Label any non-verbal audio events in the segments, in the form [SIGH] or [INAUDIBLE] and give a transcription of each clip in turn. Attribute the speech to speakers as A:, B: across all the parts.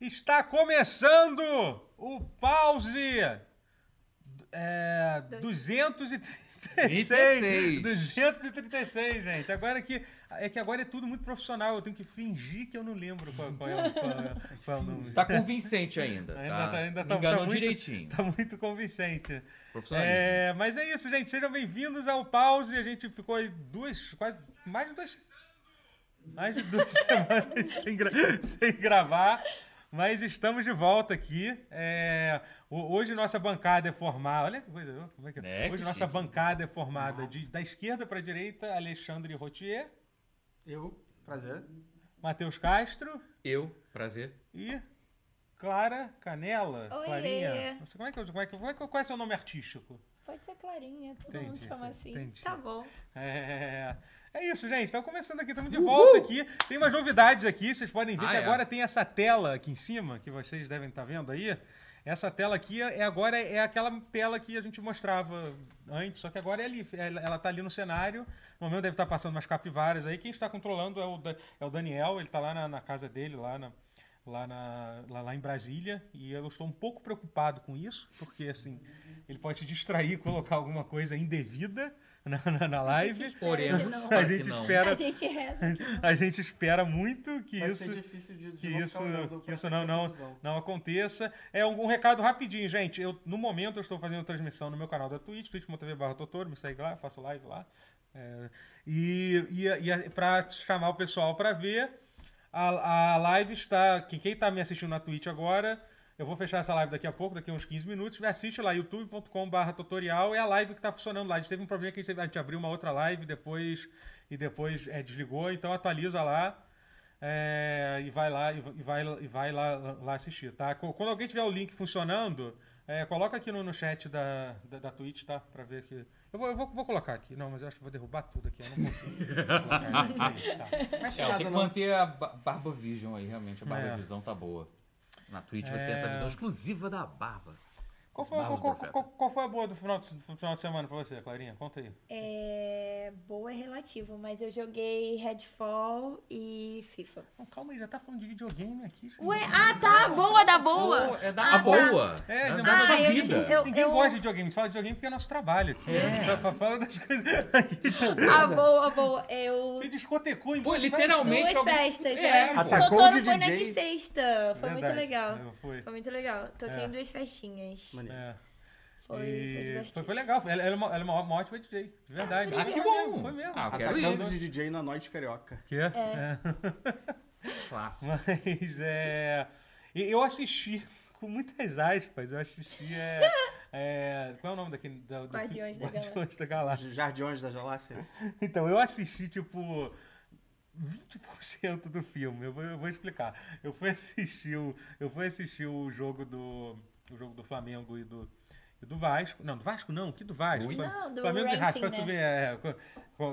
A: Está começando o pause é, 236.
B: 36.
A: 236, gente. Agora que é que agora é tudo muito profissional. Eu tenho que fingir que eu não lembro qual, qual é, o- qual é- qual é o número.
B: Tá convincente
A: [LAUGHS]
B: ainda.
A: Ainda
B: tá,
A: tá- ainda tá-
B: Me enganou
A: tá muito- [LAUGHS]
B: direitinho.
A: Tá muito convincente.
B: Profissionalismo.
A: É, mas é isso, gente. Sejam bem-vindos ao pause. A gente ficou aí duas, quase mais de duas, mais de duas [LAUGHS] semanas sem, gra- sem gravar. Mas estamos de volta aqui. É, ho- hoje nossa bancada é formada. Olha que coisa. ó, Como é que
B: É,
A: é? Hoje
B: que
A: nossa
B: chique.
A: bancada é formada de, da esquerda para a direita: Alexandre Rotier,
C: Eu, prazer.
A: Matheus Castro
B: Eu, prazer.
A: e Clara Canela.
D: Oiê.
A: Clarinha. Não sei como é que, eu- como é que, como é que, qual é seu nome artístico?
D: Pode ser clarinha, todo mundo
A: Entendi,
D: chama assim.
A: entendi.
D: Tá bom.
A: É, é isso, gente. Estamos começando aqui, estamos de volta aqui. Tem umas novidades aqui, vocês podem ver
B: Ah,
A: que
B: é.
A: agora tem essa tela aqui em cima, que vocês devem estar vendo aí. Essa tela aqui é agora é aquela tela que a gente mostrava antes, só que agora é ali, ela ela tá ali no cenário. No momento deve estar passando umas capivaras aí. Quem está controlando é o, Da- é o Daniel, ele está lá na, na casa dele, lá na, lá, na, lá, lá em Brasília e eu estou um pouco preocupado com isso, porque assim, ele pode se distrair e colocar alguma coisa indevida na, na, na live.
B: Porém,
D: não.
A: A gente espera,
D: A gente reza.
A: a gente espera muito que
C: Vai
A: isso
C: ser difícil de, de
A: que
C: não ficar
A: isso,
C: olhando
A: que
C: pra
A: isso não, não,
C: televisão.
A: não aconteça. É um, um recado rapidinho, gente. Eu, no momento eu estou fazendo transmissão no meu canal da Twitch, twitch.tv barra Totoro, me segue lá, faço live lá. É, e e, e para chamar o pessoal para ver, a, a live está... Quem, quem tá me assistindo na Twitch agora... Eu vou fechar essa live daqui a pouco, daqui a uns 15 minutos. Assiste lá, youtube.com.br tutorial. É a live que tá funcionando lá. A gente teve um problema que a gente, teve- a gente abriu uma outra live depois e depois é, desligou. Então atualiza lá. É, e vai lá e vai- e vai, e vai lá, lá assistir, tá? Co- Quando alguém tiver o link funcionando, é, coloca aqui no, no chat da, da, da Twitch, tá? Pra ver que. Eu, vou, eu vou, vou colocar aqui. Não, mas eu acho que vou derrubar tudo aqui. Eu não
B: [LAUGHS]
A: consigo. colocar aqui, tá?
C: Não é
B: É, eu tenho
C: chegada,
B: que
C: não.
B: manter a ba- Barba Vision aí, realmente. A Barba
A: É.
B: Vision tá boa. Na Twitch você tem essa visão exclusiva da barba.
A: Qual,
B: Os
A: foi, qual,
B: barros
A: qual-
B: do profeta.
A: qual- qual foi a boa do final de, do final de semana pra você, Clarinha? Conta aí.
D: É, boa é relativo, mas eu joguei Redfall e FIFA.
A: Não, calma aí, já tá falando de videogame aqui. gente.
D: Ué, ah tá, boa da boa.
B: é da
D: Ah,
B: a
D: tá.
B: boa.
A: É,
B: né?
A: demora
B: da
A: Ah,
B: sua
D: eu-
B: vida.
D: eu-
A: Ninguém gosta de videogame, fala de videogame porque é nosso trabalho aqui.
B: É.
A: né? Só fa- [LAUGHS] Fala das coisas.
D: Ah, boa, boa. É Eu.
A: Você discotecou então, em
B: Pô,
A: duas
B: literalmente.
D: Duas
B: algum-
D: festas,
B: É,
D: né?
B: pô.
C: Atacou
D: Totoro
C: de
D: foi na
C: DJ.
D: de sexta. Foi muito
A: Verdade,
D: legal.
A: eu fui.
D: Foi muito legal. Toquei
A: É.
D: em duas festinhas.
C: Maneiro.
A: É.
D: Foi,
A: E
D: foi divertido.
A: foi, foi legal. Ela, ela é uma, ela é uma- uma ótima DJ, de verdade.
B: Ah, que
A: Foi
B: bom.
A: mesmo, Foi mesmo.
B: Ah, eu quero
C: Atacando
B: ir.
C: de DJ na noite carioca.
A: Que? É. [LAUGHS]
B: Clássico.
A: Mas é. e Eu assisti, com muitas aspas, eu assisti. É, é, qual é o nome daquele. Da, do
D: Guardiões
A: filme?
D: da Galáxia.
A: Guardiões da Galáxia.
C: Jardiões da Galáxia.
A: [LAUGHS] Então, eu assisti, tipo, 20% do filme. Eu vou, eu vou explicar. Eu fui assistir o, eu fui assistir o jogo do o jogo do Flamengo e do e do Vasco. Não, do Vasco não, que do Vasco?
B: Ui.
A: Fla-
D: Não, do
A: Flamengo e Racing,
D: Racing,
A: pra tu
D: né?
A: ver, é, co-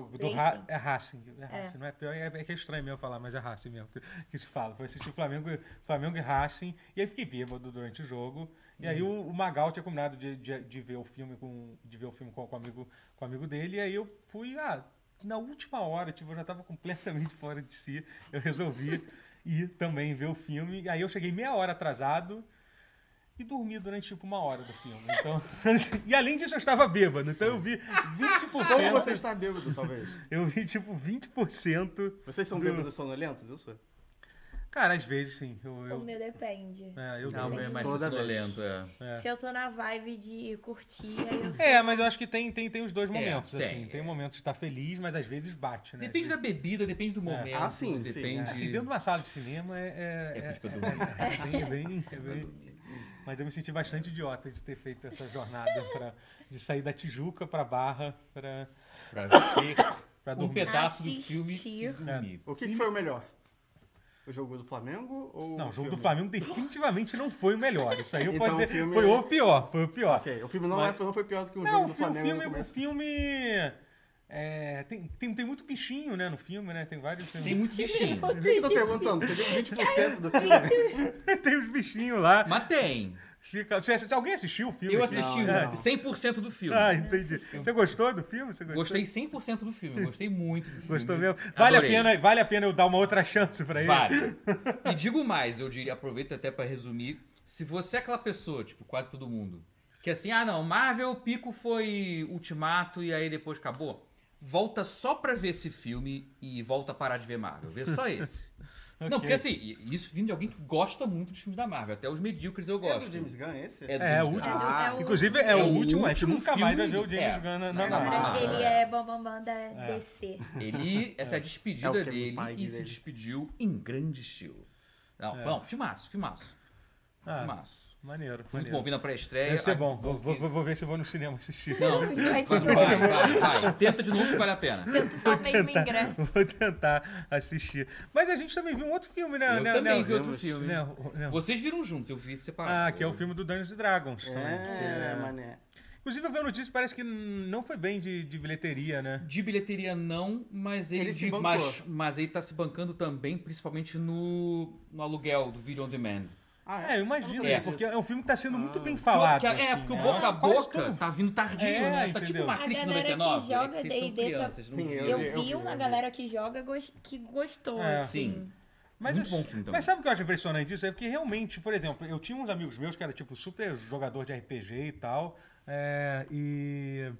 A: co- do Ra-
D: Racing.
A: é Racing, é
D: É.
A: Racing, não é pior, é, é que é estranho mesmo falar, mas é Racing mesmo que, que se fala. Fui assistir o Flamengo, e- Flamengo e Racing, e aí fiquei bêbado durante o jogo, e aí o, o Magal tinha combinado de, de, de ver o filme com, de ver o filme com, com, o amigo, com o amigo dele, e aí eu fui, ah, na última hora, tipo, eu já tava completamente [LAUGHS] fora de si, eu resolvi ir também ver o filme, aí eu cheguei meia hora atrasado, e dormi durante tipo uma hora do filme. Então, [LAUGHS] e além disso, eu estava bêbado. Então eu vi 20%.
C: Como você está bêbado, talvez?
A: Eu vi tipo 20%.
C: Vocês são
A: Do-
C: bêbados sonolentos? Eu sou.
A: Cara, às vezes sim. Eu,
D: O
A: eu,
D: meu depende.
A: é, eu
B: Não,
A: durmo.
B: é mais
C: Toda vez.
B: sonolento, é.
D: Se eu tô na vibe de curtir, aí eu
A: É, mas eu acho que tem, tem, tem os dois
B: É,
A: momentos,
B: tem,
A: assim. Tem
B: é.
A: um momento de estar feliz, mas às vezes bate, né?
B: Depende da bebida, depende
A: É.
B: do momento.
C: Ah, sim, sim,
B: Depende.
C: é.
A: Assim, dentro de uma sala de cinema é... É,
B: É
A: é,
B: pedir pra dormir.
A: é bem, é bem- é bem- Mas eu me senti bastante idiota de ter feito essa
C: [LAUGHS]
A: jornada pra, de sair da Tijuca pra Barra pra,
B: Pra ver
A: é. pra
B: um
A: dormir.
B: pedaço do
D: Assistir.
B: filme e dormir.
C: O que, que foi o melhor? O jogo do Flamengo ou
A: Não, o jogo do
C: filme?
A: Flamengo definitivamente não foi o melhor. Isso aí eu
C: Então,
A: posso dizer.
C: o filme-
A: Foi o pior, foi o pior.
C: Ok, o filme não,
A: Mas-
C: é- não foi pior do que o
A: Não,
C: jogo
A: o
C: do
A: fi- o
C: Flamengo no
A: filme. é O
C: começo.
A: filme. é, tem, tem, tem muito bichinho, né, no filme, né? Tem vários. Tem, [LAUGHS]
B: Tem muito bichinho.
A: É,
C: Por que que eu tô perguntando? Você viu 20% do filme?
A: tem os bichinhos lá.
B: Mas tem.
A: Fica... Você- você- alguém assistiu o filme?
B: Eu
A: aqui?
B: assisti
C: Não,
B: o-
C: não.
B: 100% do filme.
A: É. Ah, entendi. Você gostou do filme? Você gostou?
B: Gostei 100% do filme, gostei muito do filme.
A: Gostou mesmo? Vale a,
B: Adorei.
A: pena, vale a pena eu dar uma outra chance pra ele?
B: Vale. E digo mais, eu diria, aproveito até pra resumir, se você é aquela pessoa, tipo, quase todo mundo, que assim, ah não, Marvel, o pico foi Ultimato e aí depois acabou, volta só pra ver esse filme e volta a parar de ver Marvel,
A: [LAUGHS]
B: vê só esse. Não, porque assim, e- isso vindo de alguém que gosta muito dos filmes da Marvel, até os medíocres eu
C: É
B: gosto.
C: do James Gunn esse?
B: É do
A: É, o
B: James Gunn.
A: último.
C: Ah,
D: é o
A: Inclusive, é,
D: último.
A: o último, a gente
B: último
A: nunca mais vai ver o
B: filme-
A: James
B: é.
A: Gunn né? na, na
D: Agora
A: Marvel.
D: ele é Bambambam da
A: É.
D: DC.
A: [LAUGHS]
B: Ele, essa é a despedida
C: É o Kevin
B: dele e
C: Feige
B: se
C: dele.
B: despediu em grande estilo. Não, não, filmaço, filmaço.
A: É. Ah,
B: Filmaço.
A: Maneiro,
B: Muito
A: maneiro.
B: bom, vindo a pré-estreia.
A: Deve ser
B: Ah,
A: bom. Vou,
B: bom
A: vou,
B: que-
A: vou- vou ver se eu vou no cinema assistir.
B: Não,
D: Vai
B: vai,
D: te
B: vai, vai, vai. Tenta de novo que vale a pena.
D: Tanto só o mesmo ingresso.
A: [LAUGHS] Vou tentar assistir. Mas a gente também viu um outro filme, né?
B: Eu
A: né,
B: também
A: né,
B: vi outro
C: vemos,
B: filme.
A: né, o- né, o-
B: Vocês viram juntos, eu vi separado.
A: Ah, que é o filme do Dungeons and Dragons. também.
C: É, mané.
A: Inclusive, eu vi a notícia parece que não foi bem de, de bilheteria, né?
B: De bilheteria não, mas ele,
C: Ele se
B: de-
C: bancou.
B: mas, mas ele tá se bancando também, principalmente no, no aluguel do Video On Demand.
C: Ah,
A: É, eu imagino,
B: É.
A: porque é um filme que tá sendo muito bem
B: Porque-
A: falado.
B: é,
A: assim,
B: porque o
A: né?
B: boca a
A: Quase
B: boca
A: todo-
B: tá vindo tardinho,
A: É,
B: né? Tá
A: entendeu?
B: tipo Matrix
D: A galera que
B: 99.
D: joga
B: é que vocês são
D: D&D tá-
B: crianças, não
C: Sim,
B: viram.
D: Eu
C: vi, eu
D: vi
C: vi, eu
D: uma
C: vi.
D: galera que joga gos- que gostou,
A: É.
D: assim.
B: Sim.
A: Mas,
B: Muito
A: eu-
B: bom filme também.
A: mas sabe o que eu acho impressionante disso? É porque realmente, por exemplo, eu tinha uns amigos meus que era tipo super jogador de RPG e tal. é, e,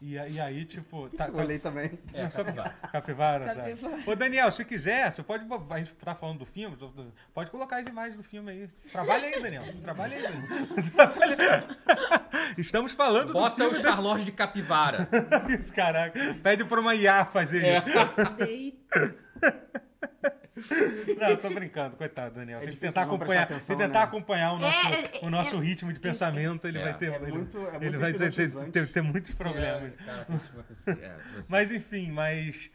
A: e, e aí, tipo. tá- tá-
C: Olhei também.
B: É,
A: Não, só-
B: capivara.
A: Capivara, tá.
D: Capivara.
A: Ô, Daniel, se quiser, você pode. bo- A gente tá falando do filme, do- do- pode colocar as imagens do filme aí. Trabalha aí, Daniel. Trabalha aí,
B: [LAUGHS]
A: Daniel. Trabalha aí. [LAUGHS] Estamos falando
B: Bota o Star-Lord de capivara.
A: do filme. Caraca, pede pra uma IA fazer
B: [LAUGHS]
C: [LAUGHS]
B: É.
A: isso.
C: um
D: Dei-
A: Não, eu tô brincando, coitado, Daniel.
C: É
A: se ele
C: difícil
A: tentar
C: não prestar
A: acompanhar, se
C: atenção,
A: ele tentar
C: né?
A: acompanhar o nosso,
D: é,
A: o nosso ritmo de pensamento, ele
B: É.
A: vai ter.
C: É
A: ele,
C: muito- é muito
A: ele vai ter, ter,
C: hipnotizante.
A: ter- ter muitos problemas.
B: É, cara, que a gente vai conseguir, é, vai ser.
A: Mas enfim, mas.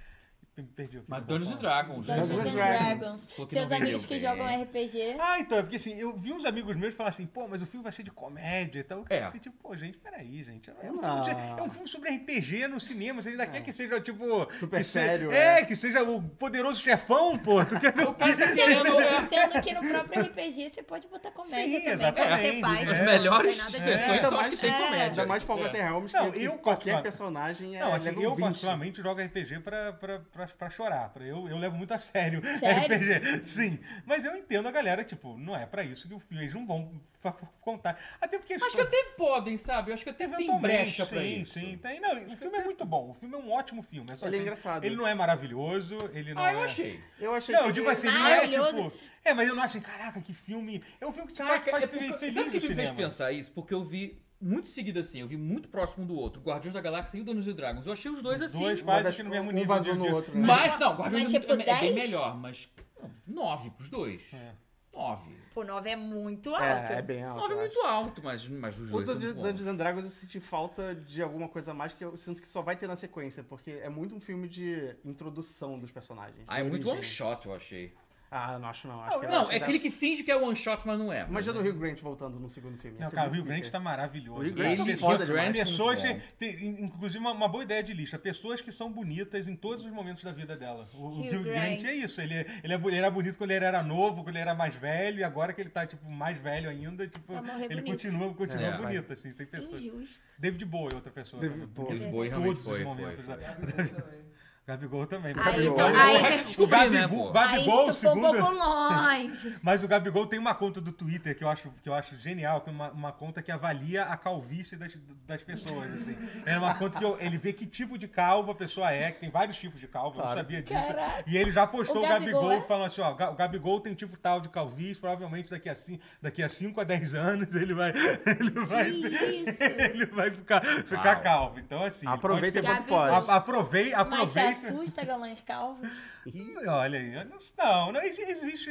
A: Perdi o que eu
B: Mas
A: tava
B: Dungeons and
A: falando.
B: Dragons.
D: Dungeons
C: Dungeons
D: and
C: and
D: Dragons.
B: Pô, que
D: Seus
B: não vendeu
D: amigos que
B: bem.
A: [LAUGHS]
D: jogam RPG.
A: Ah, então, é porque assim, eu vi uns amigos meus falar assim, pô, mas o filme vai ser de comédia e tal. Eu
B: É.
A: pensei, tipo, pô, gente, peraí, gente. É um, filme,
C: Não.
A: de- é um filme sobre RPG no cinema, você ainda quer que seja, tipo.
C: É. Super
A: que se-
C: sério,
A: é,
C: é.
A: que seja o poderoso chefão, pô. Tu quer ver
B: O cara tá querendo. é,
D: Sendo que no próprio RPG você pode botar comédia
A: Sim,
D: também, quando
A: exatamente,
D: você faz.
A: é.
D: né?
B: As
D: não tem
B: melhores
D: nada de
B: [LAUGHS] sessões
D: errado.
B: são as que tem
D: É.
B: comédia.
C: Ainda mais Forgotten Realms, que,
A: Não, eu
C: que
A: particular-
C: qualquer personagem é
A: Não, assim,
C: level
A: eu
C: 20.
A: particularmente jogo RPG pra, pra, pra, pra chorar. Pra, eu, eu levo muito a sério, [LAUGHS]
D: Sério?
A: RPG. Sim. Mas eu entendo a galera, tipo, não é pra isso que o filme. Eles não vão fa- fa- contar. Até porque.
B: Acho que até podem, sabe? Eu acho que até tem brecha pra
A: sim,
B: isso.
A: sim, tem. Não, o filme é muito bom. O filme é um ótimo filme. É só
C: Ele é
A: que
C: engraçado.
A: Ele não é maravilhoso, ele não
B: Ah,
A: é...
B: eu achei.
C: Eu achei
A: Não,
C: que um
A: eu digo
C: ele-
A: assim, não é
D: Maravilhoso.
A: tipo... É, mas eu não acho, assim, caraca, que filme... É um filme que te
B: Caraca,
A: faz,
B: é
A: faz fe-
B: porque,
A: feliz
B: sabe o que
A: no
B: me fez
A: cinema.
B: pensar isso? Porque eu vi muito seguido assim, eu vi muito próximo um do outro, Guardiões da Galáxia e o Dungeons and Dragons. Eu achei os dois assim.
A: Dois
C: Uma
A: quase
C: das-
A: que no mesmo
C: um
A: nível
C: vazou
A: de-
C: no
A: de-
C: outro, né?
B: Mas não, Guardiões
D: Mas,
B: é,
D: tipo,
B: muito- é bem
D: 10?
B: melhor, mas não, nove pros dois.
A: É.
B: Nove.
D: Pô, 9 é muito alto.
C: É, é bem
A: Ah,
C: alto.
B: Nove é
C: eu
B: muito alto, mas, mas os
C: O
B: dois são
C: Dungeons
B: muito
C: Dungeons
B: bons.
C: and Dragons eu senti falta de alguma coisa a mais que eu sinto que só vai ter na sequência, porque é muito um filme de introdução dos personagens.
B: Ah, é
C: de
B: muito
C: origem.
B: one shot, eu achei.
C: Ah, não acho não. Acho que
B: Não, é aquele que finge que é one shot, mas não é.
C: Imagina o Rio Grant voltando no segundo filme. ia
A: Não,
C: ser
A: cara, o
C: muito
A: Rio Grande
C: pica.
A: tá maravilhoso.
B: é
C: O Rio
A: Ele
C: Grande tá
A: deixou-
C: foda demais.
A: Pessoas,
B: Muito bom.
A: tem- tem, inclusive, uma, uma boa ideia de lista. Pessoas que são bonitas em todos os momentos da vida dela. O, o
D: Hugh
A: Hugh Grant
D: Grant.
A: é isso. Ele, ele, é bo- ele era bonito quando ele era novo, quando ele era mais velho, e agora que ele tá, tipo, mais velho ainda, tipo,
D: Vai morrer
A: ele
D: Tá bonito.
A: continua, continua
B: É, vai.
A: bonito, assim. Tem pessoas.
D: Injusto.
A: David Bowie é outra pessoa.
C: David
A: também,
C: Bowie.
A: bonito em
B: Bowie realmente
A: todos
B: foi,
A: os
B: foi,
A: momentos né?
B: foi.
A: da Gabigol também.
D: Aí,
A: Gabigol. é
D: então,
A: Gabigol-
D: aí-
A: o
B: Descobri, né,
A: Gabigol,
B: pô?
A: Gabigol
D: Aí tu foi um
A: segundo.
D: pouco longe.
A: Mas o Gabigol tem uma conta do Twitter que eu acho, que eu acho genial, que é uma, uma conta que avalia a calvície das, das pessoas, assim. É uma conta que eu- ele vê que tipo de calvo a pessoa é, que tem vários tipos de calvo, eu não
C: Claro.
A: sabia disso.
D: Caraca.
A: E ele já postou o
D: O
A: Gabigol,
D: Gabigol é?
A: falando assim, ó, "Ga- o Gabigol tem tipo tal de calvície, provavelmente daqui a, cin- daqui a 5 a 10 anos ele vai... [LAUGHS] Ele [LAUGHS] vai,
D: isso?
A: ele vai ficar, ficar
B: Uau.
A: calvo. Então, assim...
C: Aproveita
A: pode ser-
C: enquanto
D: Gabigol.
C: pode.
A: a- aprovei,
D: Mas é se
A: aproveita...
D: assusta galãs calvos.
A: Ih, Olha aí, eu não, não, não exi- existe.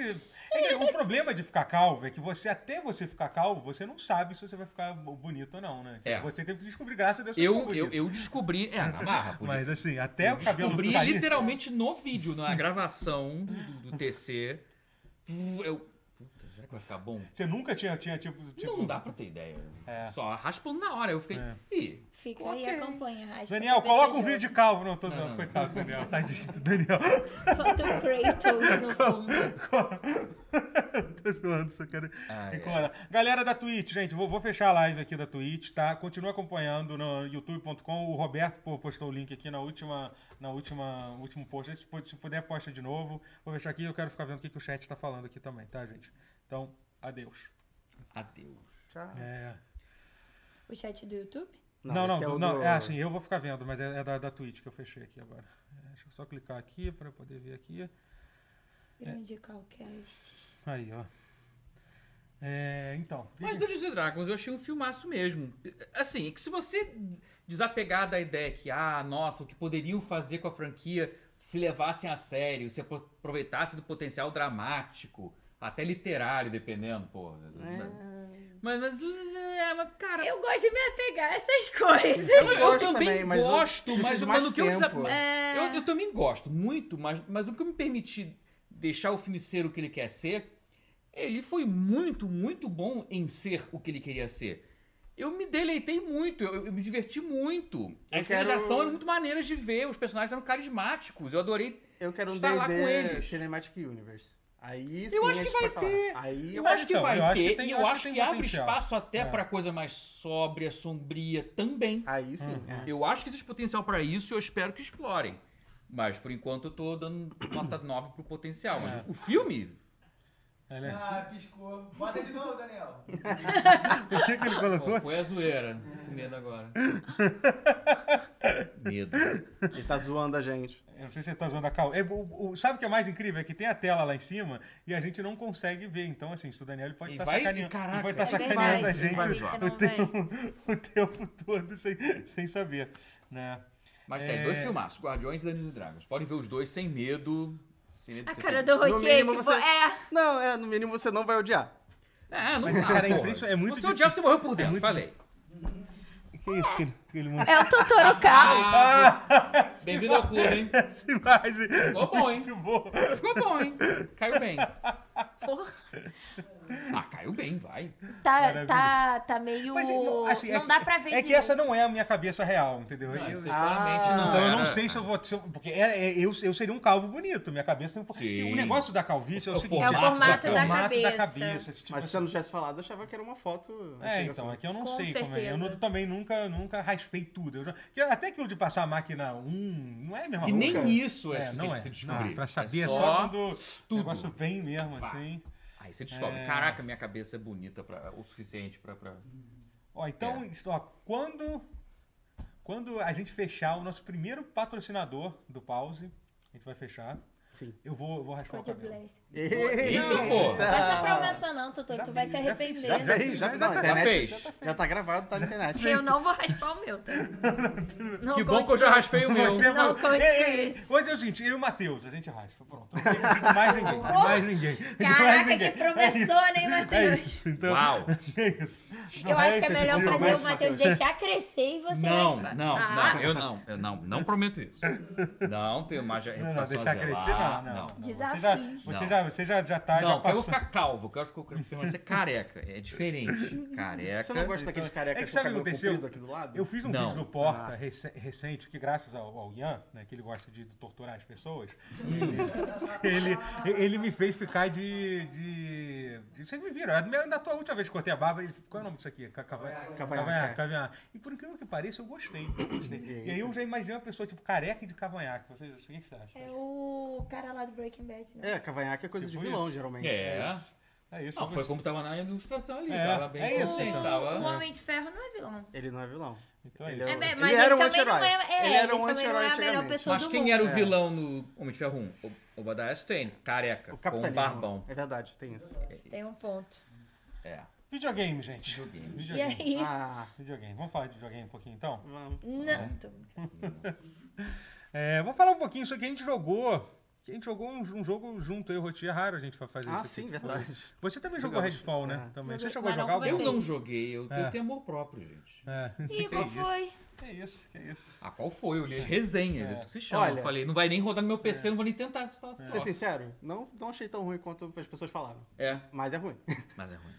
A: é que o problema de ficar calvo é que você, até você ficar calvo, você não sabe se você vai ficar bo- bonito ou não, né?
B: É.
A: Você tem que descobrir graça dessa
B: Eu, eu, eu descobri. É, na marra, por
A: um Mas assim, até o cabelo
B: descobri
A: tudo aí-
B: literalmente no vídeo, na gravação do, do TC. Eu. Puta, será que vai ficar bom?
A: Você nunca tinha, tinha tipo. tipo-
B: Não dá pra ter ideia.
A: É.
B: Só raspando na hora. Eu fiquei.
A: É.
B: Ih,
D: Fica
B: Ok.
D: aí, acompanha. raspa a
A: Daniel,
D: cabeça
A: coloca um
D: de
A: vídeo de calvo. Não, tô
B: Não,
A: zoando.
B: não.
A: Coitado, do Daniel. [LAUGHS] Tadinho do Daniel.
D: outro. Falta o Kratos no fundo.
A: tô zoando, só quero
B: Ah, é.
A: incomodar. Galera da Twitch, gente, vou, vou fechar a live aqui da Twitch, tá? Continua acompanhando no youtube.com. O Roberto pô, postou o link aqui na última, na última, último post. Se, pu- se puder, posta de novo. Vou fechar aqui eu quero ficar vendo o que, que o chat tá falando aqui também, tá, gente? Então, adeus.
B: Adeus.
C: Tchau.
A: É.
D: O chat do YouTube?
A: Não, não,
C: esse é
A: do-
C: o
A: não,
C: do-
A: é assim, eu vou ficar vendo, mas é, é da, da Twitch que eu fechei aqui agora. É, deixa eu só clicar aqui para poder ver aqui. É.
D: Grande Calcast.
A: Aí, ó. É, então. que
B: Mas
A: que-
B: Dungeons and Dragons eu achei um filmaço mesmo. Assim, é que se você desapegar da ideia que, ah, nossa, o que poderiam fazer com a franquia se levassem a sério, se apro- aproveitassem do potencial dramático, até literário, dependendo, pô. Mas, mas, é, mas, cara, eu,
D: Eu gosto de me apegar a essas
B: eu,
D: coisas.
C: gosto
B: também
C: também, mas eu
B: gosto, mas,
C: preciso
B: mas,
C: mais
B: no que eu
C: tempo.
B: desape-
D: É.
B: eu, eu também gosto muito, mas, mas do que eu me permiti deixar o filme ser o que ele quer ser, ele foi muito, muito bom em ser o que ele queria ser. Eu me deleitei muito, eu, eu me diverti muito.
C: Eu
B: As cenas de
C: quero-
B: ação eram muito maneiras de ver, os personagens eram carismáticos, eu adorei.
C: Eu quero um
B: Está lá com
C: D&D
B: eles.
C: Cinematic Universe. Aí sim
B: Eu
C: a
B: acho que
C: gente
B: vai
C: pode
B: ter.
C: Falar. Aí
B: Eu
C: eu
B: acho que
A: então,
B: vai
A: eu acho que
B: ter,
A: tem-
B: e
A: eu
B: eu
A: acho
B: acho
A: que
B: que,
A: tem
B: abre
A: potencial.
B: espaço até
A: É.
B: pra coisa mais sóbria, sombria também.
C: Aí sim.
A: Hum,
C: é.
B: Eu acho que existe potencial pra isso e eu espero que explorem. Mas por enquanto eu tô dando nota 9 pro potencial. Mas
A: É.
B: o filme,
A: Ela é-
E: Ah, piscou. Bota de novo, Daniel.
A: O que, que ele
B: Pô,
A: colocou?
B: foi a zoeira.
A: É.
B: Tô com medo agora.
A: [LAUGHS]
B: medo.
C: [LAUGHS] Ele tá zoando a gente.
A: Eu não sei se você tá usando a cal. É, o- o- sabe o que é mais incrível? É que tem a tela lá em cima e a gente não consegue ver. Então, assim, se o Daniel ele pode
B: E
A: estar
B: vai-
A: sacaneando.
B: caraca.
A: ele pode tá
B: É
A: sacaneando a
D: verdade,
A: gente
D: a gente
A: o
D: não
A: um tempo, o [LAUGHS] tempo todo sem, sem saber. Né?
B: Mas sério,
A: É.
B: dois filmaços, Guardiões e Dungeons and Dragons. Pode ver os dois sem medo. Sem medo de
D: A
B: ser
D: cara
B: feliz.
D: do Rotier,
C: mínimo
D: tipo,
C: você-
D: é.
C: Não, é, no mínimo você não vai odiar.
B: É, não
A: Mas,
B: dá,
A: cara, é
B: porra.
A: impression- é muito
B: Se você odiar, você morreu por dentro,
A: muito-
B: falei.
A: Que é isso que ele, que ele montou?
D: É o Totoro Cal.
B: Ah, você- Bem-vindo ao clube, hein?
A: Essa imagem.
B: Ficou bom, hein?
A: Muito boa.
B: Ficou bom, hein? Caiu bem.
D: Porra.
B: Ah, caiu bem, vai.
D: Tá,
A: Maravilha.
D: tá, tá meio.
A: Mas,
D: não
A: assim, é que-
D: dá pra ver
A: É que
D: direito.
A: essa não é a minha cabeça real, entendeu?
B: Não,
A: Eu-
B: isso aí claramente
C: Ah.
B: não
A: Então eu não
B: era-
A: sei se eu vou. se eu- porque é- é- eu, eu seria um calvo bonito. Minha cabeça tem um.
B: Sim.
A: e O negócio da calvície é o,
B: É o
A: seguinte:
B: formato É o formato da da
A: formato
D: cabeça.
A: esse tipo
C: Mas se
A: assim.
C: você não tivesse falado, eu achava que era uma foto.
A: É,
C: antiga
A: então,
C: sua.
A: é que eu não
D: Com
A: sei como é. Eu
D: certeza.
A: não- também nunca, nunca raspei tudo. Eu já- que até aquilo de passar a máquina 1, não é mesmo?
B: Que
C: Nunca.
B: nem isso é,
A: é,
B: suficiente
A: não
B: pra
A: é.
B: você descobrir.
A: Ah, pra saber é
B: é
A: só, quando o
B: tudo.
A: negócio vem mesmo, assim.
B: Aí você descobre, caraca, minha cabeça é bonita pra, o suficiente pra... pra...
A: Ó, então,
B: É.
A: isso, ó, quando, quando a gente fechar o nosso primeiro patrocinador do Pause, a gente vai fechar.
C: Sim.
A: Eu vou, eu vou raspar o
D: God
A: cabelo.
D: bless.
B: Eita, pô!
D: Não faz essa promessa, não, Totoro.
A: Ah, Já
D: Tu vai
A: fiz,
D: se
A: já
D: arrepender. né?
C: Já fez, já,
A: Já
C: não, a
A: tá-
B: Já
C: internet-
B: fez.
C: Já tá gravado, tá na internet.
D: Eu não vou raspar o meu, tá? Não
B: Que bom
D: conte
B: que eu já
D: com-
B: raspei o meu.
A: Você
D: Não
A: vai-
D: conte
A: Ei,
D: com
A: ei, ei,
D: isso.
A: Hoje é o seguinte, eu e o Matheus, a gente raspa. Pronto. Não tem mais ninguém. tem mais ninguém. tem mais
D: Caraca, que
A: é ninguém.
D: promessor, hein,
A: É
D: Matheus?
A: isso, então.
B: Uau.
A: É isso.
D: Eu acho que é melhor
C: compromete,
D: fazer o
C: Matheus.
D: Matheus deixar crescer e você
B: Não,
D: raspar.
B: não,
D: Ah,
B: não, eu não, eu não, não prometo isso. Não tenho mais
A: Não, não,
B: reputação
A: deixar
B: a
A: crescer,
B: zelar,
A: não. não, não. Você já,
D: Desafios.
A: você
B: Não.
A: já, você já, já tá, já
B: Ah, Não, eu
A: passou.
B: vou ficar calvo, eu quero ficar- eu quero permanecer careca, é diferente. Careca.
C: Você não gosta daqueles careca
A: É que
C: com
A: sabe o que
C: cabelo
A: aconteceu?
C: comprido aqui do lado?
A: Eu fiz um
B: Não.
A: vídeo do
D: Ah.
A: Porta rece- recente, que graças ao, ao Ian, né, que ele gosta de torturar as pessoas, ele, ele, ele me fez ficar de, de, de- Vocês me viram, é da tua última vez que cortei a barba, ele, qual é o nome disso aqui? Ca- cava-
C: Cavanhaque,
A: Cavanhaque,
C: é.
A: cavanhaque. E por incrível que pareça, eu gostei. eu gostei. E aí eu já imaginei uma pessoa tipo careca e de cavanhaque. Vocês, o que que você acha?
D: É o cara lá do Breaking Bad, né?
C: É, cavanhaque é coisa
A: Tipo
C: de vilão,
A: isso.
C: geralmente.
B: É.
A: É isso.
B: Não,
A: eu
B: foi
A: gostei.
B: como tava na ilustração ali,
A: É,
B: tava bem
A: é isso,
B: consciente,
A: então.
B: tava-
D: O Homem de Ferro não é vilão.
C: Ele não é vilão.
A: Então é
C: Ele
A: isso.
C: é
D: É,
C: um-
D: bem,
C: ele
D: mas ele,
C: era um
D: também não é,
C: anti-herói.
D: é,
C: Ele
D: ele,
C: era um
D: também não é a
C: anti-herói
D: melhor
C: antigamente.
D: pessoa
B: Mas
D: do
B: quem
D: mundo.
B: era o vilão no Homem de Ferro 1? O- O Badaya Stein, careca, com
C: O
B: um
C: capitalismo.
B: barbão.
C: É verdade, tem isso.
D: Tem um ponto.
B: É,
A: Videogame, gente.
B: videogame.
D: E
A: Videogame.
D: aí?
C: Ah,
A: Videogame. Vamos falar de videogame um pouquinho então?
C: vamos.
D: Não. tô-
A: É, vamos falar um pouquinho isso aqui. A gente jogou. A gente jogou um, um jogo junto, eu e o Rotier. É raro a gente fa- fazer isso.
C: Ah,
A: aqui.
C: sim, verdade.
A: Você também jogou
C: Jogamos.
A: Redfall, né?
C: É.
A: Também. Você chegou a
D: Joguei, mas
A: jogar
D: não com
A: algum?
B: Eu
D: Vocês.
B: não joguei, eu,
A: É.
B: eu tenho amor próprio, gente.
A: É. [LAUGHS]
D: Ih,
A: Que
D: qual
A: isso?
D: foi?
A: Que isso, que isso.
B: Ah, qual foi? Eu li
A: É.
B: as resenhas, isso que se chama.
C: Olha-
B: eu falei, não vai nem rodar no meu PC, eu não vou nem tentar essa essa
C: Ser
B: troca.
C: sincero, não, não achei tão ruim quanto as pessoas falaram.
B: É,
C: Mas é ruim.
B: mas é ruim.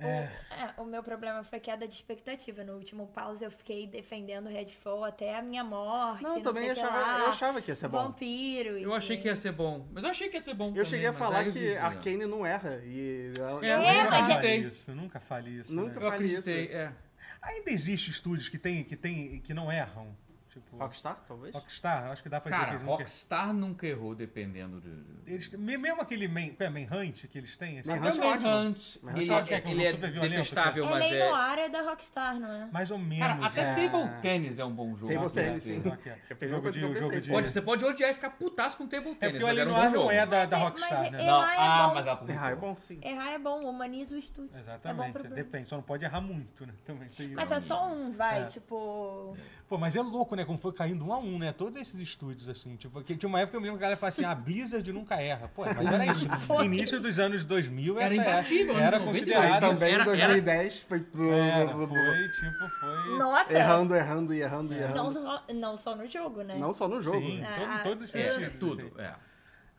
D: O, é, o meu problema foi queda de expectativa. No último pause eu fiquei defendendo Redfall até a minha morte.
C: Não,
D: Não,
C: também
D: sei o que é
C: achava,
D: lá.
C: eu achava que ia ser bom.
D: Vampiros.
B: Eu achei que ia ser bom. Mas eu achei que ia ser bom.
C: Eu cheguei a falar que
B: a quem
C: Arcane não erra. E ela-
B: É,
A: Eu
D: né? É,
A: nunca
D: mas
A: fale
B: é-
A: isso, nunca fale isso.
C: Nunca
A: né?
B: Eu
C: Eu faria
B: acreditei, é.
A: Ainda existe estúdios que tem, que tem, que não erram. Tipo,
C: Rockstar, talvez?
A: Rockstar, acho que dá pra dizer que
B: Cara,
A: eles nunca-
B: Rockstar nunca errou, dependendo de.
A: Eles, me- mesmo aquele main, qual é, Manhunt que eles têm, assim,
C: Manhunt.
B: Até o
C: é ótimo.
B: Manhunt,
C: Manhunt
A: é
B: ele,
A: ótimo, é
B: é,
A: aquele
B: ele é
A: super violento,
B: detestável,
D: É
B: mas
D: meio no
B: é...
D: ar é da Rockstar, não é?
A: mais ou menos.
B: Cara, até
A: né?
B: Table Tennis é um bom jogo.
C: Table
B: se
C: Tennis,
B: você-
C: sim.
A: Como é que é?
C: Eu pensei
A: Jogo
C: uma coisa
A: de-
C: que eu
A: jogo
C: pensei.
A: de-
B: Pode, você pode odiar e ficar putaço com Table
A: É
B: Tennis,
A: porque o
B: mas era um
A: Alienware
B: bom
A: não
B: jogo.
A: é da, da
D: Sim,
A: Rockstar,
D: mas
A: né?
D: é-
B: Não,
D: Errar
B: ah,
D: bom.
B: mas ela publicou.
C: Errar é bom, sim.
D: Errar é bom, humaniza o estúdio. É bom
A: Exatamente.
D: pra-
A: Depende, só não pode errar muito, né? Também tem
D: Mas
A: isso.
D: é só um, vai,
A: É.
D: tipo.
A: Pô, mas é louco, né? Como foi caindo um a um, né? Todos esses estúdios, assim. Tipo, que tinha uma época que eu me lembro que a galera falava assim, a Blizzard nunca erra. Pô, mas era isso. No início dos anos 2000,
B: Era
A: essa é
B: imbatível,
A: Era
B: anos 90 e
C: Aí
A: considerado...
C: também
B: era-
C: em 2010 foi...
A: Era, foi, tipo, foi...
D: Nossa!
C: Errando, errando e errando e
D: É. Não
C: errando.
D: só, não só no jogo, né?
C: Não só no jogo.
A: Sim,
C: né?
A: em todo,
D: Ah,
A: todos os
B: É,
A: sentidos, assim.
B: tudo, é.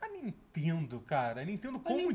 A: A Nintendo, cara, a Nintendo como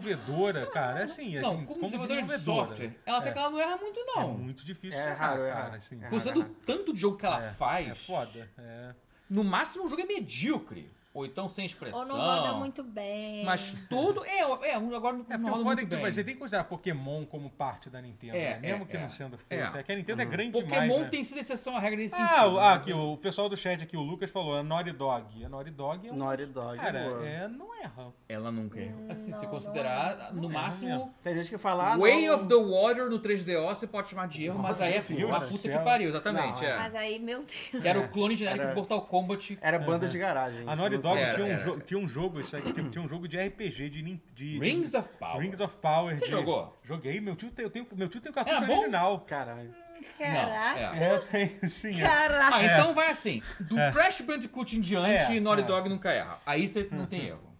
A: desenvolvedora, cara, assim, assim,
B: Não, como, desenvolvedora de software, ela até
A: É.
B: que ela não erra muito,
A: é
B: não.
A: muito difícil
C: É
A: de errar,
C: raro, é
A: cara,
C: raro.
A: assim.
C: É raro.
B: Considerando o tanto de jogo que ela faz,
A: É foda, é.
B: no máximo o jogo é medíocre. Ou então sem expressão.
D: Ou não roda muito bem.
B: Mas tudo. É, é um agora
A: É porque o
B: não roda
A: foda é
B: muito
A: que
B: bem.
A: tipo, você tem que considerar Pokémon como parte da Nintendo,
B: É,
A: né? mesmo
B: é,
A: que
B: é.
A: não sendo feito.
B: É.
A: É, que a Nintendo é grande demais,
B: Pokémon
A: né?
B: tem sido exceção à regra nesse
A: Ah,
B: sentido. né?
A: o- ah, aqui, o pessoal do chat aqui, o Lucas falou, a Naughty Dog. A Naughty Dog é um...
C: Naughty Dog,
A: Cara,
C: boa.
A: é, não erra.
B: Ela nunca errou. Assim,
D: Hum, não,
B: se
D: não
B: considerar, no
A: Não é, não é.
B: máximo,
C: Tem gente que fala... ah,
B: Way
C: não,
B: of the Water no 3DO você pode chamar de erro, mas
C: Nossa
B: aí é
C: senhora.
B: uma puta que
A: Céu.
B: pariu, exatamente.
C: Não, é.
B: é.
D: Mas aí, meu Deus.
B: Que Era o clone genérico
C: Era-
B: de Mortal Kombat.
C: Era banda de garagem.
A: A
C: isso
A: Naughty
C: não é.
A: Dog
C: tem-
B: era,
A: tinha, um
B: era.
A: jo- tinha um jogo, isso aí, tinha, tinha um jogo de RPG, de, nin- de,
B: Rings of Power.
A: Rings of Power.
B: Você
A: de-
B: jogou?
A: Joguei. Meu tio tem, eu tenho, meu tio tem o cartucho
B: Era bom?
A: original.
C: Caralho.
B: Não,
D: Caraca.
B: é.
A: É, tem, [LAUGHS] sim. é.
D: Caraca.
B: Ah, então vai assim. Do Crash Bandicoot em diante,
A: É,
B: Naughty
A: é. Uhum.
B: Dog nunca erra. Aí você não tem erro.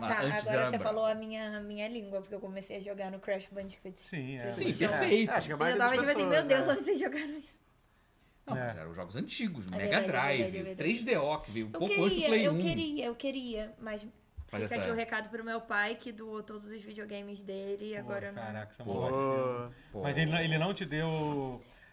B: Mas
D: tá.
B: antes
D: Agora
B: era
D: você
B: brabo.
D: falou a minha, minha língua, porque eu comecei a jogar no Crash Bandicoot.
A: Sim, é.
B: Sim,
A: mas-
B: perfeito.
C: É, acho que a
D: eu
C: maioria
D: tava
C: das
D: tipo assim,
C: pessoas,
D: meu
C: né?
D: Deus, onde vocês jogaram isso?
B: Não, mas
A: É.
B: eram jogos antigos,
D: É
B: Mega
D: verdade, é
B: Drive,
D: verdade, é verdade.
B: 3DO, que veio um
D: Eu
B: pouco antes do
D: queria,
B: Play
D: eu
B: 1.
D: queria, eu queria, mas fica
B: essa-
D: aqui o recado pro meu pai que doou todos os videogames dele e
A: Pô,
D: agora eu não.
A: Caraca, essa
C: é.
B: Pô.
A: mulher.
C: Pô,
B: Pô.
A: Mas ele, não- é- ele não te deu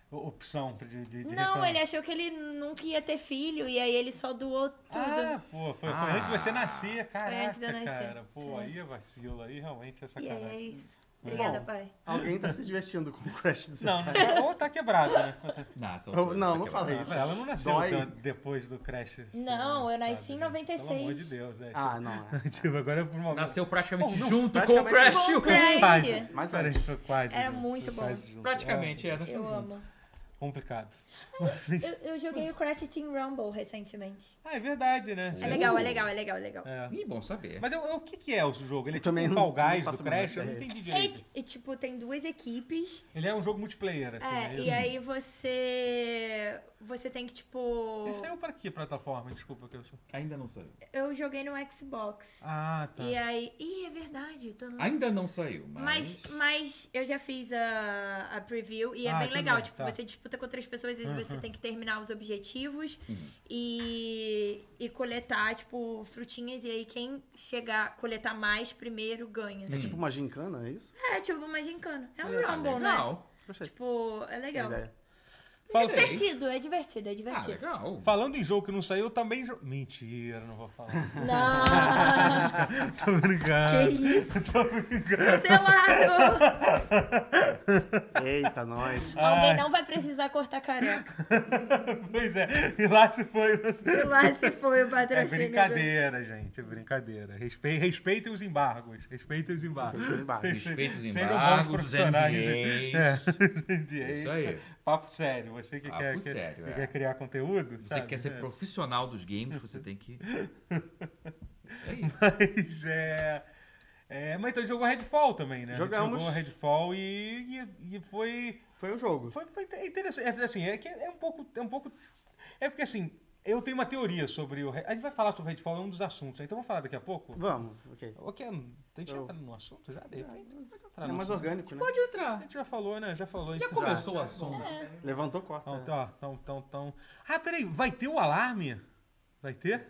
A: o- opção de, de, de
D: Não,
A: reclamar.
D: ele achou que ele nunca ia ter filho e aí ele só doou tudo.
A: Ah, pô, foi, foi
B: Ah.
A: antes de você nascer, caraca,
D: antes de eu nascer.
A: cara. Pô, aí é vacilo, aí realmente é
D: e aí
A: sacanagem.
D: é isso. Obrigada, pai.
C: Alguém tá se divertindo com o Crash do seu
A: Não,
C: pai.
A: não, ou tá quebrada,
C: [LAUGHS]
A: né?
B: Não, são
C: Não,
B: coisas
C: não
B: daquela-
C: falei.
A: Ah, Ela não nasceu
C: Dói.
A: tanto depois do Crash. assim,
D: Não, eu nasci em
A: gente? Pelo amor
D: 96.
A: de Deus, é.
C: Ah, não. é.
B: [LAUGHS]
A: tipo, [LAUGHS] tipo, agora é por uma
B: Nasceu praticamente
A: Bom, não,
B: junto com o
C: praticamente
B: Crash.
D: Bom,
B: Praticamente,
D: Crash.
C: Mas é
A: Cara,
C: olha,
A: foi quase.
D: Era
A: junto,
D: muito
A: foi quase
D: bom.
A: junto.
B: praticamente é,
A: É,
B: nasceu
D: Eu
B: junto.
D: amo.
A: complicado.
D: Eu, eu joguei o Crash Team Rumble recentemente.
A: Ah, é verdade, né?
D: É
B: Uh.
D: legal, é legal, é legal, é legal.
A: É.
B: Ih, bom saber.
A: Mas eu- eu- o que, que é o jogo? Ele é
C: Eu
A: tipo
C: também
A: um
C: não-
A: Fall Guys
C: não
A: do
C: faço a
A: Crash?
C: menor
A: Eu não
C: ideia.
A: entendi
D: É,
A: direito.
D: ti- e, tipo, tem duas equipes.
A: Ele é um jogo multiplayer, assim.
D: é,
A: né?
D: e aí você. Você tem que, tipo.
A: Ele saiu pra que plataforma? Desculpa que eu sou.
B: Ainda não saiu.
D: Eu joguei no Xbox.
A: Ah, tá.
D: E aí. Ih, é verdade. eu Tô...
B: Ainda não saiu, mas...
D: Mas, mas eu já fiz a, a preview e é
A: Ah,
D: bem
A: tudo
D: legal.
A: bem,
D: tipo,
A: tá.
D: você disputa com outras pessoas, às vezes você
A: Uhum.
D: tem que terminar os objetivos e, e coletar, tipo, frutinhas. E aí quem chegar, coletar mais primeiro ganha.
C: é
D: assim.
C: tipo uma gincana, é isso?
D: É, tipo, uma gincana. É um
B: Ah,
D: rumble, né?
B: legal.
C: Gostei.
D: Tipo, é legal.
C: Ideia.
A: Fala-
D: É divertido, é divertido, é
B: Ah,
D: divertido.
B: legal.
A: Falando em jogo que não saiu, eu também. jo- Mentira, não vou falar. [LAUGHS]
D: Não!
A: Tô brincando.
D: que isso?
A: [LAUGHS]
D: Cancelado!
C: Eita, nós.
A: Ah.
D: Alguém não vai precisar cortar careca.
A: Pois é. E lá se foi.
D: E [LAUGHS] lá se foi o
A: É
D: patrocínio. do-
A: brincadeira, gente. É brincadeira. Respe... Respeitem os embargos. Respeitem os
B: [LAUGHS]
A: embargos.
C: Respeitem os embargos.
B: Respeita os
A: Sejam
B: embargos,
A: bons
B: os
A: profissionais. né?
B: NDAs.
A: É.
B: Isso aí.
A: [LAUGHS] Papo sério. Você que,
B: Papo
A: quer, quer-
B: sério,
A: que
B: é.
A: quer criar conteúdo?
B: Você
A: sabe?
B: que quer ser
A: É.
B: profissional dos games, você tem que... Isso aí.
A: [LAUGHS] Mas é. é, mas então jogou Redfall também, né? A gente
C: Jogamos.
A: Jogou Redfall e, e, e foi,
C: Foi um jogo.
A: foi. foi inte- interessante. É, assim, é, que é um pouco. É um pouco. É porque assim, eu tenho uma teoria sobre o. Re- A gente vai falar sobre o Redfall, é um dos assuntos, né? Então vamos falar daqui a pouco.
C: Vamos,
B: Tá,
C: ok.
A: Ok, a gente
C: Eu-
A: entra no assunto já? De repente, pode entrar
C: É
A: no
C: mais
A: assunto.
C: orgânico, né?
B: Pode
A: A
B: entrar.
A: gente já falou, né? Já falou.
B: Já
A: então.
B: começou É. o assunto.
D: É.
C: Levantou, corta.
A: Então, ó, então, então, então. Ah, peraí, vai ter o alarme? Vai ter?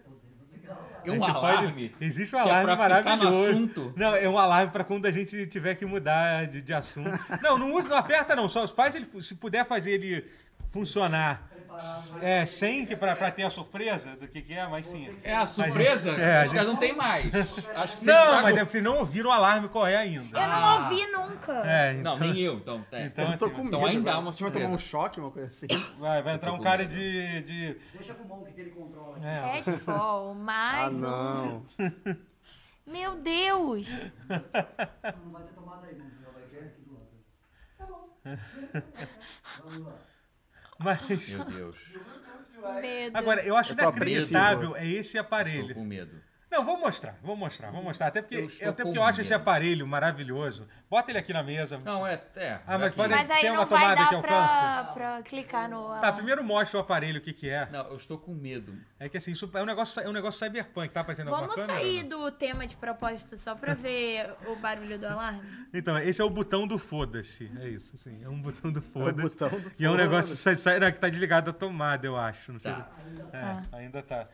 B: É
A: A
B: um
A: gente
B: alarme.
A: pode- Existe um
B: que é
A: alarme
B: pra clicar no
A: maravilhoso.
B: assunto.
A: Não, é um alarme pra quando a gente tiver que mudar de, de
B: [LAUGHS]
A: assunto. não, não usa, não aperta não. Só faz ele, fu- se puder fazer ele funcionar. s- É, sem que pra, pra ter a surpresa do que, que é, mas sim.
B: É a surpresa?
A: É, a
B: Acho que não tem mais. Acho
A: [LAUGHS]
B: que vocês
A: Não,
B: estragam-
A: mas é porque vocês não ouviram o alarme correr ainda.
D: Eu não
B: Ah.
D: ouvi nunca.
A: É,
B: Não,
A: então,
B: nem eu, então. tá.
A: Então-
C: eu tô
A: assim,
C: com
B: então
C: medo
B: ainda
C: agora.
B: há uma
C: A gente vai tomar um
B: surpresa.
C: choque, uma coisa
D: [LAUGHS]
C: assim.
A: vai, vai entrar um cara de. de
E: Deixa pro Monk que ele controla.
A: é, [LAUGHS]
D: Redfall,
C: Ah,
D: mais um.
C: não.
D: Meu Deus!
E: Não vai ter tomada aí, Monk. Já vai ver aqui do lado. Tá bom. Vamos lá.
A: mas.
B: [LAUGHS] Meu Deus.
D: Medo.
A: Agora, eu acho
C: Eu tô
A: inacreditável é esse
B: Estou
A: aparelho.
B: com medo.
A: Não, vou mostrar, vou mostrar, vou mostrar. Até porque
B: Eu
A: eu,
B: estou
A: até
B: com
A: porque eu acho esse
B: medo.
A: aparelho maravilhoso. Bota ele aqui na mesa.
B: Não, é. é
A: Ah, mas
B: aqui.
A: pode-
D: Mas aí
A: Tem uma
D: não vai
A: tomada que
D: dar pra,
A: alcança?
D: pra clicar no.
A: Tá, primeiro mostra o aparelho o que, que é.
B: Não, eu estou com medo.
A: É que assim, isso é um negócio, é um negócio cyberpunk, tá aparecendo alguma
D: Vamos
A: câmera?
D: sair do tema de propósito só pra ver o barulho do alarme?
A: Então, esse é o botão do foda-se. É isso, assim. É um botão do foda-se.
C: botão do
A: e é um
C: foda-se.
A: negócio sai, sai, não, que tá desligado da tomada, eu acho. Não sei
B: Tá.
A: se. É, ainda tá.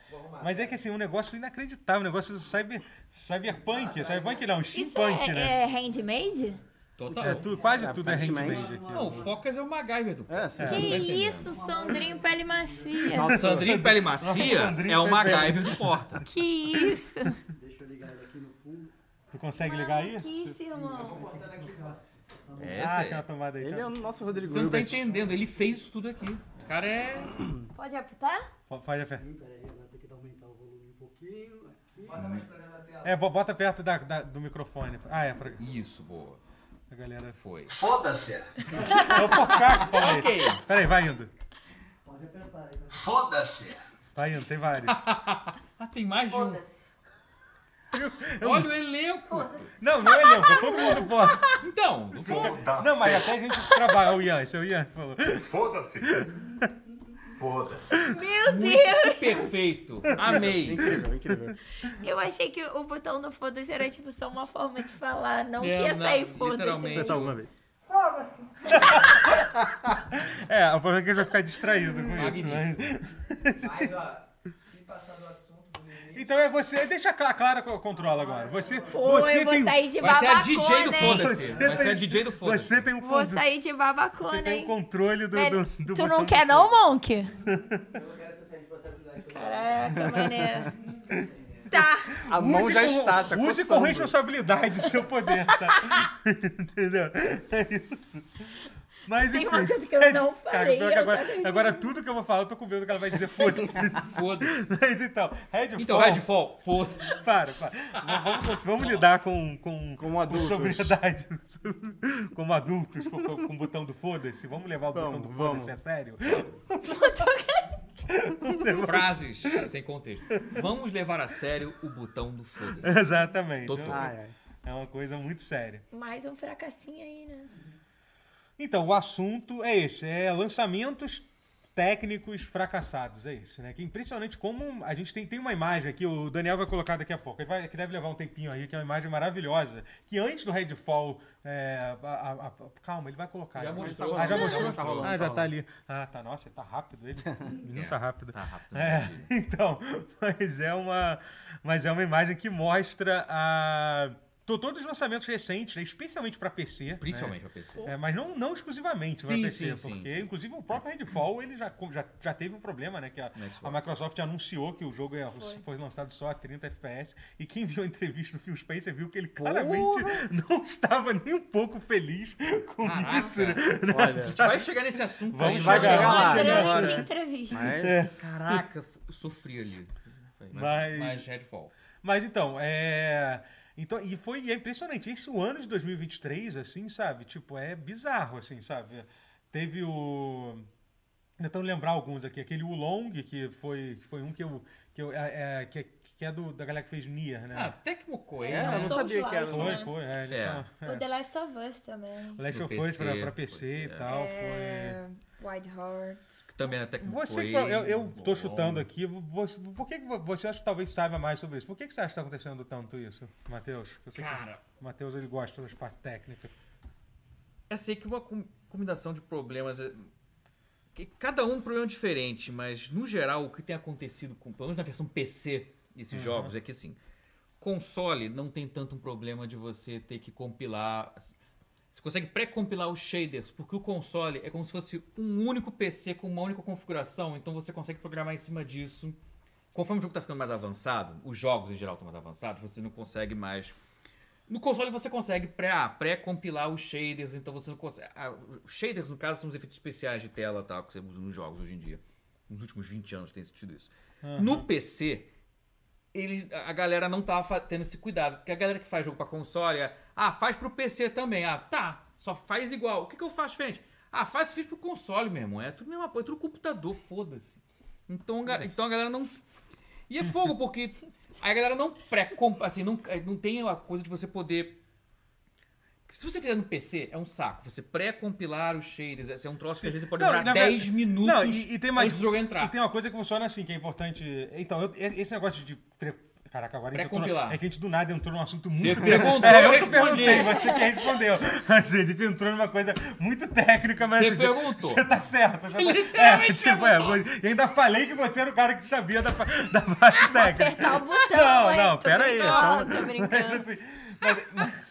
A: Mas é que assim, um negócio inacreditável, um negócio cyber, cyberpunk. Cyberpunk não,
D: Isso
A: steampunk,
D: é,
A: né?
D: é handmade?
B: Total.
A: É tu- quase
C: É,
A: tudo é
C: aparentemente.
A: handmade aqui.
B: Não, o Focas é o MacGyver do.
C: É, sim.
D: Que
B: não tô entendendo.
D: isso, Sandrinho Pele Macia?
C: Nossa.
B: Sandrinho Pele Macia
A: Sandrinho
B: é o
A: Pele-
B: MacGyver do Porta.
D: Que isso?
E: Deixa eu ligar ele aqui no fundo.
A: Tu consegue ligar aí?
D: Que isso, irmão?
B: É,
A: [LAUGHS] Ah, tem
B: Zé.
A: uma tomada aí.
C: Ele
A: tá?
C: é o nosso Rodrigo
B: Você não tá
C: Hilbert.
B: entendendo, ele fez isso tudo aqui. O cara é.
D: Pode apitar?
A: Fa- Faz a fé.
E: Ih, Peraí, agora tem que aumentar o volume um pouquinho. Aqui. Bota mais pra dentro da tela.
A: É, bo- bota perto da- da- do microfone. Ah, é, pra,
B: Isso, boa.
A: pra galera.
B: Foi.
F: Foda-se!
A: É o Porcaco, falei.
B: Ok.
A: Peraí, vai indo.
E: Pode apertar aí.
F: Foda-se!
A: Vai indo, tem vários.
B: Ah, tem mais de um.
G: Foda-se.
B: Olha o elenco.
A: Não, não é elenco, é todo mundo bota.
B: Então, do bom.
A: Não, mas até a gente trabalha. O Ian, esse é o Ian que falou.
F: Foda-se! Foda-se!
D: Meu Deus!
B: perfeito. Amei. [LAUGHS]
C: Incrível, incrível.
D: Eu achei que o botão do foda-se era tipo só uma forma de falar, não que
B: É,
D: ia
B: não,
D: sair foda-se.
B: literalmente.
D: mesmo.
C: Apertar
A: Então,
C: uma vez.
G: Foda-se.
A: É, o problema é que ele vai ficar distraído com isso. né? Mas...
E: Mas, ó, se passar do assunto do limite,
A: Então é você. Deixa a Cla- Clara co- controla agora. Você,
D: Pô,
A: você
D: eu vou
A: tem. um,
D: sair de
B: Vai ser a
D: babacona,
B: DJ do
D: hein?
B: Foda-se. Vai ser a DJ do Foda-se.
A: Você tem o
D: Vou
A: controle.
D: sair de
A: Você
D: babacona,
A: tem o
D: hein?
A: controle do. do, do
D: tu
A: botão.
D: não quer não,
A: [LAUGHS]
D: Monk?
E: eu não quero essa série de responsabilidade.
A: [LAUGHS]
D: Caraca, maneiro. Tá.
C: A mão
A: Use
C: já
A: com-
C: está, tá
A: Use com
C: coçando.
A: responsabilidade o seu poder, tá? [LAUGHS] Entendeu? É isso. Mas,
D: Tem
A: enfim,
D: uma coisa que eu
A: é de-
D: não farei,
A: pior que
D: eu
A: agora,
D: sabia.
A: agora tudo que eu vou falar, eu tô com medo que ela vai dizer foda-se.
B: Foda-se.
A: Mas então, Redfall...
B: Então, Redfall,
A: [LAUGHS]
B: foda-se.
A: Para, para. Vamos- Vamos, vamos lidar com... Com,
C: Como adultos.
A: Com sobriedade. [LAUGHS] Como adultos, com, com- com o botão do foda-se. Vamos levar o
C: Vamos,
A: botão do foda-se
C: vamos.
A: a sério? [LAUGHS]
B: Frases sem contexto. Vamos levar a sério o botão do foda-se.
A: Exatamente.
B: Totó.
C: Ai, ai.
A: É uma coisa muito séria.
D: Mais um fracassinho aí, né?
A: Então, o assunto é esse, é lançamentos técnicos fracassados, é isso, né? Que é impressionante como a gente tem, tem uma imagem aqui, o Daniel vai colocar daqui a pouco, ele vai- que deve levar um tempinho aí, que é uma imagem maravilhosa, que antes do Redfall, é, a- a- a- calma, ele vai colocar.
B: Já
A: né?
B: mostrou.
A: Ah, já
C: Já
A: mostrou?
C: mostrou, tá rolando,
A: ah,
C: tá
A: já tá
C: rolando.
A: ali. Ah, tá, nossa, ele tá rápido
C: [LAUGHS]
A: ele, o menino tá rápido. [LAUGHS]
B: Tá rápido.
A: É,
B: né?
A: então, mas é uma, mas é uma imagem que mostra a to- todos os lançamentos recentes, né, especialmente para PC, né?
B: Principalmente pra PC.
A: É, mas não, não exclusivamente vai
B: Sim,
A: PC,
B: sim, sim,
A: porque
B: sim.
A: inclusive o próprio Redfall ele já, co- já, já teve um problema, né? Que a,
B: No É, Xbox.
A: a Microsoft anunciou que o jogo ia- foi. lançado só a 30 FPS. E quem viu a entrevista do Phil Spencer viu que ele claramente não estava nem um pouco feliz com
B: Caraca.
A: isso. né?
B: A
C: Olha,
B: gente vai chegar nesse assunto. né?
A: Vamos
B: ainda.
C: vai chegar lá.
D: Uma
C: vai chegar
D: grande
C: lá, né?
D: entrevista.
B: É.
C: mas
B: Caraca, f- eu sofri ali.
A: Mas-
B: Mas Redfall.
A: Mas então, é. Então, e foi e é impressionante. Esse o ano de 2023, assim, sabe? Tipo, é bizarro, assim, sabe? Teve o. Tentando lembrar alguns aqui. Aquele Ulong, que foi, que foi um que eu. Que, eu, é, é, que, é- que é do, da galera que fez Nier, né?
B: Ah, Tecmocoin.
C: é, eu não
D: Souls
C: sabia que era.
A: foi,
D: né?
A: foi. É, eles
B: É.
A: são-
D: O The Last of Us também.
A: O Last
B: No
A: of Us pra,
B: PC,
A: pra PC e
B: pois é.
A: tal. Foi.
D: É,
C: [LAUGHS]
D: White Hearts.
B: Também é Tecmocoin.
A: Você, que- eu, eu tô chutando aqui. Você, por que que vo- você acha que talvez saiba mais sobre isso? Por que, que você acha que tá acontecendo tanto isso, Matheus? Você que-
B: Cara.
A: o Matheus, ele gosta das partes técnicas.
B: Eu É, sei que uma com- combinação de problemas. é- que Cada um um problema diferente, mas no geral o que tem acontecido, com, pelo menos na versão PC, esses jogos é que assim, console não tem tanto um problema de você ter que compilar. assim, Você consegue pré-compilar os shaders, porque o console é como se fosse um único PC com uma única configuração, então você consegue programar em cima disso. Conforme o jogo está ficando mais avançado, os jogos em geral estão mais avançados, você não consegue mais. No console você consegue pré- ah, pré-compilar os shaders, então você não consegue. ah, os shaders, no caso, são os efeitos especiais de tela tal, que você usa nos jogos hoje em dia. Nos últimos 20 anos tem sentido isso. No PC, ele, a galera não tava fa- tendo esse cuidado. Porque a galera que faz jogo pra console é, ah, faz pro PC também. Ah, tá, só faz igual. O que, que eu faço diferente? Ah, faz fiz pro console mesmo. É tudo mesma coisa, é tudo computador, foda-se. Então, ga- então a galera não. E é fogo, porque [LAUGHS] a galera não pré assim, não, não tem a coisa de você poder se você fizer no PC, é um saco. Você pré-compilar os shaders, esse é um troço que a gente pode
A: Não, e
B: demorar
A: na verdade-
B: 10 minutos
A: Não, e, e tem mais,
B: antes do jogo entrar.
A: E tem uma coisa que funciona assim, que é importante. Então, eu- esse negócio de. pre- Caraca, agora a gente entrou,
B: Pré-compilar.
A: é que a gente do nada entrou num assunto muito. [LAUGHS]
B: Você perguntou,
A: É, eu
B: eu
A: que perguntei,
B: respondi.
A: você que respondeu. Assim, a gente entrou numa coisa muito técnica, mas.
B: Você
A: assim,
B: perguntou.
A: Você tá certo. Você tá...
B: literalmente
A: é,
B: perguntou.
A: e ainda falei que você era o cara que sabia da, pa- da
B: [LAUGHS]
A: parte técnica.
D: Apertar o botão.
A: Não,
D: hein?
A: não,
D: Tô
A: pera aí.
D: brincando,
A: calma.
D: Tô
A: Mas,
D: brincando.
A: assim, mas-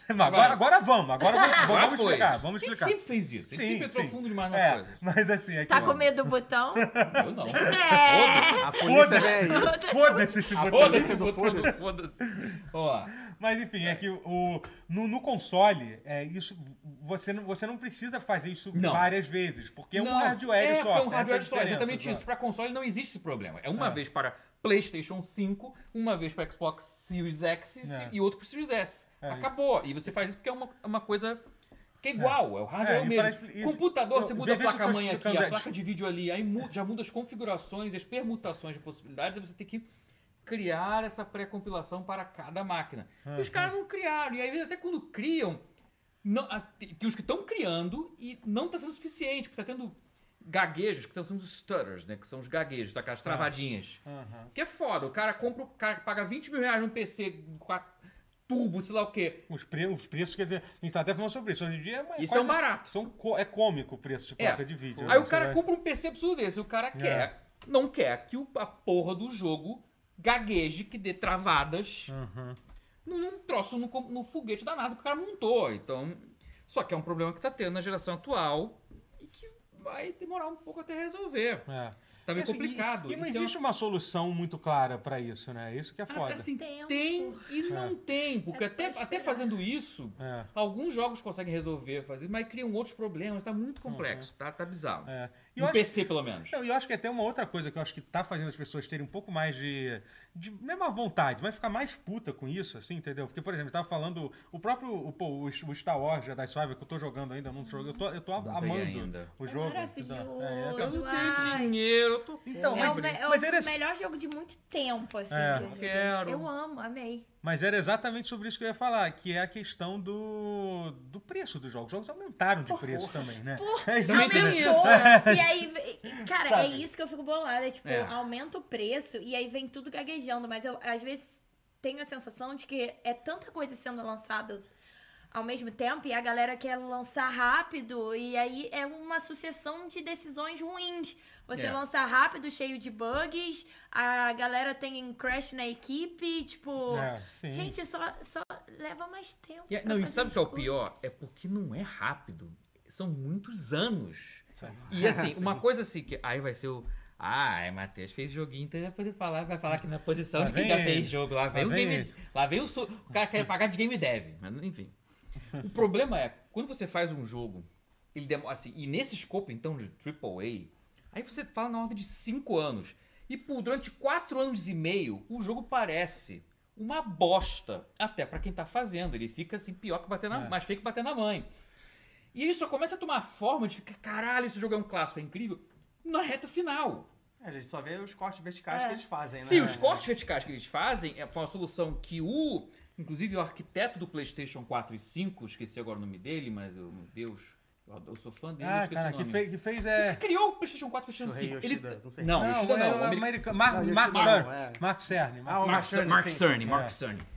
A: mas agora, agora vamos, agora, vamos-
B: [LAUGHS] Agora
A: vamos
B: foi.
A: explicar. Vamos
B: Ele
A: explicar.
B: sempre fez isso. Ele sempre entrou fundo demais nas
A: é,
B: coisas.
A: Mas assim, é que.
D: Tá com medo
A: [LAUGHS]
D: do botão?
B: Eu não.
D: É.
C: A polícia
A: Foda-se.
C: vem aí.
A: Foda-se esse
B: Ah,
A: botão.
B: Foda-se,
C: Foda-se,
B: foda-se,
C: foda-se.
B: foda-se. Ó,
A: Mas enfim, é que o, no, no console, é, isso, você, não, você não precisa fazer isso
B: Não.
A: várias vezes, porque é um
B: não,
A: hardware
B: é,
A: só.
B: É um
A: essa a
B: hardware só,
A: diferença, é.
B: exatamente
A: só.
B: isso. Pra console não existe esse problema. É uma
A: É.
B: vez para PlayStation 5, uma vez para Xbox Series X e-
A: É.
B: e outro para Series S.
A: É.
B: Acabou. E você faz isso porque é uma, uma coisa que é igual, é, o hardware
A: É,
B: é o
A: e
B: mesmo.
A: parece- isso-
B: Computador,
A: eu-
B: você muda a
A: veja o que eu tô
B: placa-mãe aqui,
A: explicando,
B: a
A: é,
B: placa de vídeo ali, aí mu- já muda as configurações, as permutações de possibilidades, aí você tem que criar essa pré-compilação para cada máquina. E os caras não criaram. E aí, até quando criam, não, as- tem tem os que estão criando e não está sendo suficiente, porque está tendo gaguejos, que são os stutters, né? Que são os gaguejos, aquelas
A: Tá.
B: travadinhas.
A: Aham.
B: Que é foda. O cara compra, o cara paga 20 mil reais num PC com a turbo, sei lá o quê.
A: Os, pre- os preços, quer dizer, a gente tá até falando sobre isso. Hoje em dia é uma-
B: Isso
A: quase-
B: é um barato.
A: são co- é cômico o preço de
B: É.
A: placa de vídeo. né?
B: Aí o
A: Você
B: cara
A: vai- É.
B: compra um PC absurdo desse. O cara quer, não quer que o- a porra do jogo gagueje, que dê travadas
A: Aham.
B: num, num troço no, com- no foguete da NASA que o cara montou. Então, só que é um problema que tá tendo na geração atual e que vai demorar um pouco até resolver.
A: É.
B: Tá meio
A: Assim, e-
B: complicado.
A: E, não
B: Isso é
A: existe uma solução muito clara pra isso, né? Isso que é
B: uma-
A: foda.
B: Assim,
D: Tempo.
B: tem e não tem, porque
D: É só
B: até, até
D: esperar.
B: fazendo isso,
A: É.
B: alguns jogos conseguem resolver, fazer, mas criam outros problemas, tá muito complexo, tá, tá bizarro.
A: Uhum. É. E eu
B: No
A: acho- É,
B: PC, pelo menos.
A: Não, e eu acho que até uma outra coisa que eu acho que tá fazendo as pessoas terem um pouco mais de. de não é má vontade, mas ficar mais puta com isso, assim, entendeu? Porque, por exemplo, eu tava falando. O próprio. O, pô, o S- o Star Wars Jedi Survivor, que eu tô jogando ainda, eu não jogo. Eu tô, eu tô
B: peguei
A: amando
B: ainda.
A: o
D: É
A: jogo.
D: maravilhoso.
A: É,
B: Eu
A: então-
B: não
D: Ai.
B: tenho dinheiro, eu tô.
A: então,
D: É
A: mas,
D: o, me- é o
A: mas, era,
D: melhor jogo de muito tempo, assim.
A: É.
D: que eu joguei.
B: Quero.
D: Eu amo, amei.
A: mas era exatamente sobre isso que eu ia falar, que é a questão do. do preço dos jogos. Os jogos aumentaram de preço também, né?
D: Porra,
A: É isso,
B: Também tem
A: né?
D: aumentou.
B: isso, [LAUGHS] é.
D: E aí, e, cara,
A: Sabe?
D: é isso que eu fico bolada. é, Tipo,
B: É.
D: aumenta o preço e aí vem tudo gaguejando. Mas eu, às vezes, tenho a sensação de que é tanta coisa sendo lançada ao mesmo tempo e a galera quer lançar rápido. E aí é uma sucessão de decisões ruins. Você
B: É.
D: lança rápido, cheio de bugs, a galera tem um crash na equipe, tipo.
A: É, sim.
D: Gente, só, só leva mais tempo.
B: E é-
D: pra
B: não, e
D: fazer
B: sabe o
D: as
B: que é o
D: coisas.
B: pior? É porque não é rápido. São muitos anos. E [LAUGHS] assim, uma coisa assim, que aí vai ser o. Ah, é, Matheus fez joguinho, então ele vai poder falar, vai falar que na posição
A: Lá
B: de quem
A: vem
B: já
A: ele.
B: fez jogo. Lá vem,
A: Lá
B: o
A: vem
B: game.
A: ele.
B: Lá vem o. so- O cara quer pagar de game dev. Mas, enfim. O problema é, quando você faz um jogo, ele demora assim, e nesse escopo, então, de AAA, aí você fala na ordem de 5 anos. E por, durante 4 anos e meio, o jogo parece uma bosta. Até pra quem tá fazendo. Ele fica assim, pior que bater na.
A: É.
B: Mais feio que bater na mãe. E ele só começa a tomar forma de ficar, caralho, esse jogo é um clássico, é incrível, na reta final.
C: É, a gente só vê os cortes verticais
D: É.
C: que eles fazem, né?
B: Sim, os cortes verticais que eles fazem é, foi uma solução que o. Inclusive, o arquiteto do PlayStation 4 e 5, esqueci agora o nome dele, mas eu, meu Deus, eu, adoro- eu sou fã dele, eu
A: Ah,
B: esqueci
A: cara,
B: o
A: que
B: nome.
A: fez, que fez
B: Que
A: é.
B: criou o PlayStation 4 e PlayStation 5.
C: Shohei
B: Ele-
C: Yoshida, não sei.
B: Não, Yoshida não,
A: é,
B: o
A: o
B: americano.
A: americano. Mark,
C: Não, Yoshida
A: Mark
C: não,
A: Cerny.
C: é.
A: Mark Cerny. Mark
C: Ah, o
A: Cerny.
B: Mark,
C: Mark
B: Cerny,
C: Cerny,
B: Mark
C: sim,
B: Cerny,
C: sim,
B: Mark
A: é.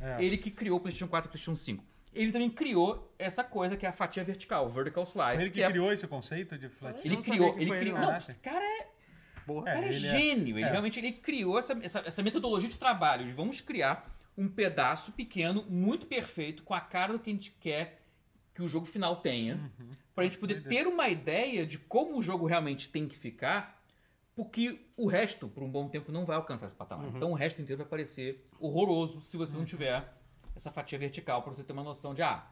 B: Cerny.
A: É.
B: Ele que criou o PlayStation 4 e o PlayStation 5. Ele também criou essa coisa que é a fatia vertical, o vertical slice.
A: Ele que
B: é
A: criou esse conceito de flat.
B: Ele
C: não sabia
B: criou,
C: que
B: ele
C: foi ele,
B: criou.
A: não.
B: Não, esse cara é.
C: Porra.
B: O cara
A: ele
B: é,
A: é-
B: gênio. Ele
A: é.
B: realmente ele criou essa, essa, essa metodologia de trabalho. de Vamos criar um pedaço pequeno, muito perfeito, com a cara do que a gente quer que o jogo final tenha.
A: Uhum.
B: pra gente poder ter uma ideia de como o jogo realmente tem que ficar. Porque o resto, por um bom tempo, não vai alcançar esse patamar.
A: Uhum.
B: Então o resto inteiro vai parecer horroroso se você não tiver essa fatia vertical pra você ter uma noção de, ah,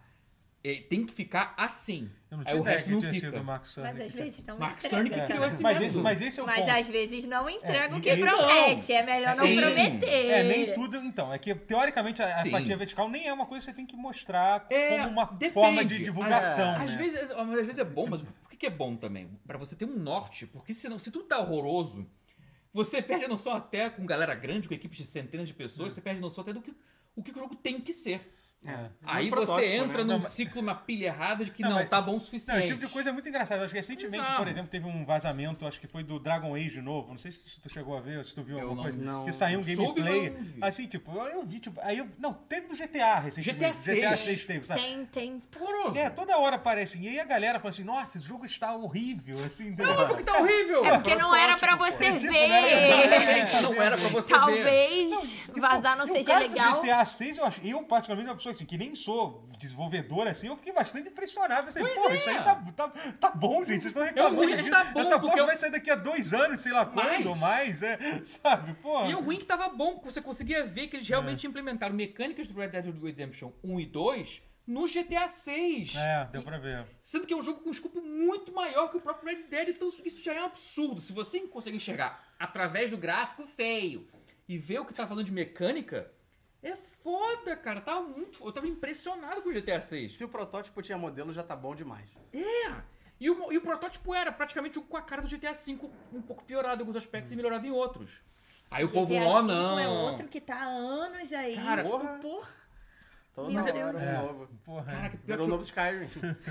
B: eh, tem que ficar assim.
A: Eu não
B: Aí
A: tinha
B: o
A: ideia
B: resto
A: que
B: não
A: tinha
B: fica.
A: sido o Mark Cerny.
D: Mas às vezes não
B: É
D: [LAUGHS] É.
B: Mark
D: entrega.
B: Cerny que criou esse
A: É. Mas
B: método.
A: esse, mas esse é o
D: Mas
A: ponto.
D: às vezes não entrega
A: É,
D: o que
A: e-
D: promete. É melhor não
B: Sim.
D: prometer.
A: É, nem tudo. Então, é que teoricamente a, a
B: Sim.
A: fatia vertical nem é uma coisa que você tem que mostrar
B: É,
A: como uma
B: depende.
A: forma de divulgação.
B: Às
A: né?
B: vezes, às vezes é bom, mas por que que é bom também? Pra você ter um norte, porque senão, se tudo tá horroroso, você perde a noção até com galera grande, com equipes de centenas de
A: É.
B: pessoas, você perde a noção até do que o que o jogo tem que ser.
A: é
B: Aí você
C: É. protótipo,
B: entra num
C: né?
A: um Não, mas-
B: ciclo, uma pilha errada de que
A: Não,
B: não,
A: mas-
B: tá bom o
A: Não,
B: suficiente.
A: esse tipo de coisa é muito engraçada. Acho que recentemente,
B: Exato.
A: por exemplo, teve um vazamento, acho que foi do Dragon Age novo. Não sei se tu chegou a ver, se tu viu
B: Eu
A: alguma
B: não-
A: coisa.
C: não-
A: que saiu um
B: soube,
A: gameplay.
B: mas não vi.
A: assim, tipo, eu, eu vi, tipo. Aí eu, não, teve do GTA recentemente.
B: GTA
A: GTA 6
B: 6
A: teve, sabe?
D: Tem, tem.
B: Horroroso.
A: É, toda hora aparece. E aí a galera fala assim: nossa, esse jogo está horrível. Assim, entendeu?
B: Óbvio que tá horrível.
D: É porque não era pra você
A: É, tipo, não era-
D: ver.
B: Exatamente, não era pra você ver.
D: Talvez vazar não
A: Tipo, E o
D: seja
A: caso do
D: legal.
A: GTA 6, eu, acho, eu particularmente, uma pessoa assim, que nem sou desenvolvedor, assim, eu fiquei bastante impressionado. Pensei, pô,
B: é.
A: isso aí tá, tá, tá bom, gente. Vocês estão reclamando.
B: ruim que
A: disso.
B: tá bom,
A: Essa
B: porque
A: bosta
B: eu-
A: vai sair daqui a dois anos, sei lá
B: Mais.
A: quando, ou mais, é, [LAUGHS] sabe? Pô.
B: E o ruim é que tava bom, porque você conseguia ver que eles
A: É.
B: realmente implementaram mecânicas do Red Dead Redemption 1 e 2 no GTA 6.
A: É, deu pra ver.
B: Sendo que é um jogo com um escopo muito maior que o próprio Red Dead, então isso já é um absurdo. Se você consegue enxergar através do gráfico feio e ver o que tá falando de mecânica, é foda, cara. Tava muito. Eu tava impressionado com o GTA 6.
C: Se o protótipo tinha modelo, já tá bom demais.
B: E o, e o protótipo era praticamente com a cara do GTA V, um pouco piorado em alguns aspectos e melhorado em outros. Aí o povo,
D: GTA
B: ó,
D: V
B: não.
D: É outro que tá há anos aí.
B: Cara,
D: tipo,
C: porra.
D: porra.
C: Toda
D: Meu Deus.
C: hora, um novo.
A: Porra.
B: Caraca, pior
C: Virou o
B: que-
C: novo Skyrim.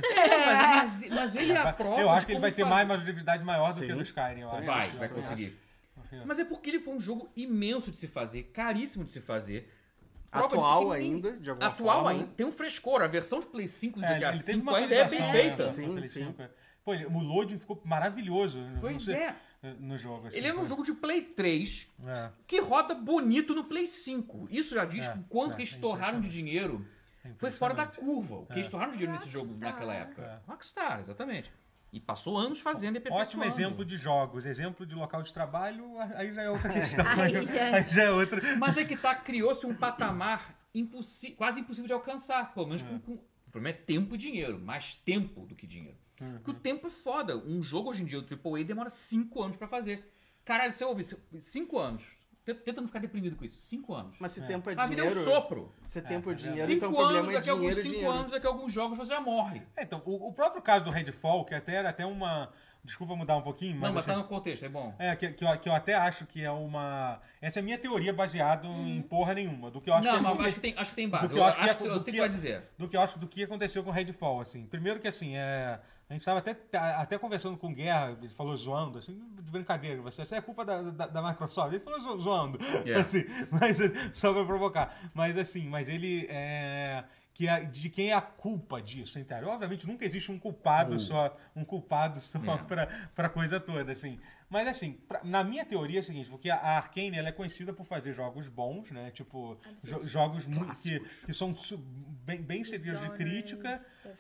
B: É, mas, mas- mas ele é a prova.
A: eu acho
B: de
A: que ele
B: como
A: vai ter
B: fazer.
A: mais longevidade maior do que
C: Sim.
A: o do Skyrim, eu acho.
B: Vai,
A: Eu
B: vai
A: acho.
B: conseguir. Mas é porque ele foi um jogo imenso de se fazer, caríssimo de se fazer. Prova disso que
C: Atual
B: ninguém-
C: ainda, de alguma
B: Atual
C: forma.
B: ainda, tem um frescor. A versão de Play 5 do
A: É,
B: GTA
A: ele teve uma
B: V ainda é
A: atualização, né,
B: perfeita.
A: do
C: Sim,
A: Play
C: sim.
A: 5, é. Pô, ele- o loading ficou maravilhoso. no- no
B: Pois
A: se-
B: é.
A: No jogo, assim.
B: Ele é um
A: foi.
B: jogo de Play 3
A: É,
B: que roda bonito no Play 5. Isso já diz
A: É,
B: o quanto
A: é,
B: que eles
A: é
B: torraram de dinheiro.
A: é
B: Foi fora da
A: impressionante. É.
B: curva. O que eles torraram de dinheiro nesse jogo
D: Rockstar.
B: naquela época. Rockstar, exatamente. E passou anos fazendo e
A: Ótimo
D: tá
B: aperfeiçoando.
A: exemplo de jogos, exemplo de local de trabalho, a- aí já é
D: [LAUGHS]
A: outra questão.
D: Aí já-
A: aí já é outra.
B: Mas é que tá, criou-se um patamar impossi- quase impossível de alcançar. Pelo menos com, com- O problema é tempo e dinheiro. Mais tempo do que dinheiro. Porque o tempo é foda. Um jogo hoje em dia, o AAA, demora 5 anos pra fazer. Caralho, você ouve 5 anos. T- Tenta não ficar deprimido com isso. 5 anos.
C: Mas se tempo é
B: A vida é um
C: dinheiro.
B: sopro.
C: Se tempo é dinheiro, então o
B: 5 anos,
C: problema é
B: daqui a alguns
C: dinheiro e
B: 5
C: dinheiro.
B: anos, daqui a alguns jogos você já morre.
A: É, então, o, o próprio caso do Redfall, que até era até uma. Desculpa mudar um pouquinho, mas.
B: não, mas
A: assim,
B: tá no contexto, é bom.
A: É, que, que eu, que eu até acho que é uma. Essa é a minha teoria baseada
D: Hum.
A: em porra nenhuma. Do que eu acho
B: não,
A: que
B: mas acho que tem, acho que tem base.
A: do que
B: eu
A: eu
B: acho,
A: acho que é-
B: que, eu
A: do
B: sei o que
A: que
B: você vai
A: é-
B: dizer.
A: do que eu acho do que aconteceu com o Redfall, assim. Primeiro que assim, é. A gente tava até, tá- até conversando com o Guerra, ele falou zoando, assim, de brincadeira, você, essa é culpa da, da, da Microsoft. Ele falou zo- zoando, [LAUGHS]
B: Yeah.
A: assim, mas, só pra provocar. Mas assim, mas ele é. Que a- de quem é a culpa disso, entendeu? Obviamente nunca existe um culpado só, um culpado só
B: Yeah.
A: [LAUGHS] pra, pra coisa toda, assim. Mas assim, pra- na minha teoria é o seguinte, porque a a Arkane, ela é conhecida por fazer jogos bons, né? Tipo, jo- jogos mu- que, que são su- bem, bem servidos de crítica,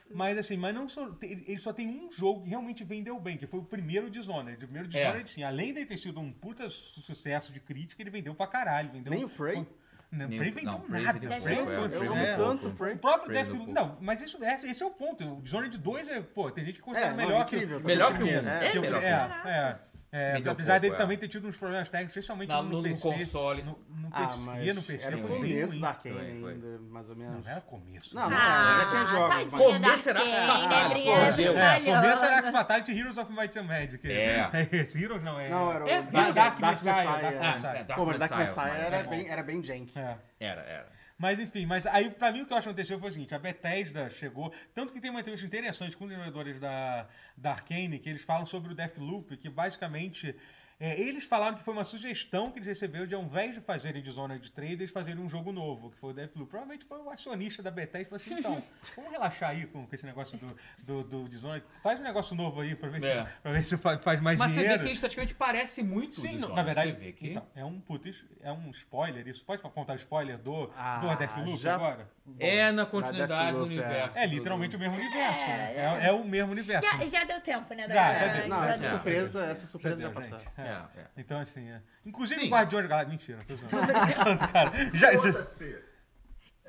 A: mas assim, mas não só, te- ele só tem um jogo que realmente vendeu bem, que foi o primeiro Dishonored. O primeiro Dishonored, sim, além de ter sido um puta su- sucesso de crítica, ele vendeu pra caralho, vendeu...
C: Nem o Prey?
A: foi- Não,
B: Nem o-
A: Prey vendeu
B: não, Prey
A: nada.
B: vendeu
A: Prey
D: pouco, é,
A: foi-
B: Prey
C: Eu
B: vendeu
A: é.
C: amo tanto o
B: pouco.
A: O
C: Prey.
A: próprio
B: Prey no
A: Deathloop.
B: cu.
A: Não, mas isso, esse, esse é o ponto. O Dishonored 2 é, pô, tem gente que considera
C: É, não,
A: melhor que
C: incrível também.
B: Melhor que
A: o
B: o um. É,
A: que o-
B: melhor que um.
A: é, é.
B: Vendeu
A: apesar dele
B: pouco, é.
A: também ter tido uns problemas técnicos, principalmente
B: Na-
A: no,
B: no- no
A: PC.
B: console.
A: No, no
C: Ah,
A: PC,
C: mas
A: no PC.
C: era o
A: foi
C: começo
A: ruim.
C: da Arkane
B: Foi, foi.
C: ainda, mais ou menos.
A: Não era começo. né?
C: Não, não era,
D: Ah,
C: já tinha jogos. mas-
D: tadinha da né?
B: Começo era
D: Arkane,
B: Fatality, pô,
D: Gabriela
B: Deus.
A: É,
D: Vitalhão.
A: começa era
C: né?
A: Axe Fatality Heroes of Might and Magic.
B: É.
A: esse. Heroes não [LAUGHS] é.
C: Não, era o
B: É,
A: Dark,
B: Heroes,
A: Dark,
C: Dark
A: Messiah.
C: Messiah.
A: Dark
B: Ah,
A: Messiah.
B: é, Dark
C: Pô, mas Dark
B: Messiah,
C: Messiah era
B: mas-
C: bem, era bem jank.
A: É.
B: Era, era.
A: Mas enfim, mas aí pra mim o que eu acho que aconteceu foi o seguinte, a Bethesda chegou, tanto que tem uma entrevista interessante com os desenvolvedores da, da Arkane, que eles falam sobre o Deathloop, que basicamente É, eles falaram que foi uma sugestão que eles receberam de, ao invés de fazerem Dishonored 3, eles fazerem um jogo novo, que foi o Deathloop. Provavelmente foi o acionista da Bethesda e falou assim, então, vamos relaxar aí com, com esse negócio do, do, do Dishonored. Faz um negócio novo aí pra ver se,
B: É.
A: pra ver se fa- faz mais
B: Mas você vê
A: dinheiro.
B: que eles praticamente parecem muito.
A: Sim,
B: o
A: não,
B: Dishonored.
A: na verdade,
B: Você vê que...
A: então, é um putz, é um spoiler isso. Pode contar spoiler do,
C: Ah,
A: do Deathloop
C: já-
A: agora?
B: é na
C: na
B: continuidade do
C: Deathloop, é.
B: universo.
A: É
B: do-
A: literalmente o mesmo universo. né? É,
D: é.
A: é o mesmo universo.
D: Já, já deu tempo, né? da
A: Já,
D: galera?
A: já deu.
C: Não,
D: Já
C: essa
B: deu.
C: surpresa, essa surpresa
A: Entendeu,
C: já passou.
A: gente?
B: É,
A: É.
B: é.
A: Então, assim, é. Inclusive
B: Sim.
A: o Guardiões da Galáxia. Mentira, tô zoando. Tô zoando, cara. Já, já-
F: Foda-se.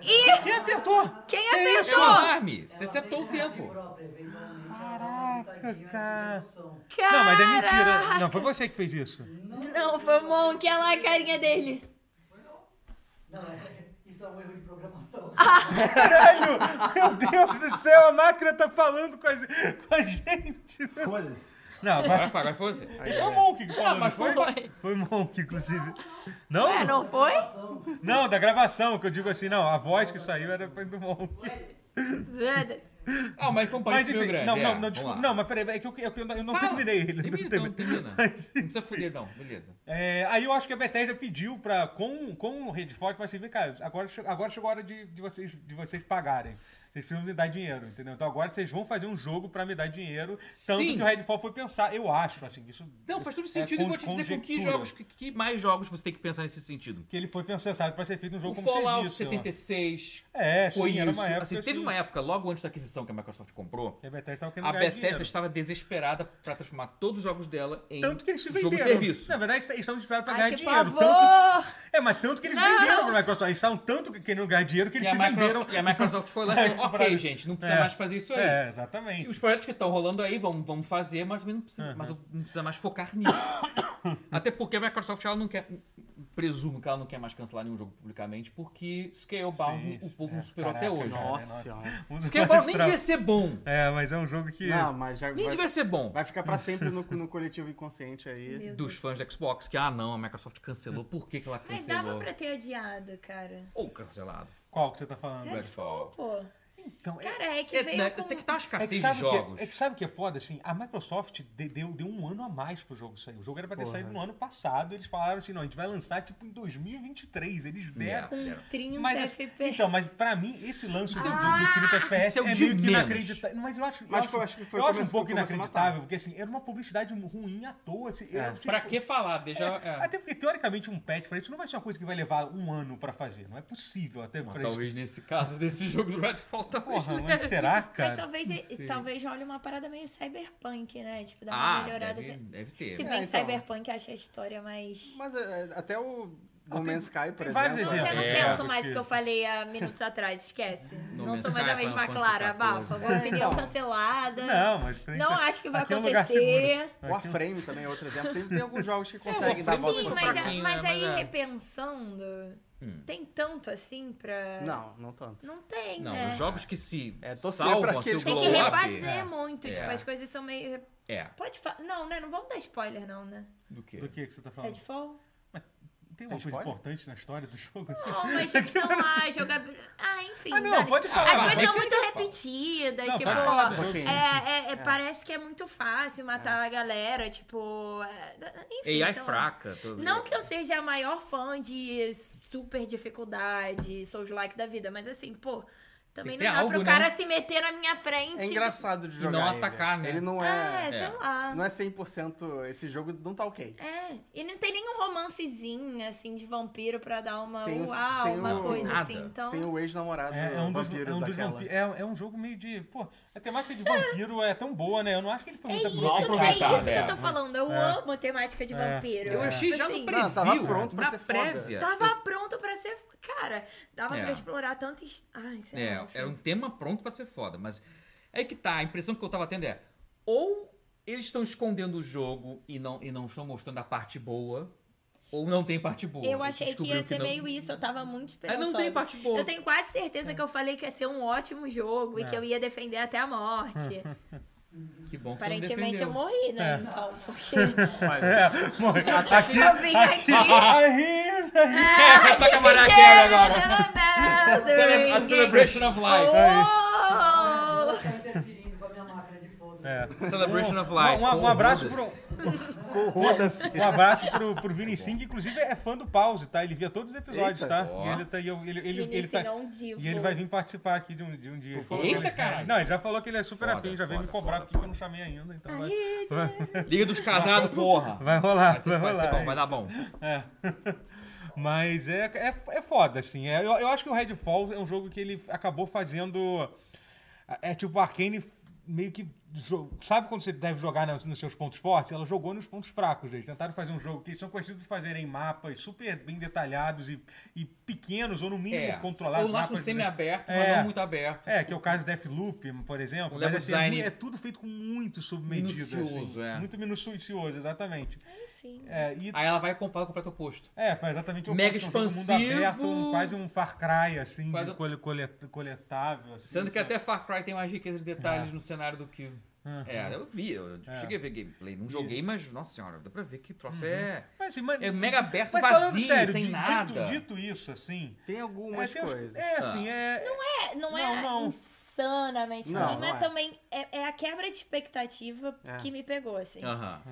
A: Quem apertou?
D: Quem
B: É isso,
D: acertou?
B: alarme! Você setou o tempo.
E: é Caraca,
A: cara.
D: Cara!
A: Não, mas é mentira. Não, foi você que fez isso.
D: Não, foi o Monk, olha lá a carinha dele.
E: Não, é- isso é um erro de programação.
A: Caralho! Meu Deus do céu, a máquina tá falando com a, gen- com a gente.
F: Foda-se.
A: Não,
B: Agora
A: vai.
B: foi, agora foi você.
A: Mas foi o Monk que falou,
B: Ah, mas
A: não
B: foi.
A: Foi o Monk, inclusive. Não,
D: Ué, não foi?
A: não, da gravação, que eu digo assim, não, a voz que saiu era foi do Monk.
D: Verdade.
B: Ah, mas foi um
A: Mas
B: parecido
A: enfim,
B: grande.
A: não,
B: é.
A: não, não,
B: Vamos
A: desculpa,
B: lá.
A: não, mas peraí, é que eu, eu, eu não
B: Fala.
A: terminei ele.
B: Termina,
A: não terminei.
B: então,
A: [LAUGHS]
B: termina.
A: Mas,
B: Não precisa fuder, não. Beleza.
A: É, aí eu acho que a Bethesda pediu pra, com, com o Redford, falou assim, vem cá, agora, che- agora chegou a hora de, de, vocês, de vocês pagarem. Vocês precisam me dar dinheiro, entendeu? Então agora vocês vão fazer um jogo pra me dar dinheiro. Tanto
B: Sim.
A: que o Redfall foi pensar, eu acho, assim, isso...
B: Não, faz todo
A: é
B: sentido e vou te dizer com que
A: conjectura.
B: jogos, que, que mais jogos você tem que pensar nesse sentido.
A: Que ele foi pensado pra ser feito um jogo
B: O
A: como
B: Fallout
A: serviço.
B: 76
A: É, sim,
B: foi isso.
A: era uma época
B: assim, teve
A: assim.
B: uma época, logo antes da aquisição que a Microsoft comprou,
A: E a Bethesda tava querendo
B: a
A: ganhar
B: Bethesda
A: dinheiro.
B: estava desesperada pra transformar todos os jogos dela em
A: Tanto que eles se
B: jogo
A: venderam.
B: serviço.
A: Na verdade, eles estavam esperando pra
D: Ai,
A: ganhar
D: que
A: dinheiro.
D: pavor!
A: Tanto, é, mas tanto que eles
D: Não!
A: venderam pra Microsoft. Eles estavam tanto que- querendo ganhar dinheiro que
B: E
A: eles
B: a,
A: se venderam.
B: Microsoft, e a Microsoft foi lá e falou, ok,
A: [LAUGHS] Pra-
B: gente, não precisa
A: É.
B: mais fazer isso aí.
A: É,
B: Se
A: exatamente. Uhum.
B: os projetos que estão rolando aí vão, vão fazer, mas também não precisa, mas não precisa mais focar nisso. [COUGHS] Até porque a Microsoft ela não quer. Presumo que ela não quer mais cancelar nenhum jogo publicamente, porque Scalebound
A: Sim,
B: o povo
A: é,
B: não superou
A: caraca,
B: até hoje.
A: não.
C: Nossa
A: Nossa.
C: senhora.
A: Um dos mais [LAUGHS]
B: Scalebound nem
A: tra-
B: devia ser bom.
A: É, mas é um jogo que.
C: Não, mas já
B: Nem
C: vai,
B: devia ser bom.
C: vai ficar pra sempre no, no coletivo inconsciente aí.
D: Meu
B: Dos
D: Deus.
B: fãs da Xbox, que ah não, a Microsoft cancelou. Por que, que ela
D: Mas dava
B: cancelou?
D: pra ter adiado, cara.
B: Ou cancelado.
A: Qual que você tá falando?
B: É, Redfall.
D: Pô,
A: Então, é,
D: cara, é que
B: É,
D: veio
B: né,
D: com...
B: Tem que estar
A: é,
B: uma
A: que
B: escassez de
A: sabe o
B: jogos.
D: tipo
A: que, é que sabe o que é foda, assim? A Microsoft de- deu, deu um ano a mais pro jogo sair. O jogo era pra ter
C: Porra.
A: saído no ano passado. Eles falaram assim, não, a gente vai lançar tipo em 2023. Eles deram.
B: É, é.
D: com 30
A: Mas, assim,
D: FP.
A: então, mas pra mim, esse lance do,
B: é o
A: do,
D: Ah,
A: do 30 FPS
B: isso é
A: é,
B: o
A: meio que
B: de menos.
A: inacreditável. Mas eu acho, eu
C: Mas
A: acho,
C: eu acho que foi
A: eu
C: o
A: acho um
C: começo-
A: pouco
C: o começo
A: inacreditável,
C: matava.
A: porque assim, era uma publicidade ruim à toa. Assim, eu-
C: É.
A: tipo,
B: Pra que falar? Deixa. é.
A: Até porque, teoricamente, um patch pra isso não vai ser uma coisa que vai levar um ano pra fazer. Não é possível. Até
B: Mas
A: pra isso.
B: talvez nesse
C: [LAUGHS]
B: caso desse jogo do Redfall,
C: um.
B: talvez.
A: Porra,
B: né?
A: mas será,
D: Mas tá
A: cara?
D: talvez,
B: sei.
D: talvez olhe uma parada meio cyberpunk, né? Tipo, dá uma
B: Ah,
D: melhorada.
B: deve,
D: assim.
B: deve ter. né?
D: Se
C: É,
D: bem que
C: então.
D: cyberpunk eu achei a história mais...
C: Mas é, é, até o No Man's Sky, por
A: tem vários
D: Não,
C: exemplo.
D: já não
B: É,
D: penso
A: porque-
D: mais o que eu falei há minutos atrás, esquece.
B: No
D: não
B: Man's
D: sou mais a
B: Sky,
D: mesma
B: Final
D: Clara,
B: Fantasy
D: abafa.
C: XIV.
D: Opinião
C: É, então.
D: cancelada.
A: Não, mas... tem-
D: Não acho que vai
A: aqui é um lugar
D: acontecer.
A: seguro.
C: O Warframe também é outro exemplo. Tem, tem alguns jogos que
B: o
C: conseguem dar a
B: Warframe
C: volta
D: É, Sim,
C: por
D: mas,
C: cima.
B: saquinho, né?
D: mas
B: Mas
D: aí
B: é. Hum.
D: repensando, tem tanto assim pra.
C: Não, não tanto.
D: Não tem,
B: Não,
D: né?
B: os jogos que se
C: É, torcer
B: salvam assim,
C: pra
B: a seu
C: aqueles
D: Tem que
B: glow up-
D: refazer
A: É.
D: muito.
B: É.
D: Tipo, as coisas são meio.
B: É.
D: Pode falar. Não, né? Não vamos dar spoiler, não, né?
B: Do que?
A: Do que que você tá falando?
D: Redfall?
A: Tem uma
C: Tem
A: coisa
C: spoiler?
A: importante na história do jogo? assim?
D: Não,
A: [LAUGHS]
D: mas tipo, sei lá, jogabilidade. Ah, enfim.
A: Ah, não,
D: dane-se.
A: pode falar. Ah,
D: As coisas
B: mas
D: são
B: que-
D: muito repetidas,
A: Não,
D: tipo.
A: pode falar do jogo,
C: Porque-
A: sim. É.
D: É, é, é, parece que é muito fácil matar a galera, tipo. é, Enfim.
B: AI
D: sei lá.
B: fraca. tô-
D: Não que eu seja a maior fã de super dificuldade, sou like da vida, mas assim, pô, também
B: Tem
D: não
B: que ter
D: dá pro
B: algo,
D: cara
B: né?
D: se meter na minha frente.
C: É engraçado de
B: E
C: jogar.
B: não
C: ele.
B: atacar, né?
C: Ele não
D: É,
C: é.
D: sei
B: É.
D: lá.
C: Não é 100%. Esse jogo não tá ok.
D: É, e não tem nenhum romancezinho, assim, de vampiro pra dar uma
C: Tem os-
D: uau,
C: tem
D: uma
C: o-
D: coisa
B: Nada.
D: assim. Então,
C: Tem o ex-namorado
A: É, é um dos,
C: Ah, vampiro
A: é um dos
C: daquela.
A: vampi- é- é um jogo meio de. Pô, a temática de vampiro é tão boa, né? Eu não acho que ele foi muito
D: isso,
B: Mal
D: é isso
B: aproveitado,
D: que
B: é.
D: eu tô falando. Eu
A: É.
D: amo temática de
A: É.
D: vampiro.
B: Eu achei já no
D: Assim,
B: preview.
C: Não, tava pronto pra
B: na
C: ser foda.
B: prévia.
D: Tava pronto pra ser. Cara, dava
B: É.
D: pra explorar tanto. es- Ai, sei
B: É,
D: lá. enfim.
B: era um tema pronto pra ser foda, mas é que tá, a impressão que eu tava tendo é ou eles estão escondendo o jogo e não, e não estão mostrando a parte boa, ou não tem parte boa.
D: Eu
B: Eles
D: achei que ia
B: descobriram
D: ser
B: não-
D: meio isso, eu tava muito
B: É,
D: esperançosa.
B: não tem parte boa. É.
D: Eu tenho quase certeza que eu falei que ia ser um ótimo jogo e que eu ia defender até a
B: [LAUGHS]
D: morte.
B: Que bom que
D: Aparentemente
B: você
D: eu
B: não defendeu. É.
D: morri, né? Então,
B: [LAUGHS]
D: porque
C: Olha,
A: Aqui,
D: eu vim tá aqui.
A: I hear, I hear.
B: É, toca
D: [LAUGHS]
B: maraquera agora.
D: agora.
B: Cele- A Celebration of Life.
E: Não
D: Oh!
E: tá interferindo com a minha máquina de foto.
A: É.
D: Oh.
B: Celebration of
A: Um-
B: Life.
A: Um, um
B: Oh,
A: abraço
B: meu
A: pro,
B: Deus.
C: colocou o foda-se.
A: Um abraço pro, pro Vini Singh, que inclusive é fã do Pause, tá? Ele via todos os episódios,
C: Eita.
A: tá?
B: Ó.
A: E ele, tá, e eu- ele, ele, ele,
D: Vinícius
A: tá-
D: é um divo.
A: e ele vai vir participar aqui de um, de um dia. Ele falou
B: Eita,
A: que ele-
B: caralho.
A: Não, ele já falou que ele é super
B: Foda,
A: afim, já veio me
B: foda,
A: cobrar
B: foda,
A: porque eu não chamei ainda, então vai,
D: Aí,
B: Liga dos casados, porra.
A: vai rolar, vai,
B: ser- vai ser
A: rolar.
B: bom, vai dar bom.
A: É. [LAUGHS] Mas é, é, é foda, assim. É, eu, eu acho que o Redfall é um jogo que ele acabou fazendo. É tipo, a Arkane meio que. jo- Sabe quando você deve jogar nas- nos seus pontos fortes? Ela jogou nos pontos fracos deles. Tentaram fazer um jogo que eles são conhecidos de fazerem mapas super bem detalhados e, e pequenos, ou no mínimo
B: É,
A: controlados.
B: ou um lastro
A: mapas-
B: semi-aberto,
A: É.
B: mas não muito aberto.
A: É, que é o caso do Deathloop, por exemplo.
B: O
A: Mas
B: level
A: assim, é,
B: design
A: mu- é tudo feito com muito submedido. assim.
B: minucioso, é.
A: Muito minucioso, exatamente.
D: enfim.
A: É, e
B: Aí ela vai comprar o completo oposto.
A: é, foi exatamente o
B: Mega
A: oposto, é um jogo mundo
B: expansivo.
A: aberto, um- quase um Far Cry, assim,
B: Quase
A: de
B: um-
A: cole- colet- coletável. Assim,
B: Sendo que
A: sabe?
B: até Far Cry tem mais riqueza de detalhes no cenário do que.
A: Uhum.
B: É, eu vi, eu
A: É.
B: cheguei a ver gameplay. Não joguei, mas, nossa senhora, dá pra ver que troço é.
A: Mas, assim, mas-
B: É mega aberto,
A: mas falando
B: vazio,
A: sério,
B: sem
A: di-
B: nada. Ah.
A: Dito, dito isso, assim...
C: Tem
A: [LAUGHS]
C: algumas
A: é, tem uns-
C: coisas.
A: é, assim, é...
D: É, não é
A: Não, não.
D: insanamente
C: Não,
D: ruim,
C: não
D: mas
C: é.
D: também é, é a quebra de expectativa
C: É.
D: que me pegou, assim.
B: Aham.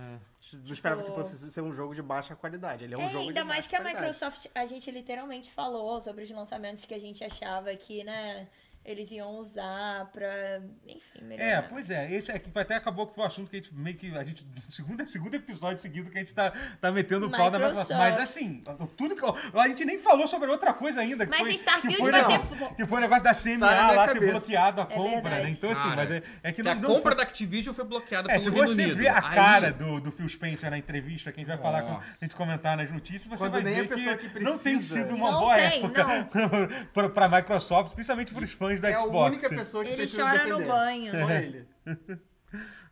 C: Não esperava que fosse ser um jogo de baixa qualidade. Ele é um
D: tipo- É,
C: jogo
D: ainda
C: de
D: mais
C: baixa
D: que a
C: qualidade.
D: Microsoft, a gente literalmente falou sobre os lançamentos que a gente achava que, né, eles iam usar pra, enfim, melhorar.
A: É, pois é, esse aqui foi- até acabou que foi o assunto que a gente meio que. A gente, [LAUGHS] segundo, segundo episódio seguido que a gente tá, tá metendo o pau na Microsoft.
D: Microsoft.
A: Mas assim, tudo que. A gente nem falou sobre outra coisa ainda. Que
D: Mas
A: foi,
D: Starfield
A: que foi,
D: vai
A: não,
D: ser fo-
A: Que foi o negócio da CMA
C: Tá na minha
A: lá ter
C: cabeça.
A: bloqueado a compra,
D: verdade.
A: né? Então, assim,
B: Cara,
A: mas é, é que
B: Que a
A: não. não
B: compra
A: foi-
B: da Activision foi bloqueada
A: É, se
B: pelo Reino
A: você
B: Unido.
A: ver a
B: Aí-
A: cara do, do Phil Spencer na entrevista, que a gente vai falar quando
B: Nossa.
A: a gente comentar nas notícias, você
C: Quando
A: vai
C: nem
A: ver
C: a pessoa que
A: não tem
C: precisa.
A: sido uma
D: Não
A: boa
D: tem,
A: época [LAUGHS] pra, pra Microsoft, principalmente pros fãs da
C: É a
A: Xbox.
C: única pessoa que
D: Ele
C: precisa
D: chora
C: defender.
D: no banho.
C: Só ele.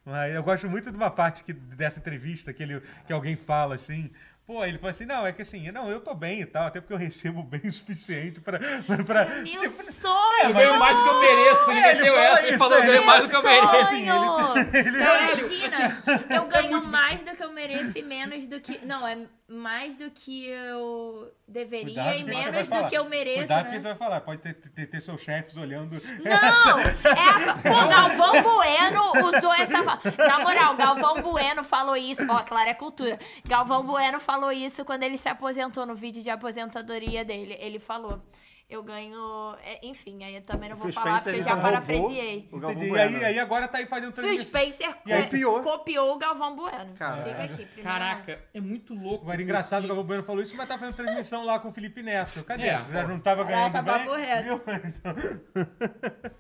A: Mas eu gosto muito de uma parte que, dessa entrevista que, ele, que alguém fala assim. Pô, ele fala assim, não, é que assim, não, eu tô bem e tal, até porque eu recebo [LAUGHS] bem o suficiente pra... pra, pra
D: Meu
A: tipo,
D: sonho!
B: Eu ganho mais do que eu mereço. Ele
A: É, ele
B: meteu
A: fala
B: essa
A: isso,
B: e falou:
A: é,
B: eu ganho
A: ele-
B: mais do que eu mereço.
D: sonho!
A: [LAUGHS] ele-
D: Cara,
B: Caralho,
D: imagina, eu ganho mais do que eu mereço e menos do que... Não, é mais do que eu deveria
A: cuidado com o que
D: e
A: você vai
D: menos do
A: falar.
D: que eu mereço,
A: Cuidado
D: né?
A: que você vai falar, pode ter, ter, ter seus chefes olhando... [LAUGHS]
D: Não! É a- o Galvão Bueno usou essa. fa- Na moral, Galvão Bueno falou isso. Ó, claro, é cultura. Galvão Bueno falou isso quando ele se aposentou no vídeo de aposentadoria dele. Ele falou. Eu ganho. é, enfim, aí eu também não vou
C: Phil
D: falar
C: Spencer,
D: porque
C: ele
D: já
C: roubou
D: parafraseei.
C: O Galvão
A: Entendi. E
C: Bueno.
A: aí, aí agora tá aí fazendo
D: Phil
A: transmissão.
D: Spenser
A: E aí-
D: copiou. copiou o Galvão Bueno.
C: Caralho.
D: Fica aqui, primeiro.
B: Caraca, é muito louco.
A: Mas era engraçado que o Galvão Bueno falou isso, mas tá fazendo transmissão lá com o Felipe Neto. Cadê?
B: É,
A: Você não tava ganhando
D: Caraca, papo
A: bem?
D: reto.
A: Viu? [LAUGHS] Então...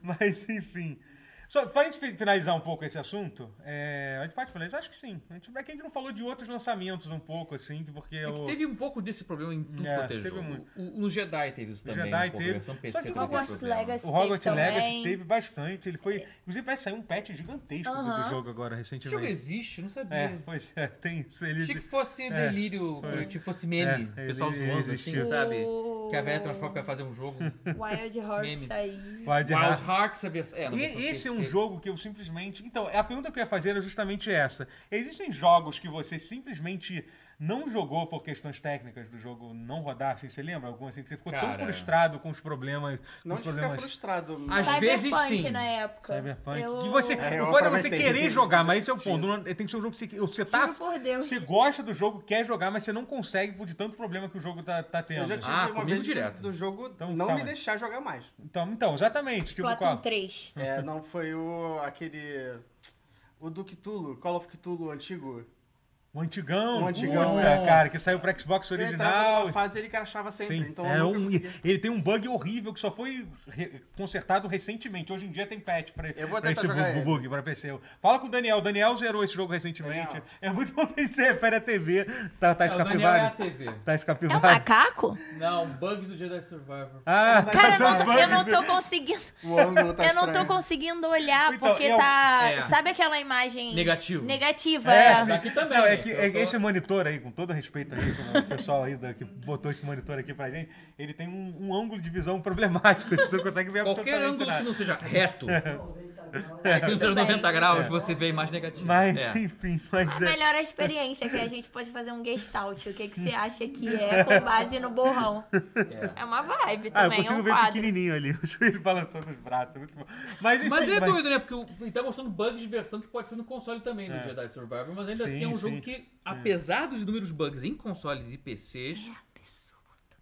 A: [LAUGHS] mas, enfim. Só, para a gente fi- finalizar um pouco esse assunto, é, a gente pode finalizar? Acho que sim. A gente, é que a gente não falou de outros lançamentos um pouco, assim, porque
B: É que
A: o...
B: teve um pouco desse problema em tudo
A: É,
B: quanto é
A: teve
B: jogo.
A: muito.
B: O- No Jedi teve isso também.
A: Jedi
B: um pouco,
A: teve.
B: a versão PC
A: Só que
B: teve
A: Hogwarts
B: esse problema.
D: Legacy
A: O Hogwarts
D: teve
A: Legacy
D: também.
A: teve bastante. Ele foi. Inclusive, vai sair um patch gigantesco do- do
D: Aham.
A: jogo agora,
B: Esse jogo
A: recentemente.
B: existe, não sabia.
A: É, pois é, tem isso. Ele,
B: Achei que fosse
A: É,
B: delírio
A: foi.
B: coletivo, fosse
A: É,
B: meme.
A: ele
B: o pessoal zoando assim,
A: existiu.
B: sabe?
D: O-
B: Que a velha transforma vai fazer um
A: [LAUGHS]
B: jogo.
D: Wild Heart
B: Meme.
D: saiu.
A: Wild Hearts
B: Wild Hearts, a versão. É, na
A: E
B: versão
A: esse é um
B: PC.
A: jogo que eu simplesmente. Então, a pergunta que eu ia fazer era justamente essa. Existem jogos que você simplesmente não jogou por questões técnicas do jogo não rodar, assim, você lembra? Algum assim, que você ficou
B: Cara.
A: tão frustrado com os problemas.
C: Não
A: com os
C: de ficar
A: problemas Ah,
C: frustrado.
B: Às
D: Cyberpunk
B: vezes, sim.
D: na época.
A: Cyberpunk.
D: Eu-
A: Que você,
C: É, eu
A: o foda é você
C: aproveitei.
A: querer jogar, mas esse é o ponto. Não- Tem que ser um jogo que você, você tá.
D: Juro por Deus.
A: Você gosta do jogo, quer jogar, mas você não consegue por de tanto problema que o jogo tá, tá
C: Eu
A: tendo.
C: já tive
B: Ah,
C: uma
B: comigo
C: vez
B: direto.
C: do jogo
A: Então,
C: não
A: calma.
C: me deixar jogar mais.
A: Então, então, exatamente. Tipo,
D: Platoon
A: qual?
D: 3.
C: É, não foi o aquele o do Cthulhu, Call of Cthulhu antigo.
A: O Um antigão.
C: O Um antigão,
A: puta,
B: é.
A: cara, que saiu pro Xbox
C: Eu entrava
A: original.
C: numa fase e ele crachava sempre,
A: Sim,
C: então
A: é
C: eu nunca
A: um-
C: conseguia.
A: ele tem um bug horrível que só foi re- consertado recentemente. Hoje em dia tem patch pra,
C: Eu vou
A: pra
C: tentar
A: esse
C: jogar
A: bug,
C: ele.
A: bug pra PC. Fala com o Daniel. O Daniel zerou esse jogo recentemente.
C: Daniel.
A: É muito bom que a gente se refere à TV. Tá, tá
B: É, o Daniel é a
A: escapivado.
B: TV.
A: Tá
D: É um
A: escapivado.
D: macaco?
B: Não, bugs do Jedi Survivor.
A: ah,
C: Cara,
A: tá
D: Cara, eu
A: só os
D: não tô, eu não
A: bugs.
D: tô conseguindo.
C: O ângulo tá
D: [LAUGHS] Eu não tô
C: estranho.
D: conseguindo olhar
A: Então,
D: porque
A: eu-
D: tá.
B: é.
D: Sabe aquela imagem.
B: Negativo.
D: Negativa.
A: É,
D: é.
A: sim.
B: Daqui também,
A: Não, é
B: né?
A: que
B: Eu
A: é-
B: tô-
A: esse monitor aí, com todo respeito aí, com o pessoal aí da- que botou esse monitor aqui pra gente, ele tem um, um ângulo de visão problemático. [LAUGHS] Você não consegue ver
B: Qualquer
A: [LAUGHS] absolutamente
B: ângulo
A: nada.
B: que não seja reto. É que nos seus
D: Tudo bem.
B: 90 graus você vê mais negativo.
A: É. Mas,
B: É.
A: enfim, mas é.
D: Melhor a experiência, que a gente pode fazer um gestalt. O que, que você acha que
A: [LAUGHS]
D: é com base no borrão?
B: É.
D: É uma vibe
A: Ah, eu
D: também, é
A: consigo
D: um
A: ver
D: quadro.
A: pequenininho ali, [LAUGHS] o joelho balançando os braços, é muito bom. Mas, enfim,
B: Mas é doido, né? Porque o- ele tá mostrando bugs de versão que pode ser no console também do
A: É.
B: Jedi Survivor, mas ainda
A: Sim,
B: assim é um
A: sim.
B: jogo que, apesar dos inúmeros bugs em consoles e PCs,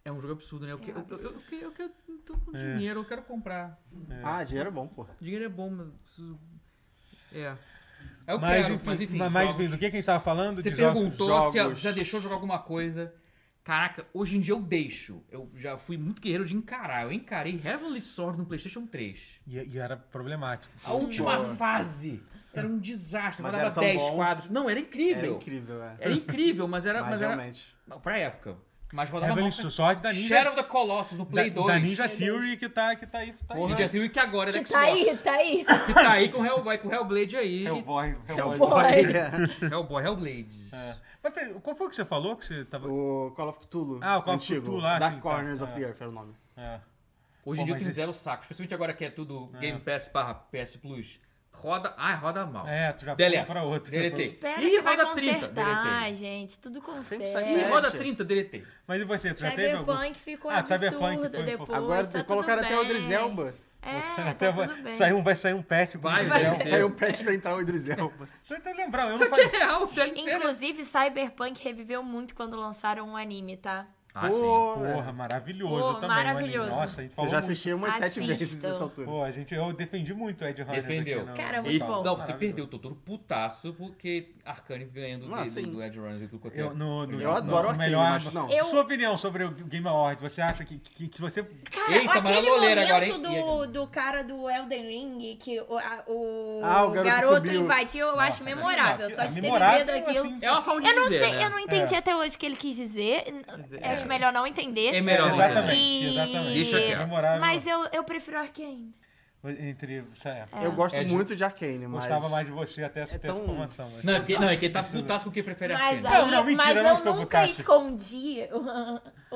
B: é um jogo absurdo, né? Eu, que- eu, eu, eu, fiquei- eu, quero- eu tô com
A: É.
B: dinheiro, eu quero comprar.
C: Ah, dinheiro é bom, pô.
B: Dinheiro é bom, mas eu preciso... É. Eu
A: Mas,
B: quero,
A: enfim,
B: mas enfim.
A: mas,
B: jogos.
A: enfim, do que, que a gente tava falando?
B: Você
A: de jogos?
B: perguntou se
C: jogos.
B: já deixou jogar alguma coisa. Caraca, hoje em dia eu deixo. Eu já fui muito guerreiro de encarar. Eu encarei Heavenly Sword no PlayStation 3.
A: E, e era problemático.
B: A última fase era um desastre, mas
C: Mas era
B: dava
C: tão
B: 10
C: bom.
B: quadros. Não, era
C: Era
B: incrível.
C: incrível, é.
B: Era incrível, mas era.
C: [LAUGHS] Mas,
D: é-
B: Mas era
C: realmente.
B: não, pra época. Mas rodava
A: Heavenly
B: mal.
A: Sword da Ninja,
B: tá Shadow of the Colossus no Play
A: da,
B: 2.
A: da Ninja Theory que tá, que tá aí. Tá aí.
C: Porra.
B: Ninja Theory que agora é
D: Que
B: da
D: tá aí,
B: Xbox.
D: tá aí.
B: Que tá aí com Hellboy, com Hellblade aí.
A: Hellboy,
C: é um
A: Hellboy.
D: [LAUGHS] Foi.
B: Hellboy, Hellblade.
A: É. Mas peraí, qual foi o que você falou que você tava...
C: O Call of Cthulhu.
A: Ah, o Call of
C: antigo,
A: Cthulhu lá,
C: Dark
A: sim, tá.
C: Corners
A: É.
C: of the Earth era o nome.
A: É.
B: Hoje
A: Pô,
B: em dia eu
A: mas
B: tenho
A: esse-
B: zero saco, especialmente agora que é tudo
A: É.
B: Game Pass barra PS Plus. Roda. Ai, roda mal.
A: É, tu já
B: Delete.
A: pula pra outro.
B: Deletei.
D: Espera
B: Ih,
D: que vai
B: roda 30.
D: consertar,
B: Deletei.
D: gente. Tudo
C: Sempre sai
B: Ih,
D: conserta.
C: melhor.
B: roda
C: Gente.
B: 30, deletei.
A: Mas e você, tu já teve algum? [LAUGHS]
D: Cyberpunk ficou
A: Ah, Cyberpunk
D: absurdo
A: foi-
D: depois.
C: Agora
D: tá
C: colocaram
D: tudo
C: até o
D: bem.
C: Idris Elba.
D: É,
A: Até
D: tá
A: vai,
D: tudo bem.
A: sair um, vai sair um patch. com
B: Vai,
A: o
B: vai
A: Gabriel.
B: ser.
C: [LAUGHS] Saiu o patch pra entrar o Idris Elba.
A: Tô tentando lembrar, eu não
B: Porque
A: falei.
B: é real, deve ser.
D: Inclusive, Cyberpunk reviveu muito quando lançaram um anime, tá?
B: Ah, sim.
C: Pô, é.
A: Porra, maravilhoso
D: Pô,
A: também.
D: maravilhoso.
A: mano. Nossa, a gente
C: Eu
A: falou
C: já
A: muito.
C: assisti umas sete
D: Assistam.
C: vezes nessa altura.
A: Pô, a gente, eu defendi muito o Ed Runners
B: Defendeu.
A: aqui no-
D: Cara, é
A: no
B: E,
D: muito
A: Paulo.
D: bom.
B: não, você
A: Maravilhoso.
B: perdeu. Eu tô todo putaço porque Arcane ganhando
C: Ah,
B: do,
C: sim.
B: do Edge Runners e tudo quanto é.
A: Eu, no, no-
C: Eu
A: no-
C: adoro
A: no
C: Arcane,
A: melhor,
C: mas não.
D: Eu-
A: Sua opinião sobre o Game Awards, você acha que, que, que você...
D: Cara,
B: Eita, mas
D: aquele
B: ela
D: momento
B: olheira agora, hein?
D: do, do cara do Elden Ring, que o, a- o
C: Ah, o garoto subiu.
D: invadiu, eu
A: Nossa,
D: acho memorável.
A: aquilo-
D: Só de ter
A: memorável,
D: vivido aquilo.
A: assim,
B: É uma forma de
D: Eu não
B: dizer,
D: sei,
B: né?
D: eu não entendi até hoje o que ele quis dizer. Acho melhor não entender.
B: É
A: é,
B: melhor não entender.
A: exatamente,
D: E-
A: exatamente. É
B: Deixa quieto.
A: Memorável.
D: Mas eu, eu prefiro Arkane.
A: Entre... Sério,
C: Eu gosto
B: É,
C: muito de Arcane, mas...
A: gostava mais de você até essa
C: É
A: ter
C: tão-
A: essa informação. mas-
B: Não, é porque, não, é que ele tá putaço com quem prefere
D: Mas,
B: Arcane.
A: Não,
D: aí,
A: não, mentira, eu
D: mas eu,
A: não estou
D: nunca
A: putaço.
D: escondi o,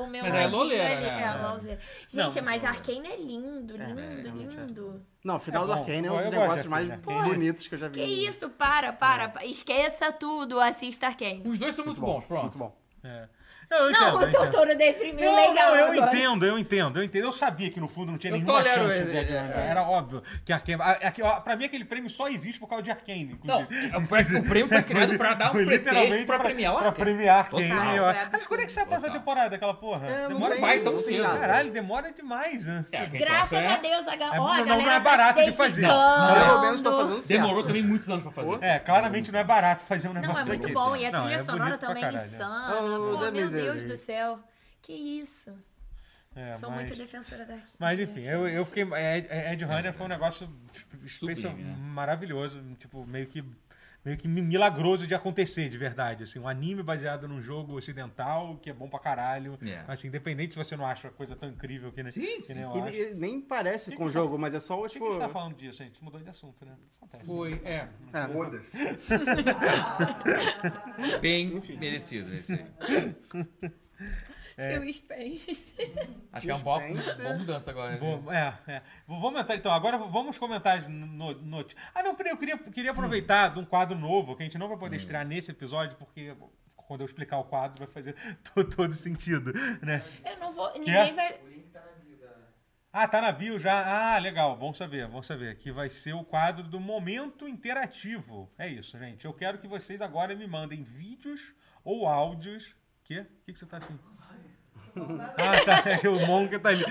D: o meu
B: Mas é
D: ladinho
B: loleira,
D: ali.
B: né?
D: É, loleira. Gente,
A: Não,
D: mas
A: não,
D: Arkane é lindo, lindo, lindo.
C: Não, o final
A: É
C: do
A: bom.
C: Arcane é
A: Eu
C: um dos
A: gosto de
C: negócios
A: Arcane,
C: mais
A: Arcane. né?
C: bonitos que eu já vi.
D: Que isso, para,
A: É.
D: para, pa- esqueça tudo, assista Arkane.
B: Os dois são muito, bons, pronto.
C: Muito bom.
A: É. Não, eu
D: Não,
A: entendo. eu
D: o
A: entendo.
D: Totoro deprimiu
A: Não,
D: legal
A: não, eu
D: agora.
A: entendo, eu entendo, eu entendo. Eu sabia que no fundo não tinha
B: Eu
A: nenhuma
B: tolero
A: chance
B: esse-
A: de Edgar.
B: é.
A: Era óbvio que Arkane. a- a- ó, Pra mim, aquele prêmio só existe por causa de Arkane,
B: Não, é,
A: inclusive.
B: foi- o prêmio foi criado pra dar um
A: Foi
B: pretexto pra premiar o
A: Pra
B: Arcane.
A: premiar Arkane.
B: Total.
A: eu-
D: Foi
A: Mas
D: absurdo.
A: quando é que sai a próxima
B: Total.
A: temporada, aquela porra?
C: É, não
A: demora
C: tem-
B: faz tão
C: não tem
B: cedo.
C: nada.
A: Caralho, demora demais, né?
B: É, quem
D: Graças
B: torce é-
D: a Deus, a, ga...
A: É,
D: ó, a
A: não, não
D: galera
A: é
D: tá
A: barato
D: se
A: de fazer.
D: dedicando.
A: Não, é não.
C: Pelo menos tá fazendo certo.
B: Demorou também muitos anos pra fazer.
A: É, claramente não é barato fazer um negócio
D: Não, é muito
A: daquele.
D: bom. E a
A: Não,
D: trilha
A: é
D: sonora
A: bonito pra
D: também é
A: caralho,
D: insana.
C: Oh,
D: Pô,
C: da
D: meu Deus
C: miséria.
D: do céu. Que isso.
A: É,
D: Sou
A: mas-
D: muito defensora da Arkane.
A: Mas enfim, eu, eu fiquei. é, é, Ed Runner foi um negócio especial,
B: Sublime, né?
A: maravilhoso, tipo, meio que. Meio que mi- milagroso de acontecer, de verdade. Assim, um anime baseado num jogo ocidental, que é bom pra caralho.
B: É.
A: Assim, independente se você não acha coisa tão incrível que, nem-
B: Sim,
A: que
B: sim.
A: nem eu
C: E
A: acho.
C: e nem parece
A: Que
C: com o
A: que tá-
C: jogo, mas é só,
A: Por que,
C: tipo...
A: que você tá falando disso, gente? Mudou de assunto, né? Acontece.
B: Foi, é.
F: Foda-se.
B: Bem merecido esse aí.
A: é.
D: Phil Spencer.
B: Acho que é uma boa,
C: Dispensa.
B: uma boa mudança agora. né?
A: Bom, é, é. V- Vamos entrar então. Agora v- vamos comentar as no, notes. Ah, não, peraí, eu queria, queria aproveitar de um quadro novo que a gente não vai poder estrear nesse episódio, porque quando eu explicar o quadro vai fazer [LAUGHS] to- todo sentido, né?
D: Eu não vou.
A: é?
D: Ninguém vai.
A: Ah, tá na bio já. Ah, legal. Bom saber, bom saber. Que vai ser o quadro do momento interativo. É isso, gente. Eu quero que vocês agora me mandem vídeos ou áudios. Quê? O que, que você tá assim? Ah, tá. [LAUGHS] É que o Monca tá ali.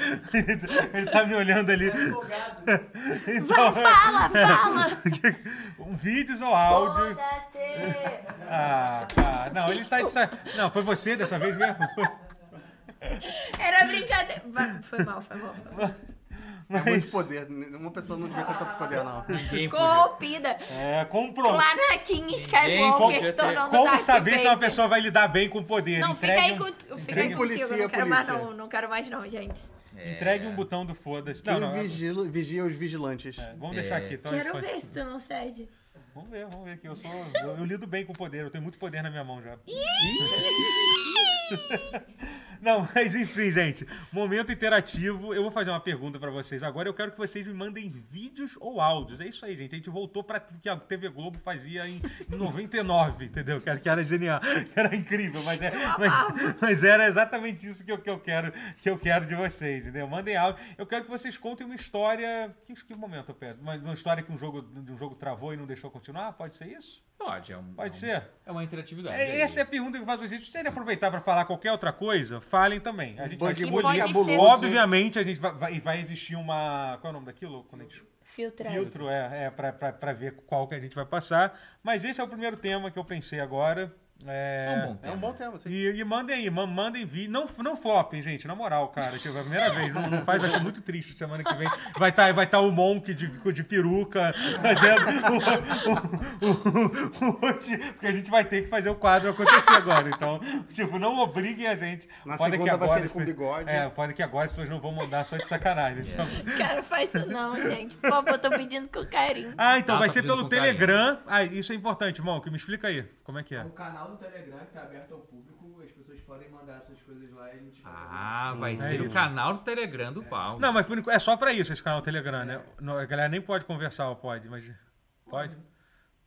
A: Ele tá me olhando ali. [LAUGHS] Então,
D: Fala, fala!
A: um vídeos ou áudio.
D: Foda-se!
A: Ah, tá. Não, ele tá de sa... Não, foi você dessa vez mesmo?
C: É
D: Era brincadeira. Va- Foi mal, foi mal. Foi mal.
C: É muito poder. Uma pessoa não devia ter tanto poder, não.
B: Ninguém podia-
D: Corrompida.
A: É, comprou.
D: Clanakin
B: como-
D: Skywalker se tornando
A: Como
D: Darth
A: saber se é uma
D: Vader.
A: pessoa vai lidar bem com o poder?
D: Não, fica
A: Entregue
D: aí,
A: um-
D: com, fica aí
A: entregue,
D: contigo.
A: um-
D: eu não
C: Polícia,
D: quero mais, não.
C: polícia.
D: Não quero mais, não, gente.
A: entregue um botão do foda-se. Não,
C: Quem
A: não. é-
C: vigila, vigia os vigilantes.
A: é, Vamos deixar aqui. então a gente
D: Quero
A: pode-
D: ver se tu não cede.
A: Vamos ver, vamos ver aqui. Eu, sou, eu, eu lido bem com o poder, eu tenho muito poder na minha mão já. Não, [LAUGHS] mas enfim, gente. Momento interativo. Eu vou fazer uma pergunta pra vocês agora. Eu quero que vocês me mandem vídeos ou áudios. É isso aí, gente. A gente voltou pra o que a TV Globo fazia em em 99, entendeu? Que era, que era genial, [LAUGHS] que era incrível, mas, é, mas, mas era exatamente isso que eu, que eu quero que eu quero de vocês, entendeu? Mandem áudio. Eu quero que vocês contem uma história. Que, que momento eu peço? Uma, uma história que um jogo, de um jogo travou e não deixou continuar? Pode ser isso?
B: Pode, é um,
A: Pode
B: é um-
A: ser.
B: É uma interatividade.
A: É, essa é a pergunta que eu faço pra vocês. Se ele aproveitar pra falar qualquer outra coisa, falem também. A gente vai-
C: Bug
D: E
C: muito
D: pode
C: cabuloso.
D: ser-
A: Obviamente, a gente vai, vai, vai existir uma. Qual é o nome daquilo? Quando a gente
D: Filtrar.
A: filtro, é, é pra, pra, pra ver qual que a gente vai passar. Mas esse é o primeiro tema que eu pensei agora. É,
B: É um bom
C: É um bom tema, sim.
A: E, e mandem aí, ma- mandem vir. Não, não flopem, gente, na moral, cara. Tipo, é a primeira vez, não, não faz, vai ser muito triste semana que vem. Vai estar vai tá o Monk de, de peruca fazendo o, o, o, o- o- Porque a gente vai ter que fazer o quadro acontecer agora. Então, tipo, não obriguem a gente.
C: Na
A: Podem
C: segunda vai ser
A: as
C: com
A: pe-
C: bigode.
A: É, pode que agora as pessoas não vão mandar só de
B: É.
A: sacanagem. só-
D: Cara, faz isso não, gente. Por favor, tô pedindo com carinho.
A: Ah, então
B: Ah,
A: vai
B: tá
A: ser
B: pedindo
A: pelo
B: com carinho.
A: Telegram. Ah, isso é importante, Monk. Me explica aí, como é que
G: É
A: é.
G: um canal no Telegram que tá aberto ao público, as pessoas podem mandar essas coisas lá e a gente vai
B: Ah, vai
A: É
B: ter o
A: isso.
B: canal do Telegram do Paulo.
A: Não, mas por enquanto- é só pra isso esse canal Telegram, né? Não, a galera nem pode conversar, ou pode, mas. Pode?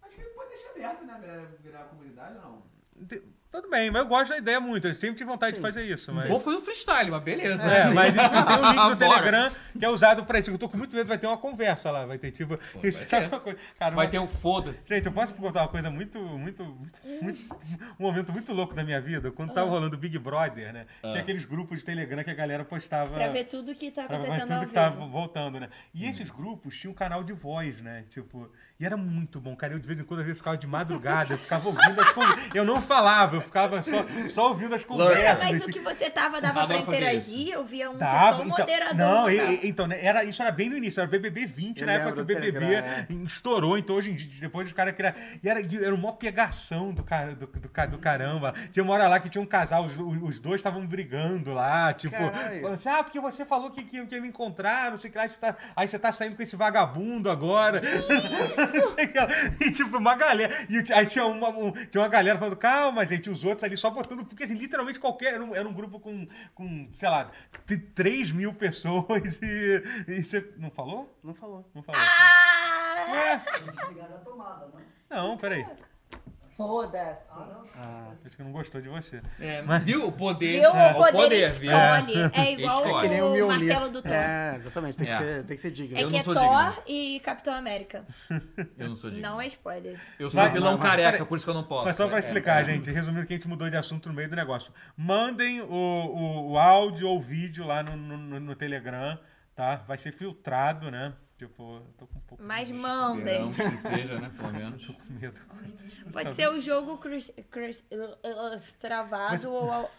G: Acho que ele pode deixar aberto, né, galera? Virar comunidade ou não?
A: De- Tudo bem, mas eu gosto da ideia muito. Eu sempre tive vontade de fazer isso. Mas...
B: Bom, foi um freestyle, mas beleza. né?
A: É, mas enfim, tem um link
B: [LAUGHS] Bora.
A: no Telegram que é usado pra isso. Eu tô com muito medo, vai ter uma conversa lá. Vai ter tipo. [LAUGHS] isso,
B: vai
A: sabe
B: ter.
A: uma coisa? Cara,
B: Vai
A: uma-
B: ter um foda-se.
A: Gente, eu posso contar uma coisa muito, muito, muito, muito- um momento muito louco da minha vida. Quando
B: Ah.
A: tava rolando o Big Brother, né? Tinha aqueles grupos de Telegram que a galera postava.
D: Pra ver tudo que tá
A: Pra ver
D: acontecendo ao
A: tudo que
D: vivo.
A: tava voltando, né? E esses grupos tinham um canal de voz, né? Tipo, e era muito bom, cara. Eu de vez em quando às vezes ficava de madrugada, eu ficava ouvindo as conversas. Eu não falava, eu ficava só, só ouvindo as conversas.
D: Mas
A: assim.
D: o que você tava dava pra
B: Adoro fazer
D: interagir, eu via um que só
A: Dava,
D: o
A: então,
D: moderador.
A: não, e-
D: mandava.
A: e- então, né, era, isso era bem no início, era BBB 20,
C: Eu
A: na época que o
C: lembro do
A: BBB [LAUGHS]
C: Telegram,
A: estourou, então hoje em dia, depois os caras criaram, e era, e era uma pegação do, cara, do, do, ca- do caramba, tinha uma hora lá que tinha um casal, os, os dois estavam brigando lá, tipo,
C: Caralho.
A: falando assim, ah, porque você falou que, que, que ia me encontrar, não sei o que lá, aí você tá, aí você tá saindo com esse vagabundo [LAUGHS] agora, Não sei o que lá. e tipo, uma galera, e t- aí tinha uma, um- tinha uma galera falando, calma, gente, os outros ali só botando, porque assim, literalmente qualquer, era um, era um grupo com, com, sei lá, t- 3 mil pessoas [LAUGHS] e, e você, não falou?
C: Não falou.
A: Não falou.
D: Ah!
A: Ué?
E: Ligaram a tomada, né?
A: Não, peraí. Ah,
H: Foda-se.
A: Acho que não gostou de você.
B: É, Viu o poder?
D: Viu?
B: É,
D: o poder,
B: viu?
D: escolhe. É igual
B: Escolhe.
D: o,
B: Que
C: nem o Mjolnir.
D: martelo do Thor. É,
C: É, exatamente. Tem,
B: É.
C: Que, ser, tem que ser digno.
B: Eu
D: que
B: não
D: é
B: sou
D: Thor
B: digno.
D: e Capitão América.
B: Eu não sou digno.
D: Não é spoiler.
B: Eu sou
A: Mas-
B: vilão
A: mas- mas-
B: careca,
A: peraí.
B: por isso que eu não posso.
A: Mas só pra
B: É,
A: explicar, gente, resumindo que a gente mudou de assunto no meio do negócio. Mandem o, o, o áudio ou o vídeo lá no, no- no- no Telegram, tá? Vai ser filtrado, né? Tipo, eu tô com um pouco
D: Mas
A: de
B: Não, é
D: mandem.
B: que seja, né? Pelo menos.
A: medo.
D: Pode ser o jogo cruz, cruz, uh, uh, travado ou... ao-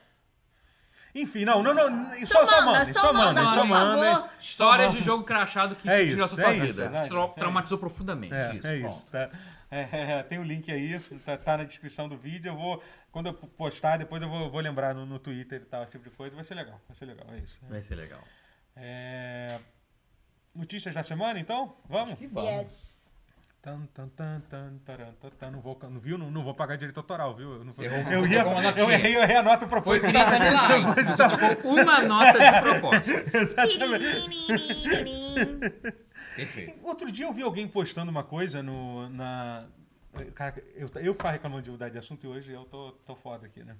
A: Enfim, não, não, não. Só, só mandem, só mandem, só
D: por
A: mandem.
D: favor.
B: Histórias de jogo crachado que
A: né? Tá É
B: é tirou a
A: isso,
B: sua
A: é isso,
B: vida.
A: verdade,
B: Trau-
A: é
B: traumatizou profundamente.
A: É,
B: isso.
A: é
B: Bom,
A: isso, tá? É, é, tem o link aí, tá, tá na descrição do vídeo. Eu vou, quando eu postar, depois eu vou, vou lembrar no, no Twitter e tal, esse tipo de coisa. Vai ser legal, vai ser legal, é isso.
B: Vai ser legal.
A: É, Notícias da semana, então? Vamos?
B: E vamos. [LAUGHS]
D: Yes.
A: Tan, tan, tan, tan, taran, tan, tan. Não vou, não viu? Não, não vou pagar direito autoral, viu? Eu, não vou,
B: Você
A: [LAUGHS]
B: errou-
A: eu
B: você
A: ia,
B: trocou uma
A: eu
B: notinha.
A: errei, eu errei a nota
B: Foi que
A: [LAUGHS] proposta.
B: nem Vanilla Ice. Você tocou Então, uma nota
A: [LAUGHS]
B: de proposta. Perfeito.
A: Outro dia eu vi alguém postando uma coisa no, na. Cara, eu, eu ficava reclamando de mudar de assunto e hoje eu tô, tô foda aqui, né?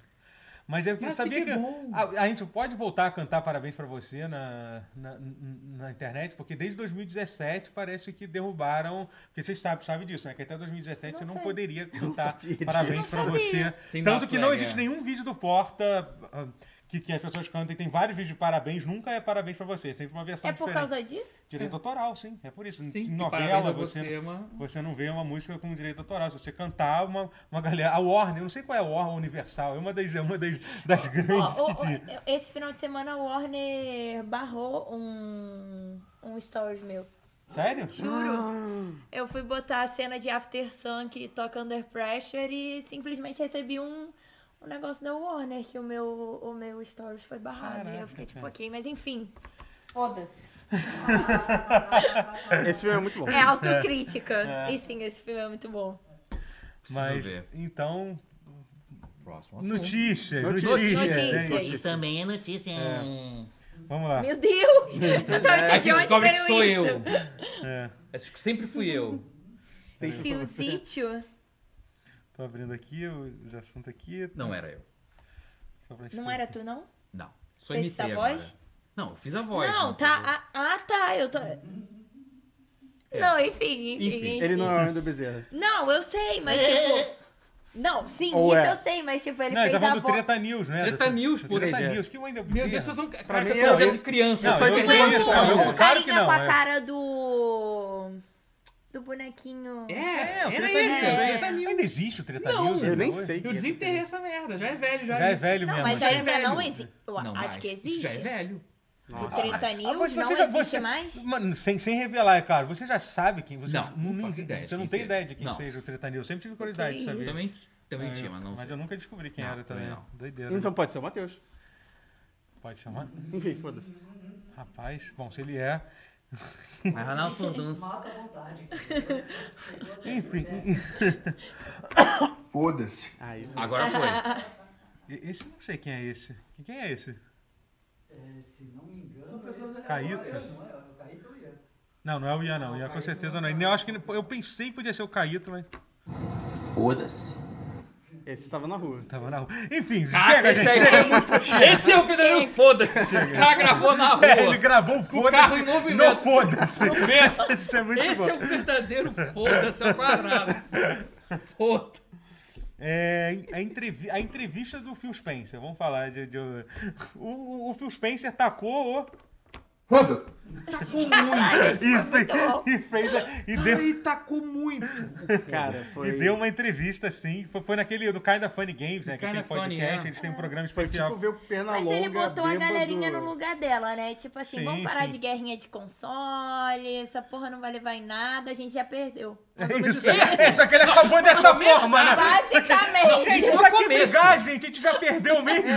A: Mas eu
B: Mas
A: sabia
B: que
A: que.
B: bom.
A: a, a gente pode voltar a cantar parabéns pra você na, na, na internet, porque desde 2017 parece que derrubaram. Porque vocês sabem, sabem disso, né? Que até 2017 você não
D: Não sei. [LAUGHS]
A: poderia cantar
C: sabia disso.
A: parabéns pra
D: Eu não
A: você.
D: sabia.
B: Sem
A: Tanto
B: dar
A: que não
B: flag,
A: existe
B: é.
A: nenhum vídeo do Porta. ah, Que, que as pessoas cantam e tem vários vídeos de parabéns, nunca é parabéns pra você, é sempre uma versão
D: É por
A: diferente.
D: causa disso?
A: Direito autoral, sim. É por isso.
B: Sim,
A: em
B: e parabéns
A: novela
B: a
A: você,
B: você,
A: você,
B: mano.
A: não vê uma música com direito autoral. Se você cantar uma, uma galera. A Warner, eu não sei qual é a Warner Universal, é uma das, é uma das,
D: Ah,
A: das grandes
D: Ó, ó,
A: que
D: ó,
A: tinha.
D: esse final de semana o Warner barrou um, um stories meu.
A: Sério?
D: Eu fui botar a cena de After Sun que toca Under Pressure e simplesmente recebi um, um negócio da Warner que o meu, o meu stories foi barrado. e
A: Caraca,
D: eu fiquei tipo,
A: cara.
D: ok, mas enfim.
H: Foda-se.
C: Esse filme é muito bom.
D: É autocrítica. E sim, esse filme é muito bom.
B: Preciso
A: Mas,
B: ver.
A: então.
B: Próximo assunto.
A: Notícias,
C: Notícias.
A: notícias,
D: Notícias.
A: gente.
D: Isso
I: também é notícia.
A: Vamos lá.
D: Meu Deus!
B: Aí
D: Então,
B: você
D: de onde
B: descobre que
D: veio
B: sou eu.
D: isso?
A: É,
B: Essa- Sempre fui eu.
D: Fio sítio.
A: tô abrindo aqui os assuntos aqui.
B: Não era eu.
A: Só pra
D: Não era tu, não?
B: Não. Só
D: Fez
B: imitei
D: essa
B: agora.
D: voz?
B: Não, eu fiz a voz.
D: não,
B: né?
D: tá. Ah, ah, tá. Eu tô. Não, enfim, enfim.
B: Enfim.
D: enfim.
C: Ele não é o homem do Bezerra.
D: Não, eu sei, mas
B: [LAUGHS]
D: tipo. Não, sim,
C: Ou
D: isso
C: é?
D: eu sei, mas tipo, ele
A: Não, ele
D: fez
A: tá
D: a
A: falando do
D: voz.
A: Treta News, né?
B: Treta
A: Do-
B: News, pô.
A: Treta
C: Entendi.
A: News. Que ainda
B: Meu Deus, vocês são. Caraca,
C: mim,
B: eu tô
C: eu-
B: projeto de criança.
C: eu só
B: cara.
C: entendi
D: Não é,
C: isso,
D: pô,
C: não, eu-
D: o
A: claro
D: carinha
A: que não,
D: com a
A: é.
D: cara do. Do bonequinho.
B: É,
A: o
B: era
A: Treta
B: esse.
A: News.
B: era
A: é.
B: Treta News.
A: Ainda existe o Treta
B: Não,
A: News?
C: Eu nem
A: ainda hoje?
C: sei.
B: Eu
C: quem é.
B: desenterrei essa merda. Já é velho, já.
A: Já é
B: isso.
A: velho
D: Não,
A: mesmo.
D: mas
A: né?
B: já é
D: ainda não
B: velho.
D: existe. Eu
B: Não,
D: acho
B: mais.
D: que
B: Já é
D: existe.
B: velho.
D: o Treta
A: Ah,
D: News
A: você
D: não
A: já- um
D: existe
A: você-
D: mais.
A: Mano, sem, sem revelar, é claro. Você já sabe quem. Você
B: Não, não faço
A: ninguém-
B: ideia de
A: Você não
B: quem
A: tem
B: seja.
A: ideia de quem
B: Não.
A: seja o Treta News. Eu sempre tive curiosidade de
D: Que
A: saber.
D: isso.
B: Também, também tinha,
A: eu-
B: mas não.
A: eu nunca descobri quem
B: Não,
A: era também.
B: também não.
A: Doideira.
C: Então pode ser o Matheus.
A: Pode chamar?
C: Enfim, foda-se.
A: Rapaz, bom, se ele é.
B: Mas
D: [LAUGHS]
B: Ronaldo Furdunço.
E: Mata à vontade.
A: Enfim,
F: Foda-se.
C: Ah, isso.
B: Agora foi.
A: e- esse eu não sei quem é esse. Quem- Quem é esse?
E: É, se não me engano.
G: São pessoas
E: esse-
A: Caíto?
E: Não é, é o Caíto ou o Ian?
A: Não, não é o Ian, não. O Ian com certeza não é.
B: tá.
A: Eu acho que ele- eu pensei que podia ser o Caíto, mas
F: Foda-se.
C: Esse tava
A: [LAUGHS]
C: na rua.
A: tava na rua. Enfim,
B: Caraca,
A: chega,
B: esse,
A: gente.
B: aí
A: Chega.
B: é muito... esse é o verdadeiro foda-se. O cara gravou na rua.
A: É, [LAUGHS] ele gravou o
B: o carro
A: foda-se.
B: em movimento.
A: Não foda-se.
B: Vento.
A: Isso é muito bom.
B: Esse é o verdadeiro foda-se ao quadrado. Foda.
A: É, a, entrevi- a entrevista do Phil Spencer, vamos falar. De, de- o, o- o Phil Spencer tacou o.
F: Foda-se.
D: [LAUGHS] Caralho, isso
A: [LAUGHS]
D: foi muito bom.
A: E fez. a- E
B: Cara,
A: deu,
B: ele tacou muito.
C: Cara, foi.
A: e deu uma entrevista, assim. Foi, foi naquele do Kinda Funny Games, né? Que
B: Kinda
A: tem podcast,
B: Funny, é.
A: eles têm um programa
C: Foi
A: especial.
C: tipo ver o Pernalonga
D: Mas ele botou a
C: bêbado.
D: galerinha no lugar dela, né? Tipo assim,
A: Sim,
D: vamos parar
A: sim.
D: de guerrinha de console, essa porra não vai levar em nada, a gente já perdeu.
A: é isso, é, só que ele acabou dessa forma, né? [LAUGHS]
D: Basicamente!
A: Gente,
B: no
A: pra que
B: começo.
A: brigar, gente? A gente já perdeu mesmo.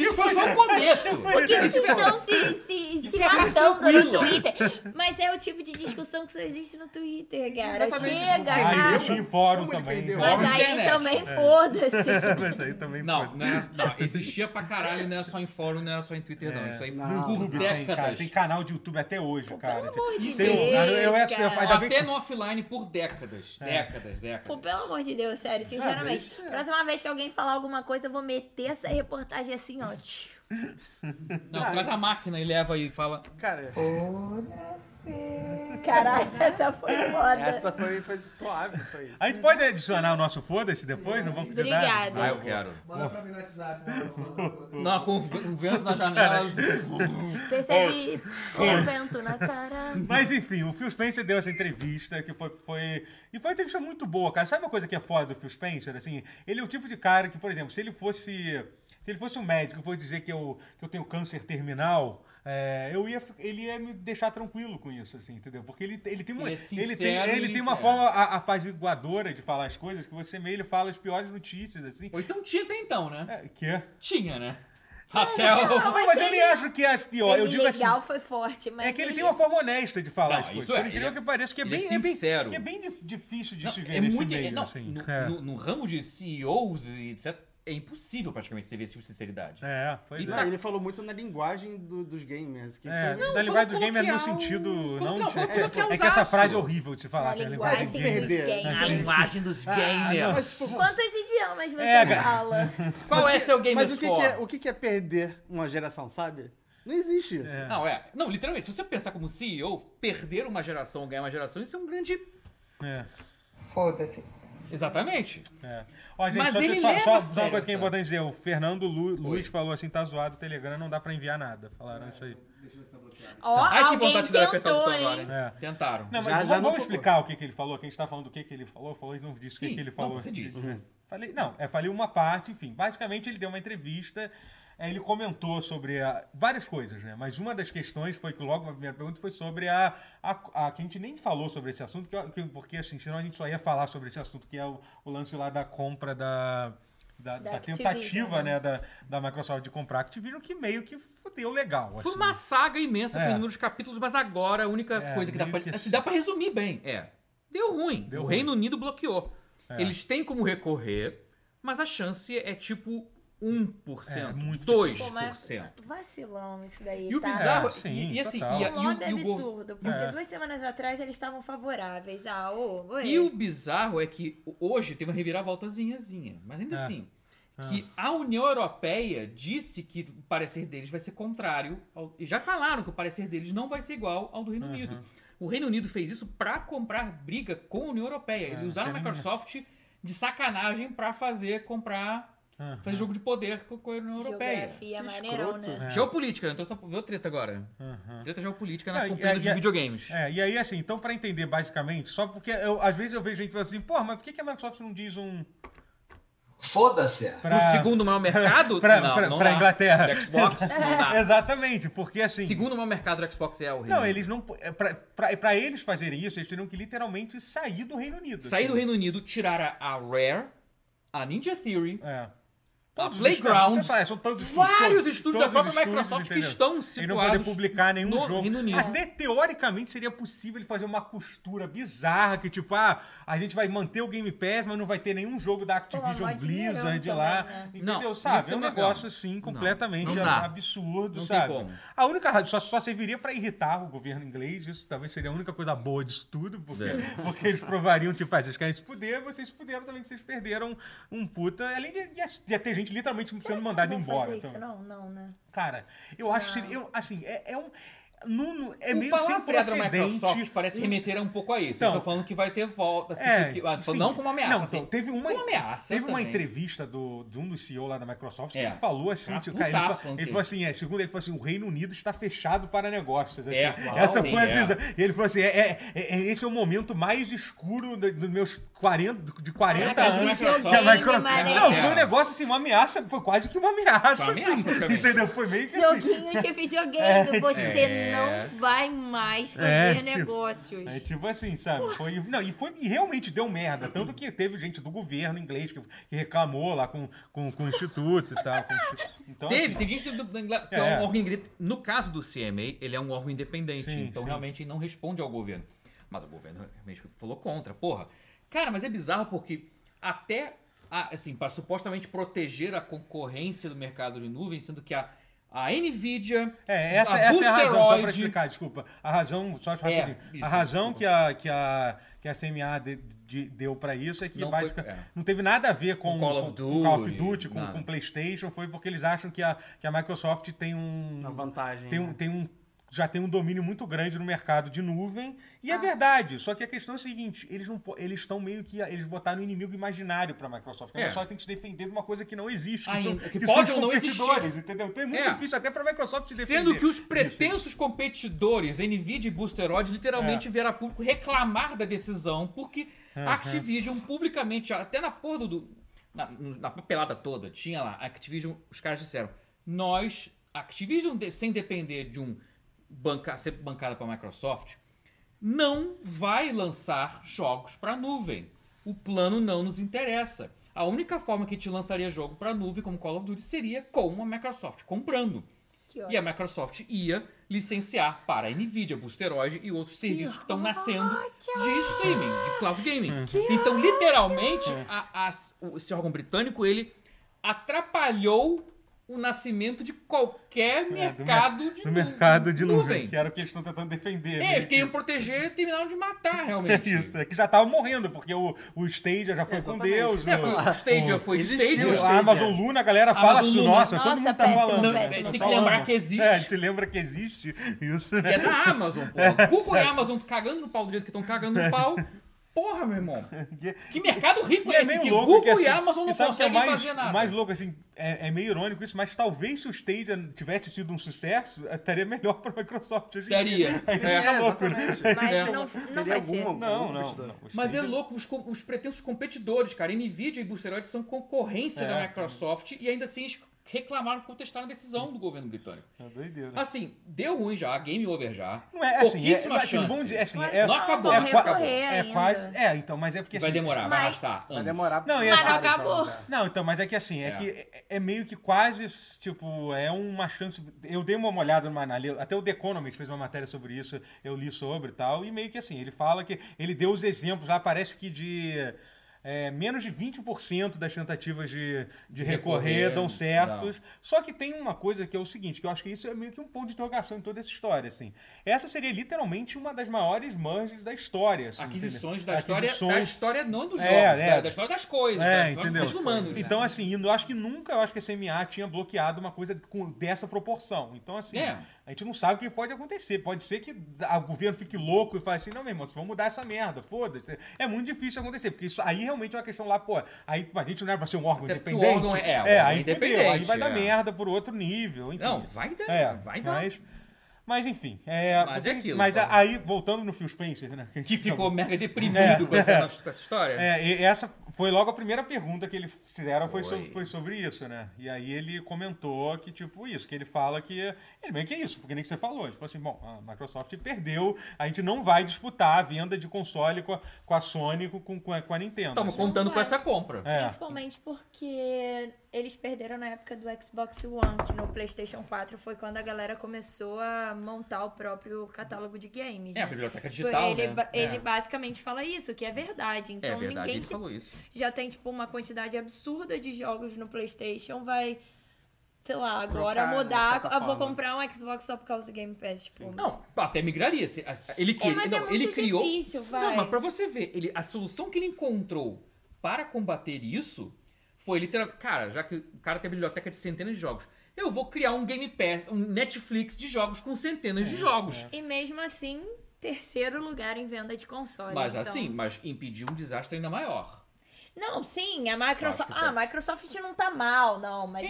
B: Isso foi só o começo.
D: Porque eles estão se, se, se
B: é mais
D: matando no
B: tranquilo.
D: Twitter. Mas é o tipo de discussão que só existe no Twitter, cara.
B: Exatamente.
D: Chega,
A: Ah,
D: cara.
A: existe em fórum
C: Como ele
A: também.
C: perdeu?
A: fórum.
D: Mas aí
B: Internet.
A: É.
D: também foda-se.
A: Mas aí também
B: Não,
A: pode.
B: não, era, não, existia pra caralho, não era só em fórum, não era só em Twitter, não.
A: É.
B: Isso aí
C: No
B: por
C: YouTube
A: Tem, cara,
B: décadas.
A: tem canal de YouTube até hoje, cara.
D: Pelo amor de
B: Tem um-
D: Deus,
A: eu- eu- eu-
D: cara.
A: ainda bem
B: Até
A: que- É.
B: no Tá offline por décadas. Décadas,
D: Pô,
B: décadas.
D: pelo amor de Deus, sério,
A: Ah,
D: sinceramente. Próxima vez que alguém falar alguma coisa, eu vou meter essa reportagem assim, ó. tchiu.
B: Não, traz a máquina e leva e fala.
C: Cara,
H: Foda-se.
A: [LAUGHS]
D: Caralho, essa foi foda.
C: essa foi, foi suave. Foi.
A: A gente pode adicionar o nosso foda-se depois? Não vamos precisar?
D: Obrigada.
B: Ah, eu quero.
G: Manda pra mim no WhatsApp, mano.
B: Não, com o v- um vento
A: [LAUGHS]
B: na janela.
D: Percebi um vento na cara.
A: Mas enfim, o Phil Spencer deu essa entrevista que foi, foi. E foi uma entrevista muito boa, cara. Sabe uma coisa que é foda do Phil Spencer? Assim, ele é o tipo de cara que, por exemplo, se ele fosse. Se ele fosse um médico e fosse dizer que eu, que eu tenho câncer terminal, é, eu ia, fi- ele ia me deixar tranquilo com isso, assim, entendeu? Porque ele, ele tem uma.
B: Ele é sincero
A: tem, ele
B: e-
A: tem uma
B: é.
A: forma a- apaziguadora de falar as coisas que você meio ele fala as piores notícias, assim.
B: Ou então tinha até então, né?
A: É, que é.
B: Tinha, né? Até o.
A: Não, mas, eu nem acho que é as piores. Eu
D: Ele
A: digo assim.
D: legal foi forte, mas.
A: É que ele tem uma forma honesta de falar
B: Não,
A: as coisas.
B: isso é,
A: Por incrível
B: ele é-
A: que pareça, que é
B: ele é
A: bem, é bem-
B: sincero.
A: que é bem dif- difícil de
B: Não,
A: se ver
B: é
A: nesse
B: muito,
A: meio,
B: é- não,
A: assim.
B: no,
A: é.
B: no- no ramo de CEOs e etc, é impossível praticamente você ver esse tipo de sinceridade.
A: É, pois
B: E tá
A: é.
C: Não, ele falou muito na linguagem do- dos gamers. Que
A: É,
C: foi-
A: na linguagem dos games é no
B: coloquial-
A: sentido. Não,
B: coloquial,
A: tipo,
B: coloquial
A: é, que
B: usaço.
A: essa frase é horrível de se falar.
D: Na
A: assim, a
D: linguagem
A: linguagem gamer.
D: dos
C: perder.
I: A
D: games.
I: linguagem dos
B: Ah,
I: gamers.
A: não.
C: Mas, tipo,
D: Quantos idiomas você
A: É, cara.
D: fala?
B: Qual é seu game
C: mas o, que, que
B: score?
C: é, o que, que é perder uma geração, sabe? Não existe isso.
A: É.
B: Não, é. Não, literalmente, se você pensar como CEO, perder uma geração, ganhar uma geração, isso é um grande.
A: É,
H: Foda-se.
B: Exatamente.
A: é. Ó, gente,
B: Mas
A: só,
B: ele
A: deixa eu falar-
B: leva
A: só-
B: a
A: só uma
B: sério
A: coisa que é
B: essa-
A: importante dizer. O Fernando Lu- Luiz
B: Oi.
A: falou assim: tá zoado o Telegram, não dá pra enviar nada. Falaram isso aí.
D: Ó,
B: Ai, que
D: alguém
B: vontade de dar apertar o
D: tentou,
B: botão agora,
D: hein?
B: hein?
A: É.
B: Tentaram.
A: Não, mas
C: Já-
A: vamos,
C: já não
A: vamos
C: foi-
A: explicar o que, que ele falou, que a gente tá falando do que, que ele falou, falou, ele não disse o que,
B: Sim,
A: que ele
B: não,
A: falou.
B: você disse.
A: Uhum. Falei, não, é, falei uma parte, enfim. Basicamente, ele deu uma entrevista, é, ele comentou sobre a- várias coisas, né? Mas uma das questões foi que logo a primeira pergunta foi sobre a. a, a- que a gente nem falou sobre esse assunto, que eu- que- porque assim, senão a gente só ia falar sobre esse assunto, que é o, o lance lá da compra da. Da,
D: Da
A: da
D: Activision,
A: tentativa
D: né?
A: né, da, da Microsoft de comprar a Activision, que meio que fudeu legal.
B: Foi
A: assim.
B: uma saga imensa
A: É.
B: com inúmeros capítulos, mas agora a única
A: É,
B: coisa que dá pra.
A: meio que
B: assim,
A: sim.
B: dá pra resumir bem. É. Deu ruim.
A: Deu
B: o
A: ruim. É.
B: Reino Unido bloqueou. Eles têm como recorrer, Mas a chance é tipo 1%,
A: É, muito
B: 2%.
D: Pô, mas vacilão isso daí,
B: E o
D: tá?
B: bizarro,
A: É, sim,
B: e, e assim, e,
A: total.
B: a-
D: É
B: e
D: um
B: o-
D: lobby
B: e o, gov-
D: absurdo, porque
A: É.
D: duas semanas atrás eles estavam favoráveis. Ah, ô, oi.
B: E o bizarro é que hoje teve uma reviravoltazinhazinha, mas ainda
A: É.
B: assim,
A: É.
B: que a União Europeia disse que o parecer deles vai ser contrário, ao- e já falaram que o parecer deles não vai ser igual ao do Reino
A: Uhum.
B: Unido. O Reino Unido fez isso pra comprar briga com a União Europeia. Eles
A: É,
B: usaram a
A: tem ninguém.
B: Microsoft de sacanagem pra fazer comprar,
A: Aham.
B: fazer jogo de poder com com a União Europeia.
D: Geografia
C: Que
D: maneirão,
C: escroto.
D: né?
A: É.
B: Geopolítica, então só viu treta agora.
A: Aham.
B: Treta geopolítica
A: Não,
B: na
A: e-
B: companhia
A: e-
B: dos
A: e-
B: videogames.
A: É, e aí, assim, então, pra entender basicamente, só porque eu- às vezes eu vejo gente falando assim, porra, mas por que, que a Microsoft não diz um.
F: Foda-se.
A: Pra...
B: O segundo maior mercado?
A: pra-
B: não,
A: pra-
B: não
A: pra
B: dá.
A: Inglaterra.
B: Do Xbox? não
A: [LAUGHS]
B: dá.
A: Exatamente, porque assim.
B: Segundo maior mercado do Xbox é o Reino
A: Não,
B: Unido.
A: eles não. Pra, pra, pra eles fazerem isso, eles teriam que literalmente sair do Reino Unido.
B: Sair do
A: assim.
B: Reino Unido, tirar a Rare, a Ninja Theory,
A: É.
B: a
A: os estudos,
B: Ah, Playground,
A: você fala, são todos os
B: vários
A: todos-
B: estúdios
A: todos
B: da própria
A: os estúdios,
B: Microsoft que
A: entendeu?
B: estão
A: E não poder
B: situados
A: publicar nenhum
B: no
A: jogo.
B: Reino Unido.
A: Até teoricamente seria possível ele fazer uma costura bizarra que tipo, ah, a gente vai manter o Game Pass, mas não vai ter nenhum jogo da
D: Pô,
A: Activision
D: mó dinheirão
A: Blizzard de
D: também,
A: lá.
D: né?
A: Entendeu?
B: Não,
A: sabe?
B: isso
A: É um
B: não é
A: negócio
B: legal.
A: assim
B: Não,
A: completamente
B: não dá.
A: absurdo,
B: Não tem
A: sabe?
B: como.
A: A única razão só, só serviria pra irritar o governo inglês, isso talvez seria a única coisa boa disso tudo, porque,
B: É.
A: [LAUGHS] porque eles provariam, tipo, ah, vocês querem se fuder, vocês se fuderam também, que vocês perderam um puta. Além de ia, ia ter gente literalmente sendo mandada
D: Não vão
A: embora.
D: fazer isso,
B: então.
A: também.
D: não, não,
B: [LAUGHS]
D: né?
A: Cara, eu acho que. Eu, assim, é, é um. Nuno, é
B: Ah. o
A: meio sem
B: palavreado da
A: precedente.
B: Microsoft parece remeter um pouco a isso.
A: Então,
B: Então, Estou falando que vai ter volta. Assim,
A: É,
B: que- ah,
A: sim.
B: não como ameaça.
A: Não,
B: assim.
A: então, teve uma,
B: como ameaça
A: teve uma
B: também.
A: entrevista do, de um dos CEO lá da Microsoft que
B: É.
A: ele falou assim,
B: Tá
A: tipo, cara, ele,
B: putaço
A: fa- ele
B: ontem.
A: falou assim, é, segundo ele falou assim, o Reino Unido está fechado para negócios. assim.
B: É, uau,
A: Essa
B: sim,
A: foi a
B: é.
A: visão. E ele falou assim, é, é- é- esse é o momento mais escuro do- dos meus 40, de 40
B: Caraca,
A: anos.
B: é Microsoft.
A: Que a
B: Game,
A: Microsoft...
D: Maria.
A: Não,
B: É.
A: foi um negócio assim, uma ameaça, foi quase que uma ameaça,
B: Foi uma ameaça,
A: assim,
B: praticamente.
A: entendeu? Foi meio que assim.
D: Joguinho de videogame, você
B: É.
D: não vai mais fazer
A: É, tipo,
D: negócios.
A: É tipo assim, sabe? Foi, não, e, foi, e realmente deu merda. Tanto que teve gente do governo inglês que, que reclamou lá com, com, com o instituto e tal. com o instituto. Então,
B: Teve,
A: assim,
B: tem gente do, do Inglaterra, que é,
A: É.
B: um órgão independente. No caso do CMA, ele é um órgão independente,
A: Sim,
B: então
A: sim.
B: realmente não responde ao governo. Mas o governo realmente falou contra, porra. Cara, mas é bizarro porque até, a- assim, para supostamente proteger a concorrência do mercado de nuvem, sendo que a, a NVIDIA,
A: é, essa,
B: a
A: essa é a razão, só pra
B: Boosteroid-
A: explicar, desculpa. A razão, só rapidinho.
B: isso,
A: a razão
B: desculpa.
A: que a, que a, que a CMA de- de- deu pra isso é que
B: Não foi-
A: basicamente
B: é.
A: não teve nada a ver com,
B: Com Call of
A: com- com Call of
B: Duty,
A: Duty, com,
B: nada.
A: com PlayStation, foi porque eles acham que a, que a Microsoft tem um.
C: Uma vantagem.
A: tem um,
C: né?
A: tem um, já tem um domínio muito grande no mercado de nuvem. E
B: Ah.
A: é verdade. Só que a questão é a seguinte: eles não po- eles estão meio que. Eles botaram um inimigo imaginário para a Microsoft. A
B: É.
A: Microsoft tem que se defender de uma coisa que não existe. Que,
B: Ainda,
A: são,
B: que
A: que são
B: pode
A: os
B: ou não existir.
A: competidores, entendeu? Então é muito
B: É.
A: difícil até para a Microsoft se defender.
B: sendo que os
A: disso.
B: pretensos competidores, NVIDIA e Boosteroid, literalmente vieram a público reclamar da decisão, porque a Activision publicamente, até na porra do- do. Na, na papelada toda, tinha lá, a Activision, os caras disseram, nós, a Activision, de- sem depender de um banca, ser bancada para Microsoft, não vai lançar jogos para nuvem. O plano não nos interessa. A única forma que te lançaria jogo para nuvem, como Call of Duty, seria com a Microsoft comprando.
D: Que
B: E a
D: ótimo.
B: Microsoft ia licenciar para a Nvidia, Boosteroid e outros serviços que estão nascendo de streaming, de cloud gaming. então, literalmente,
A: É.
B: a- as- o- esse órgão britânico ele atrapalhou o nascimento de qualquer
A: É, do mer-
B: mercado de
A: No
B: nu-
A: mercado de nuvem, que era o que eles estão tentando defender.
B: É,
A: meio
B: eles
A: que
B: queriam
A: isso.
B: proteger e terminaram de matar,
A: [LAUGHS] É [LAUGHS]
B: realmente.
A: isso, é que já tava morrendo, porque o, o Stadia já foi
C: Exatamente.
A: com Deus.
B: É,
A: o-
B: o Stadia foi de
C: Existiu,
B: Stadia.
A: A Amazon Luna, a galera fala
B: Amazon
A: assim,
B: Luna.
A: nossa,
D: Nossa,
A: todo mundo tá
D: péssimo,
A: falando.
D: péssimo,
A: né?
D: péssimo.
A: Eu
D: Tem
A: só
B: que lembrar
A: amo.
B: que existe.
A: É, te lembra que existe isso,
B: Que
A: né?
B: é da Amazon, porra. Google e Amazon cagando no pau do jeito que estão cagando no pau. Porra, meu irmão. Que mercado rico
A: E
B: é, esse que
A: que,
B: Google e
A: assim,
B: Amazon não
A: sabe o que é
B: conseguem
A: mais,
B: fazer nada?
A: o mais louco, assim, é, é meio irônico isso, mas talvez se o Stadia tivesse sido um sucesso, eh, estaria melhor [LAUGHS] pra Microsoft. hoje em dia.
B: Teria.
A: [LAUGHS] [LAUGHS] É isso que é
C: É,
A: louco, né?
B: [LAUGHS]
C: exatamente.
D: Mas
B: É.
D: não, não
C: Teria
D: vai
C: algum-
D: ser.
C: algum
A: Não, não.
C: competidor.
A: não. O
B: Mas é
A: Stadia-
B: louco, os, co- os pretensos competidores, cara. Nvidia e Boosteroid são concorrência
A: É.
B: da Microsoft e ainda assim eles reclamaram, contestaram a decisão do governo britânico.
A: É doideira.
B: Assim, deu ruim já, game over já.
A: Não é assim, é,
B: Pouquíssima
A: assim,
B: chance.
A: bom dia, é assim,
D: Claro
A: é,
D: que não,
B: Não acabou,
A: é,
B: não
A: qua-
B: acabou.
D: recorrer.
A: é
D: ainda.
A: quase, é, então, mas é porque
B: Vai
A: assim,
B: demorar, vai
D: mas-
B: arrastar.
C: Vai
B: anos.
C: demorar.
A: Não, e
D: Mas
A: assim-
D: não
C: pra-
B: né?
D: acabou.
A: Não, então, mas é que assim, é,
B: É.
A: que é, é meio que quase, tipo, é uma chance. Eu dei uma olhada numa análise, até o The Economist fez uma matéria sobre isso, eu li sobre e tal, e meio que assim, ele fala que ele deu os exemplos lá, parece que ah, de. é, menos de 20% das tentativas de, de
B: Recorrer,
A: recorrer, dão
B: não.
A: certos. Só que tem uma coisa que é o seguinte, que eu acho que isso é meio que um ponto de interrogação em toda essa história, assim. Essa seria literalmente uma das maiores merges da história, assim,
B: Aquisições
A: entendeu?
B: da história, da
A: Aquisições.
B: história não dos
A: É,
B: jogos,
A: é.
B: da, da história das coisas, da
A: É,
B: história
A: entendeu?
B: dos seres humanos. né?
A: Então, assim, eu acho que nunca, eu acho que a CMA tinha bloqueado uma coisa com- dessa proporção. Então, assim,
B: É.
A: a gente não sabe o que pode acontecer. Pode ser que a- o governo fique louco e fale assim, não, meu irmão, vocês vão mudar essa merda, foda-se. É muito difícil acontecer, porque isso aí realmente é uma questão lá, pô, aí a gente não era pra ser um órgão
B: Até porque o
A: independente.
B: órgão é- é, o órgão
A: aí
B: independente,
A: aí vai dar
B: é.
A: merda por outro nível, enfim.
B: não, vai dar,
A: É,
B: vai dar.
A: Mas, mas enfim. É,
B: Mas é aquilo,
A: Mas
B: cara.
A: aí, voltando no Phil Spencer, né? [LAUGHS] a gente
B: Que ficou mega deprimido
A: É.
B: com, essa, com essa história.
A: É, e essa foi logo a primeira pergunta que eles fizeram foi,
B: Foi.
A: sobre, foi sobre isso, né? E aí ele comentou que, tipo, isso, que ele fala que. Ele meio que é isso, porque nem que você falou. Ele falou assim: bom, a Microsoft perdeu, a gente não vai disputar a venda de console com a, com a Sony com, com, a, com a Nintendo.
B: Estamos
A: assim.
B: contando
D: Não
B: com
D: é.
B: essa compra.
A: É.
D: Principalmente porque eles perderam na época do Xbox One, que no PlayStation 4 foi quando a galera começou a montar o próprio catálogo de games.
B: É, a
D: né?
B: biblioteca digital,
D: ele,
B: né?
D: ba- ele
B: é.
D: basicamente fala isso, que é verdade. Então
B: é verdade,
D: ninguém
B: ele
D: que
B: falou isso.
D: já tem, tipo, uma quantidade absurda de jogos no PlayStation vai, sei lá, agora
C: Trocar
D: mudar.
C: nas
D: Ah, vou
C: plataformas.
D: comprar um Xbox só por causa do Game Pass, tipo.
B: Não, até migraria. se- Ele, queria,
D: mas é
B: não,
D: muito
B: ele criou.
D: difícil, vai.
B: Não, mas pra você ver, ele, a solução que ele encontrou para combater isso foi literalmente. Cara, já que o cara tem a biblioteca de centenas de jogos, eu vou criar um Game Pass, um Netflix de jogos com centenas
A: É,
B: de jogos.
D: E mesmo assim, terceiro lugar em venda de console.
B: Mas
D: então-
B: assim, mas impedir um desastre ainda maior.
D: Não, sim, a Microsoft.
B: Acho que
D: Ah, a
B: tá.
D: Microsoft não tá mal, não, mas.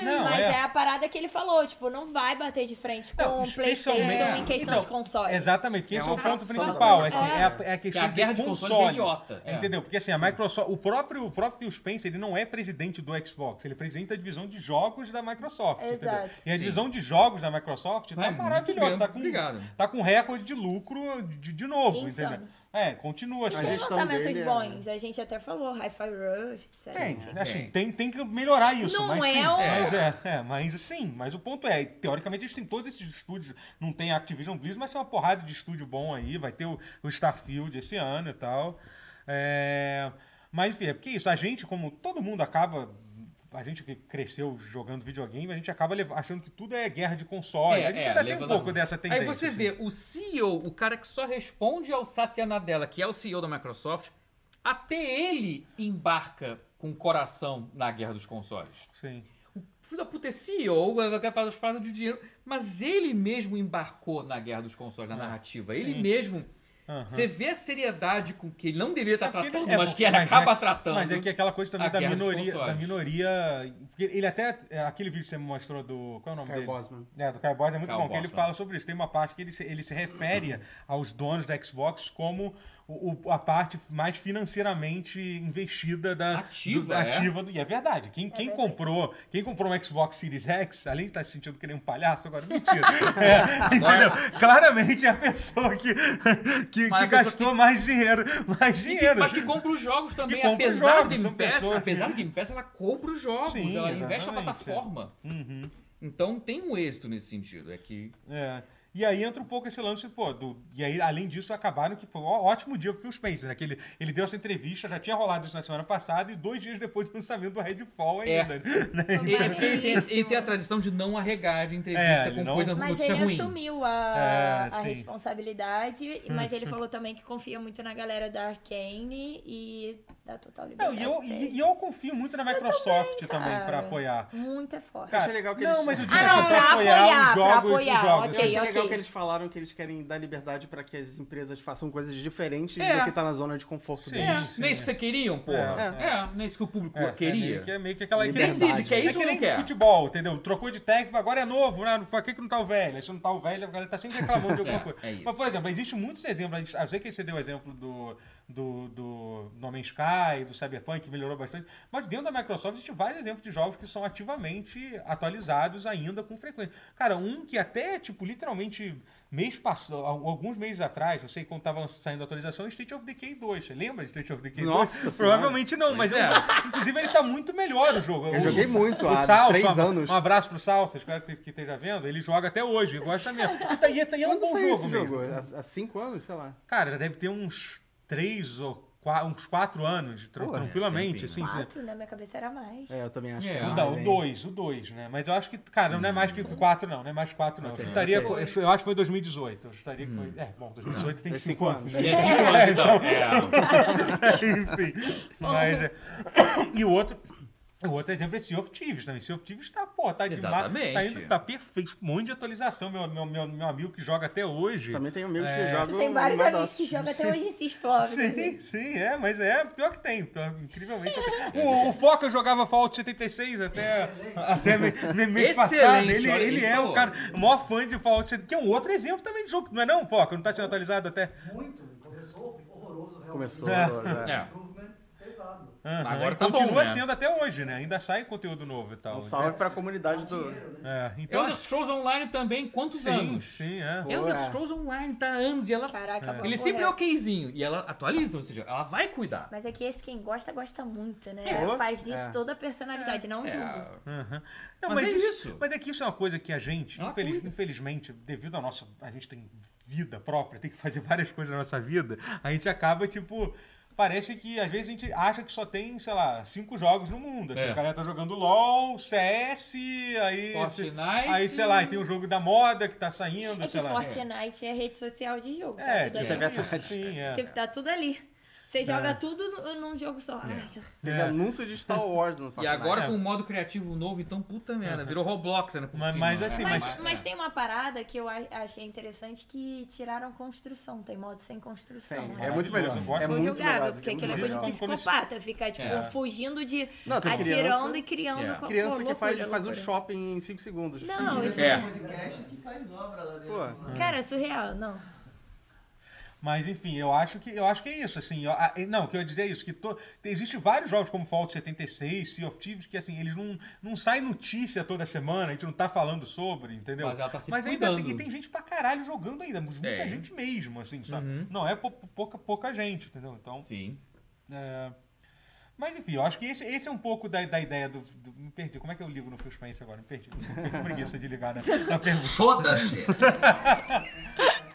A: Não,
D: mas é.
A: é.
D: a parada que ele falou, tipo, não vai bater de frente com
A: Não,
D: o PlayStation
A: especialmente-
D: em questão
A: Então,
D: de console.
A: Exatamente, que
C: É
A: esse é
C: uma
A: o ponto
C: fração
A: principal.
C: da
A: Assim, é, a, é a
B: Porque
A: questão
B: a guerra de consoles é
A: consoles.
B: idiota. é.
A: Entendeu? Porque assim, a Microsoft, o próprio, o próprio Phil Spencer, ele não é presidente do Xbox, ele é presidente da divisão de jogos da Microsoft. entendeu?
D: Exato.
A: E a
B: Sim.
A: divisão de jogos da Microsoft
B: É
A: tá
B: muito
A: maravilhosa,
B: grande,
A: tá com,
B: obrigado.
A: tá com recorde de lucro de, de novo,
D: Insano.
A: entendeu? É, continua assim.
C: A
D: Tem
C: gestão
D: lançamentos
C: dele é-
D: bons, a gente até falou, Hi-Fi Rush, etc.
A: Tem, assim, tem, tem que melhorar isso,
D: Não
A: mas
D: é
A: sim.
D: o-
A: Mas é, é, mas sim, mas o ponto é, teoricamente eles têm todos esses estúdios, não tem Activision Blizzard, mas tem uma porrada de estúdio bom aí, vai ter o, o Starfield esse ano e tal. É, mas enfim, é porque isso, a gente, como todo mundo acaba. A gente que cresceu jogando videogame, a gente acaba leva- achando que tudo é guerra de console. a gente ainda tem um
B: levando
A: pouco
B: as-
A: dessa tendência.
B: Aí você
A: assim.
B: vê o CEO, o cara que só responde ao Satya Nadella, que é o CEO da Microsoft, até ele embarca com o coração na guerra dos consoles.
A: assim. Sim.
B: Filho da puta é CEO, é para as paradas de dinheiro, mas ele mesmo embarcou na guerra dos consoles, na narrativa. Ele
A: Ah, sim.
B: mesmo.
A: Aham.
B: Você vê a seriedade com que ele não deveria estar
A: É porque
B: tratando,
A: ele- é
B: mas que
A: porque-
B: ele
A: mas
B: acaba
A: é-
B: tratando.
A: Mas é que aquela coisa também
B: a
A: da
B: guerra dos
A: minoria, da
B: consoles.
A: minoria. porque Ele até. é, Aquele vídeo que você me mostrou do. Qual é o nome
C: Cara,
A: dele?
C: Bosman.
A: É, do Caio Borges é muito
B: Caio
A: bom, que ele
B: Borges, né?
A: fala sobre isso. Tem uma parte que ele se, ele se refere [CLEARS THROAT] aos donos da Xbox como o- o- a parte mais financeiramente investida da
B: Ativa,
A: do,
B: é.
A: ativa do- e é verdade. Quem, quem
D: verdade.
A: comprou, quem comprou um Xbox Series X, além de estar se sentindo que nem um palhaço agora, mentira. É, entendeu? Claramente é a pessoa que, [LAUGHS] que,
B: Mas a
A: que
B: pessoa
A: gastou mais dinheiro, mais
B: E que-
A: dinheiro.
B: Mas que compra os jogos também,
A: Que compra os
B: apesar
A: jogos,
B: do
A: são
B: Game Pass,
A: pessoas que-
B: apesar do Game Pass, ela compra os jogos,
A: Sim,
B: ela investe
A: exatamente,
B: na
A: é.
B: plataforma.
A: Uhum.
B: Então tem um êxito nesse sentido, é que
A: É. E aí entra um pouco esse lance, pô, do, e aí, além disso, acabaram que foi um ótimo dia pro Phil Spencer, né? Que ele, ele deu essa entrevista, já tinha rolado isso na semana passada, e dois dias depois do lançamento do Redfall
B: É.
A: ainda. né?
D: Então,
B: ele, é porque ele tem, ele tem a tradição de não arregar de
A: É,
B: entrevista
A: ele
B: com
A: não-
B: coisa
D: Mas
B: notícia
D: ele
B: ruim.
D: assumiu a,
A: É,
D: a
A: sim. Hum.
D: responsabilidade, mas ele falou também que confia muito na galera da Arkane e da Total
A: Não,
D: Liberdade.
A: e, eu, e-
D: dele.
A: e é eu confio muito na Microsoft também,
D: cara.
A: pra apoiar.
D: Muito é forte.
C: Cara, achei legal que
A: não,
C: eles-
A: [LAUGHS]
C: [LAUGHS]
A: mas eu digo
D: Ah,
A: assim,
D: não,
A: pra
D: pra
A: apoiar,
D: apoiar,
A: os
D: pra
A: jogos, os
D: apoiar,
A: jogos. É,
D: Ok,
C: eu achei legal
D: ok.
C: que eles falaram que eles querem dar liberdade pra que as empresas façam coisas diferentes
B: É.
C: do que tá na zona de conforto
A: Sim.
C: deles.
B: É, não é isso que você queriam, porra. É,
A: É.
B: não é isso que o público
A: É, É
B: queria.
A: meio que, é meio que aquela que nem-
B: Decide, quer isso
A: é
B: ou
A: que
B: não
A: nem
B: quer?
A: futebol, entendeu? Trocou de técnico, agora é novo, né? Pra que, que não tá o velho? Aí Se não tá o velho, a galera tá sempre
B: [LAUGHS]
A: reclamando de alguma
B: É,
A: coisa.
B: é isso.
A: Mas, por exemplo, existem muitos exemplos. a gente- Eu sei que você deu o exemplo do, do, do No Man's Sky, do Cyberpunk, que melhorou bastante. Mas dentro da Microsoft existem vários exemplos de jogos que são ativamente atualizados ainda com frequência. Cara, um que até, tipo, literalmente. Mês passado, alguns meses atrás, eu sei quando tava saindo a atualização, State of Decay 2. Você lembra de State of Decay 2?
C: Nossa Senhora.
A: Provavelmente não, mas
B: Pois
A: é um
B: é.
A: jogo- Inclusive, ele tá muito melhor o jogo.
C: Eu
A: O-
C: joguei muito
A: o
C: há
A: Salsa,
C: três
A: um-
C: anos.
A: Um abraço pro Salsa, espero que que esteja vendo. Ele joga até hoje, eu gosto mesmo. E [LAUGHS] tá, e tá- e é um
C: Quando
A: bom
C: saiu
A: jogo,
C: esse
A: mesmo.
C: jogo? Há, há cinco anos, sei lá.
A: Cara, já deve ter uns três ou qua- uns quatro anos, tran-
C: Pô, é,
A: tranquilamente,
B: tempinho.
A: assim. entendeu?
D: Quatro, na minha cabeça era mais.
C: É, eu também acho
B: É,
C: que
B: não
A: Não,
B: Ah,
A: dá,
C: mais,
A: o
C: hein?
A: 2, o 2, né? Mas eu acho que, cara, não é mais que quatro não. Não é mais que quatro não. Eu chutaria, co- eu acho que foi 2018. Eu chutaria que foi... É, bom, 2018 tem
C: Tem
A: cinco
C: cinco
A: anos.
C: anos.
A: né?
B: E
A: [LAUGHS]
B: é cinco anos, então. É.
A: Enfim. Mas, é. [COUGHS] E o outro. O outro exemplo é Sea of Thieves também. Sea of Thieves tá, pô, tá de mar- Tá,
B: Exatamente.
A: indo, tá perfeito. Um monte de atualização. Meu, meu, meu, meu amigo que joga até hoje.
C: Também tá tem amigos que
A: É.
C: jogam.
D: Tu tem vários
C: Madoff.
D: amigos
C: [LAUGHS]
D: que jogam até hoje em Cis Flop.
A: Sim, sim, é, mas é pior que tem. pior- incrivelmente. O, o Foca jogava Fallout 76 até, até me- me- mês
B: Excelente,
A: passado. Ele,
B: olha aí,
A: ele é o
B: pô.
A: cara, o maior fã de Fallout 76, que é um outro exemplo também de jogo, não é não, Foca? Não tá sendo atualizado até.
E: Muito, começou horroroso realmente.
C: Começou.
A: É.
C: É.
B: É.
E: Improvement pesado.
A: Aham,
B: Agora
A: e
B: tá bom,
A: continua
B: né?
A: sendo até hoje, né? Ainda sai conteúdo novo e tal. né?
C: Um salve pra comunidade do.
A: É, então,
B: Elder Scrolls Online também, quantos
A: sim,
B: anos?
A: sim, é.
B: Elder
C: Boa.
B: Scrolls Online tá há anos e ela.
D: Caraca, papo
B: Ele sempre é
D: reto.
B: okzinho. E ela atualiza, ou seja, ela vai cuidar.
D: Mas é que esse quem gosta, gosta muito, né?
C: É.
D: Faz
C: É.
D: disso toda a personalidade, não o
B: É,
D: jogo.
A: Aham. Não,
B: Mas
A: mas,
B: é
A: isso,
B: isso.
A: Mas é que isso é uma coisa que a gente,
B: Ela
A: infeliz-
B: cuida.
A: infelizmente, devido à nossa. A gente tem vida própria, tem que fazer [LAUGHS] várias coisas na nossa vida, a gente acaba, tipo. Parece que às vezes a gente acha que só tem, sei lá, cinco jogos no mundo. Assim,
B: É.
A: O cara tá jogando LOL, CS, aí.
B: Fortnite.
A: aí, sei lá, e tem o jogo da moda que tá saindo,
D: É que
A: sei lá.
D: Fortnite é. rede social de jogo. tá
A: É,
D: tudo
A: tipo,
C: Isso é
D: ali.
C: verdade.
A: Sim, é.
D: Tipo, tá tudo ali.
C: É.
D: Você joga tudo nu- num jogo só. Ai,
C: Teve
A: É.
C: anúncio de Star Wars no
B: E
C: Fortnite.
B: agora com o modo criativo novo, então puta merda. Virou Roblox, né? por
A: Mas-
B: cima,
A: mas
B: né?
A: assim,
D: Mas,
A: mas-
D: mas tem uma parada que eu a- achei interessante que tiraram construção. Tem modo sem construção.
C: Sim,
D: né?
C: é muito melhor.
A: Maravilhoso, eu gosto
C: É
D: Não
C: muito
D: jogável,
C: melhor.
D: porque
C: é muito
D: aquilo é coisa de
C: melhor.
D: psicopata. Ficar, tipo,
B: É.
D: fugindo de...
C: Não, tem
D: atirando
C: criança-
D: e criando...
B: É.
D: co- pô,
C: Criança que
D: loucura,
C: faz, faz um
D: loucura.
C: shopping em 5 segundos.
D: Não, isso...
B: É.
G: um podcast que faz obra lá dentro.
C: Pô.
G: lá.
D: Cara, é surreal, não.
A: Mas enfim, eu acho que eu acho que é isso, assim, eu- a- e- não, o que eu ia dizer é isso, que to, existe vários jogos como Fallout 76, Sea of Thieves, que assim, eles não, não saem notícia toda semana, a gente não tá falando sobre, entendeu?
B: Mas ela tá se
A: ainda tem,
B: cuidando.
A: e tem gente pra caralho jogando ainda, muita
B: É. Uhum.
A: gente mesmo, assim, sabe? Não é pou- pouca, pouca gente, entendeu? Então,
B: Sim.
A: é, mas enfim, eu acho que esse, esse é um pouco da, da ideia do, do- Me perdi, como é que eu ligo no Phil Spencer agora? Me perdi, fiquei com preguiça de ligar né? na,
B: [LAUGHS]
A: na pergunta.
F: Foda-se.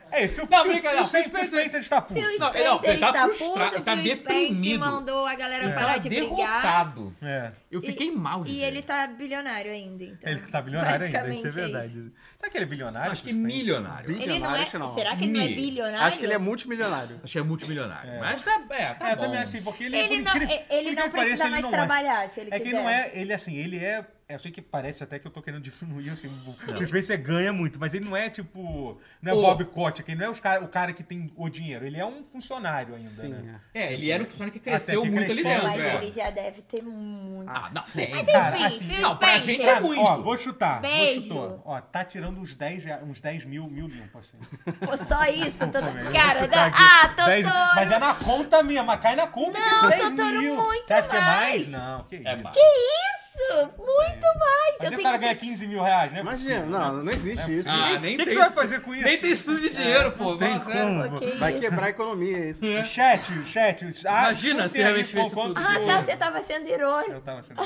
A: É isso, Phil-
B: Não,
A: Phil-
B: brincadeira,
A: Phil
B: Phil
A: Spencer Phil
B: Spencer-
A: Spencer está puto.
D: Phil
B: Não,
D: Spencer
B: ele- não, ele tá
D: está
B: frustrado,
D: puto,
B: ele tá
D: Phil Spencer
B: deprimido.
D: mandou a galera parar
B: Tá
D: de brigar.
B: derrotado.
A: É.
B: Eu fiquei mal,
D: E
B: gente.
D: ele tá bilionário ainda, então.
A: Ele que tá bilionário ainda,
D: Basicamente
A: isso é verdade. Será que ele é bilionário?
B: Acho que é
A: Suspense?
B: milionário.
C: Bi-
D: Ele não é.
C: Bilionário, acho que não.
D: Será que ele não é
B: Mi.
D: bilionário?
C: Acho que ele é multimilionário.
B: Acho que é multimilionário. Mas tá, é, tá
A: É, eu
B: bom.
A: também assim, porque ele,
D: Ele
A: por
D: não, é-
A: incrível-
D: ele- ele
A: por
D: não
A: incrível que pareça,
D: precisa mais
A: não
D: trabalhar, se ele
A: É que ele
D: quiser.
A: não é, ele assim, ele é. Eu sei que parece até que eu tô querendo diminuir, assim, o você ganha muito, mas ele não é tipo. Não é
B: O-
A: Bob Kotick, ele não é os cara, o cara que tem o dinheiro, ele é um funcionário ainda,
C: Sim,
A: né?
C: é.
B: É, ele era um funcionário que cresceu
A: Até que
B: muito
A: cresceu,
B: ali
D: Mas
B: dentro. é.
D: ele já deve ter muito.
B: Ah, não, tem.
D: Mas
A: Cara,
D: enfim,
A: assim,
D: Phil
B: não,
D: Spencer.
B: pra gente é muito.
A: Ó, vou chutar,
D: Beijo.
A: vou chutar. Ó, tá tirando uns 10, rea- uns 10 mil, mil limpo, assim.
D: Pô, só isso,
A: Eu vou
D: Totoro. Cara,
A: chutar
D: dá...
A: aqui.
D: ah,
A: 10
D: Totoro.
A: Mas é na conta minha, mas cai na conta
D: Não,
A: que é 10
D: Totoro,
A: mil.
D: muito
A: Você acha que é
D: mais.
A: mais? Não, que isso.
B: É mais.
D: Que isso? Muito mais.
A: Mas
D: Eu
A: o cara é
D: tenho
A: ganha 15 mil reais, né?
C: Imagina, não, não existe isso.
B: Ah,
A: O
B: nem
A: que, que você vai
B: tem isso. né?
A: fazer com isso? É,
B: Nem tem estudo de dinheiro, pô. é,
A: tem
B: Fala sério.
A: como.
D: Pô, que isso?
C: Vai quebrar a economia, é isso.
A: Chat, chat. Ah,
B: Imagina se
A: chutem aí
B: realmente
A: qual
B: tivesse
A: quanto
B: tudo.
A: que
D: Ah,
A: eu-
D: tá, você tava sendo irônico.
A: Eu tava
D: [LAUGHS]
A: sendo.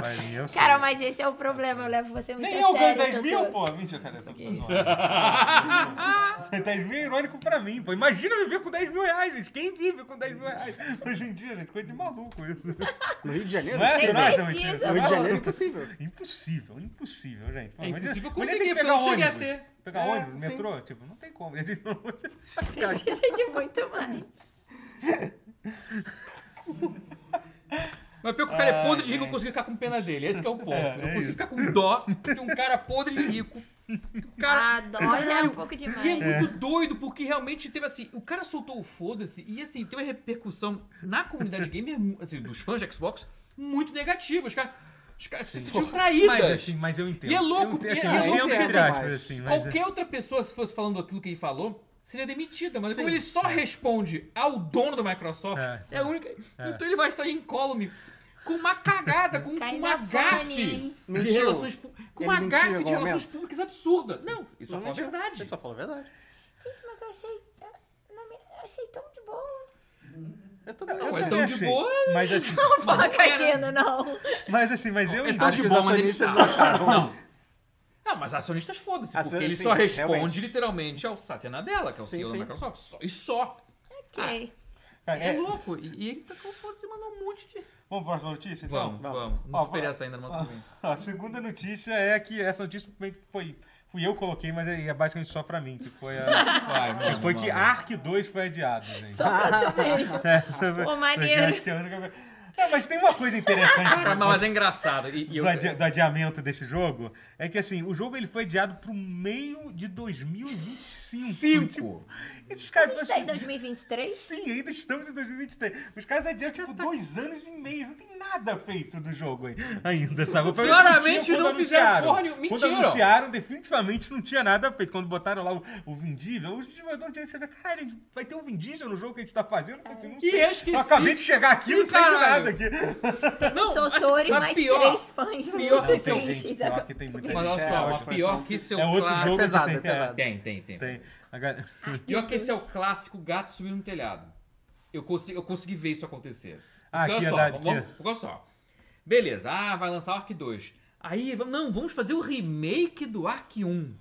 A: Mas eu sei.
D: Cara, mas esse é o problema, eu levo você muito
A: Nem
D: a
A: eu ganho
D: sério,
A: 10 mil,
D: Totoro.
A: pô. Mentira, cara, eu tô, tô [LAUGHS] zoando. 10 mil é irônico pra mim, pô. Imagina viver com 10 mil reais, gente. Quem vive com 10 mil reais? Hoje em dia, gente, coisa de maluco isso.
C: No Rio de Janeiro?
A: Não é? Você
D: Nem
A: não acha,
D: precisa,
A: mentira?
C: No Rio de Janeiro é impossível.
A: Impossível, impossível, gente.
B: É impossível
A: Mas ele tem
B: conseguir,
A: que
B: porque eu
A: pegar
B: não cheguei a
A: ônibus.
B: ter.
A: Pegar
C: É,
A: ônibus,
C: sim.
A: metrô, tipo, não tem como. [LAUGHS] A gente não...
D: Precisa de muito mais.
B: Mas pior que o cara é
A: Ai,
B: podre de rico, eu
A: gente.
B: consegui ficar com pena dele. Esse que é o ponto.
A: Ah, É,
B: eu
A: é
B: consigo
A: isso.
B: ficar com dó de um cara podre de rico. O cara.
D: Ah, dó já é um pouco
B: E é
D: demais.
B: muito doido, porque realmente teve assim. O cara soltou o foda-se e assim, teve uma repercussão na comunidade gamer, mu- assim, dos fãs de Xbox, muito negativa. Os caras os caras se sentiram traídas.
A: Mas assim, mas eu entendo.
B: E é
A: eu,
B: louco,
A: entendo,
B: e
A: assim,
B: é
A: eu
B: louco
A: entendo
B: que
A: entre
C: assim,
A: aspas,
C: mas
A: assim, mas...
B: Qualquer outra pessoa, se fosse falando aquilo que ele falou, seria demitida. Mas
C: Sim.
B: como ele só responde ao dono da Microsoft,
A: É,
B: é, a única. Então ele vai sair incólume com uma cagada, com, com
D: Cai
B: uma
D: na fone,
B: gafe
D: hein?
B: de
C: Mentiu.
B: relações pu- Com
C: Ele
B: uma
C: mentiu em
B: gafe de
C: algum
B: relações
C: momento?
B: públicas absurda. Não, isso só fala
C: Não
B: a
C: mentiu.
B: verdade.
C: Ele só fala a verdade.
D: Gente, mas eu achei. eu- na minha- eu achei tão de boa.
C: Eu também.
B: Não,
A: Eu
B: é
D: então-
B: tão
A: também
B: de
A: achei.
B: boa.
A: Mas
B: [LAUGHS]
A: assim,
D: Não fala,
B: Não, cara. Ah.
D: Cadino, não.
A: mas assim, mas eu
B: É
A: entendo.
B: tão
C: Acho
B: de
C: que os
B: boa, mas eles
C: acionistas
B: não.
C: não acharam.
B: Não. Não, mas acionistas foda-se, porque
C: Acionista,
B: ele só
C: sim,
B: responde
C: realmente.
B: literalmente ao Satya Nadella, que é o
C: Sim,
B: CEO da
C: sim.
B: Microsoft. Só- e só.
D: Ok.
A: Cara,
B: É
A: é-
B: louco. E e ele tá com foda-se e mandou um monte de.
A: Vamos para a próxima notícia? então?
B: Vamos, vamos. Não
A: Ó,
B: superei
A: pra-
B: essa ainda, não tudo bem.
A: A segunda notícia é que essa notícia meio que foi. Fui eu que coloquei, mas é é basicamente só pra mim, que foi
B: [LAUGHS]
A: a.
B: Vai,
A: [LAUGHS]
B: mano.
A: Foi que
B: mano.
A: Ark 2 foi adiado, gente. [LAUGHS] É,
D: Só pra tu beijo. Pô, maneiro.
A: Acho que é a única... É, mas tem uma coisa
B: [LAUGHS]
A: interessante
B: Cara,
A: do,
B: mas é engraçado. E, e eu,
A: do adi- do adiamento desse jogo. É que assim, o jogo ele foi adiado pro meio de 2025. Tipo,
B: Cinco.
A: e os
D: [LAUGHS] A
A: caras falam
D: gente tá em
A: assim,
D: 2023?
A: Sim, ainda estamos em 2023. Os caras adiam, tipo, dois anos e meio. Não tem nada feito do jogo aí, ainda, sabe? Foi-
B: Claramente
A: tinha quando
B: não fizeram
A: anunciaram.
B: porra nenhuma.
A: Quando
B: Mentiram.
A: anunciaram, definitivamente não tinha nada feito. Quando botaram lá o, o Vin Diesel, os desenvolvedores tinham chegado, cara, vai ter um Vin Diesel no jogo que a gente tá fazendo? Eu pensei, não
B: Que
A: sei.
B: eu esqueci.
A: Eu acabei de chegar aqui, não
B: Ih,
A: sei de
B: caralho.
A: nada aqui.
B: Não,
D: Totoro e
B: a
D: mais
B: Tá pior-
D: três fãs
B: pior
D: muito
B: que tem
A: é
D: tristes.
A: pior que tem muita
B: Mas olha
C: É,
B: só,
C: uma
B: mas pior
C: expressão
B: que esse é
A: É
B: o
A: outro
B: clássico.
A: jogo
C: Pesado,
A: que
C: é
A: tem. é,
C: pesado.
B: Tem, tem, tem.
A: tem. A galera-
B: Pior que esse é o clássico gato subindo no telhado. Eu consegui, eu consegui ver isso acontecer.
A: Ah, aqui
B: Porque olha
A: é
B: Então, só,
A: da-
B: vamos,
A: aqui.
B: vamos- olha só. Beleza, ah, vai lançar o Ark 2. Aí, vamos- não, vamos fazer o remake do Ark 1.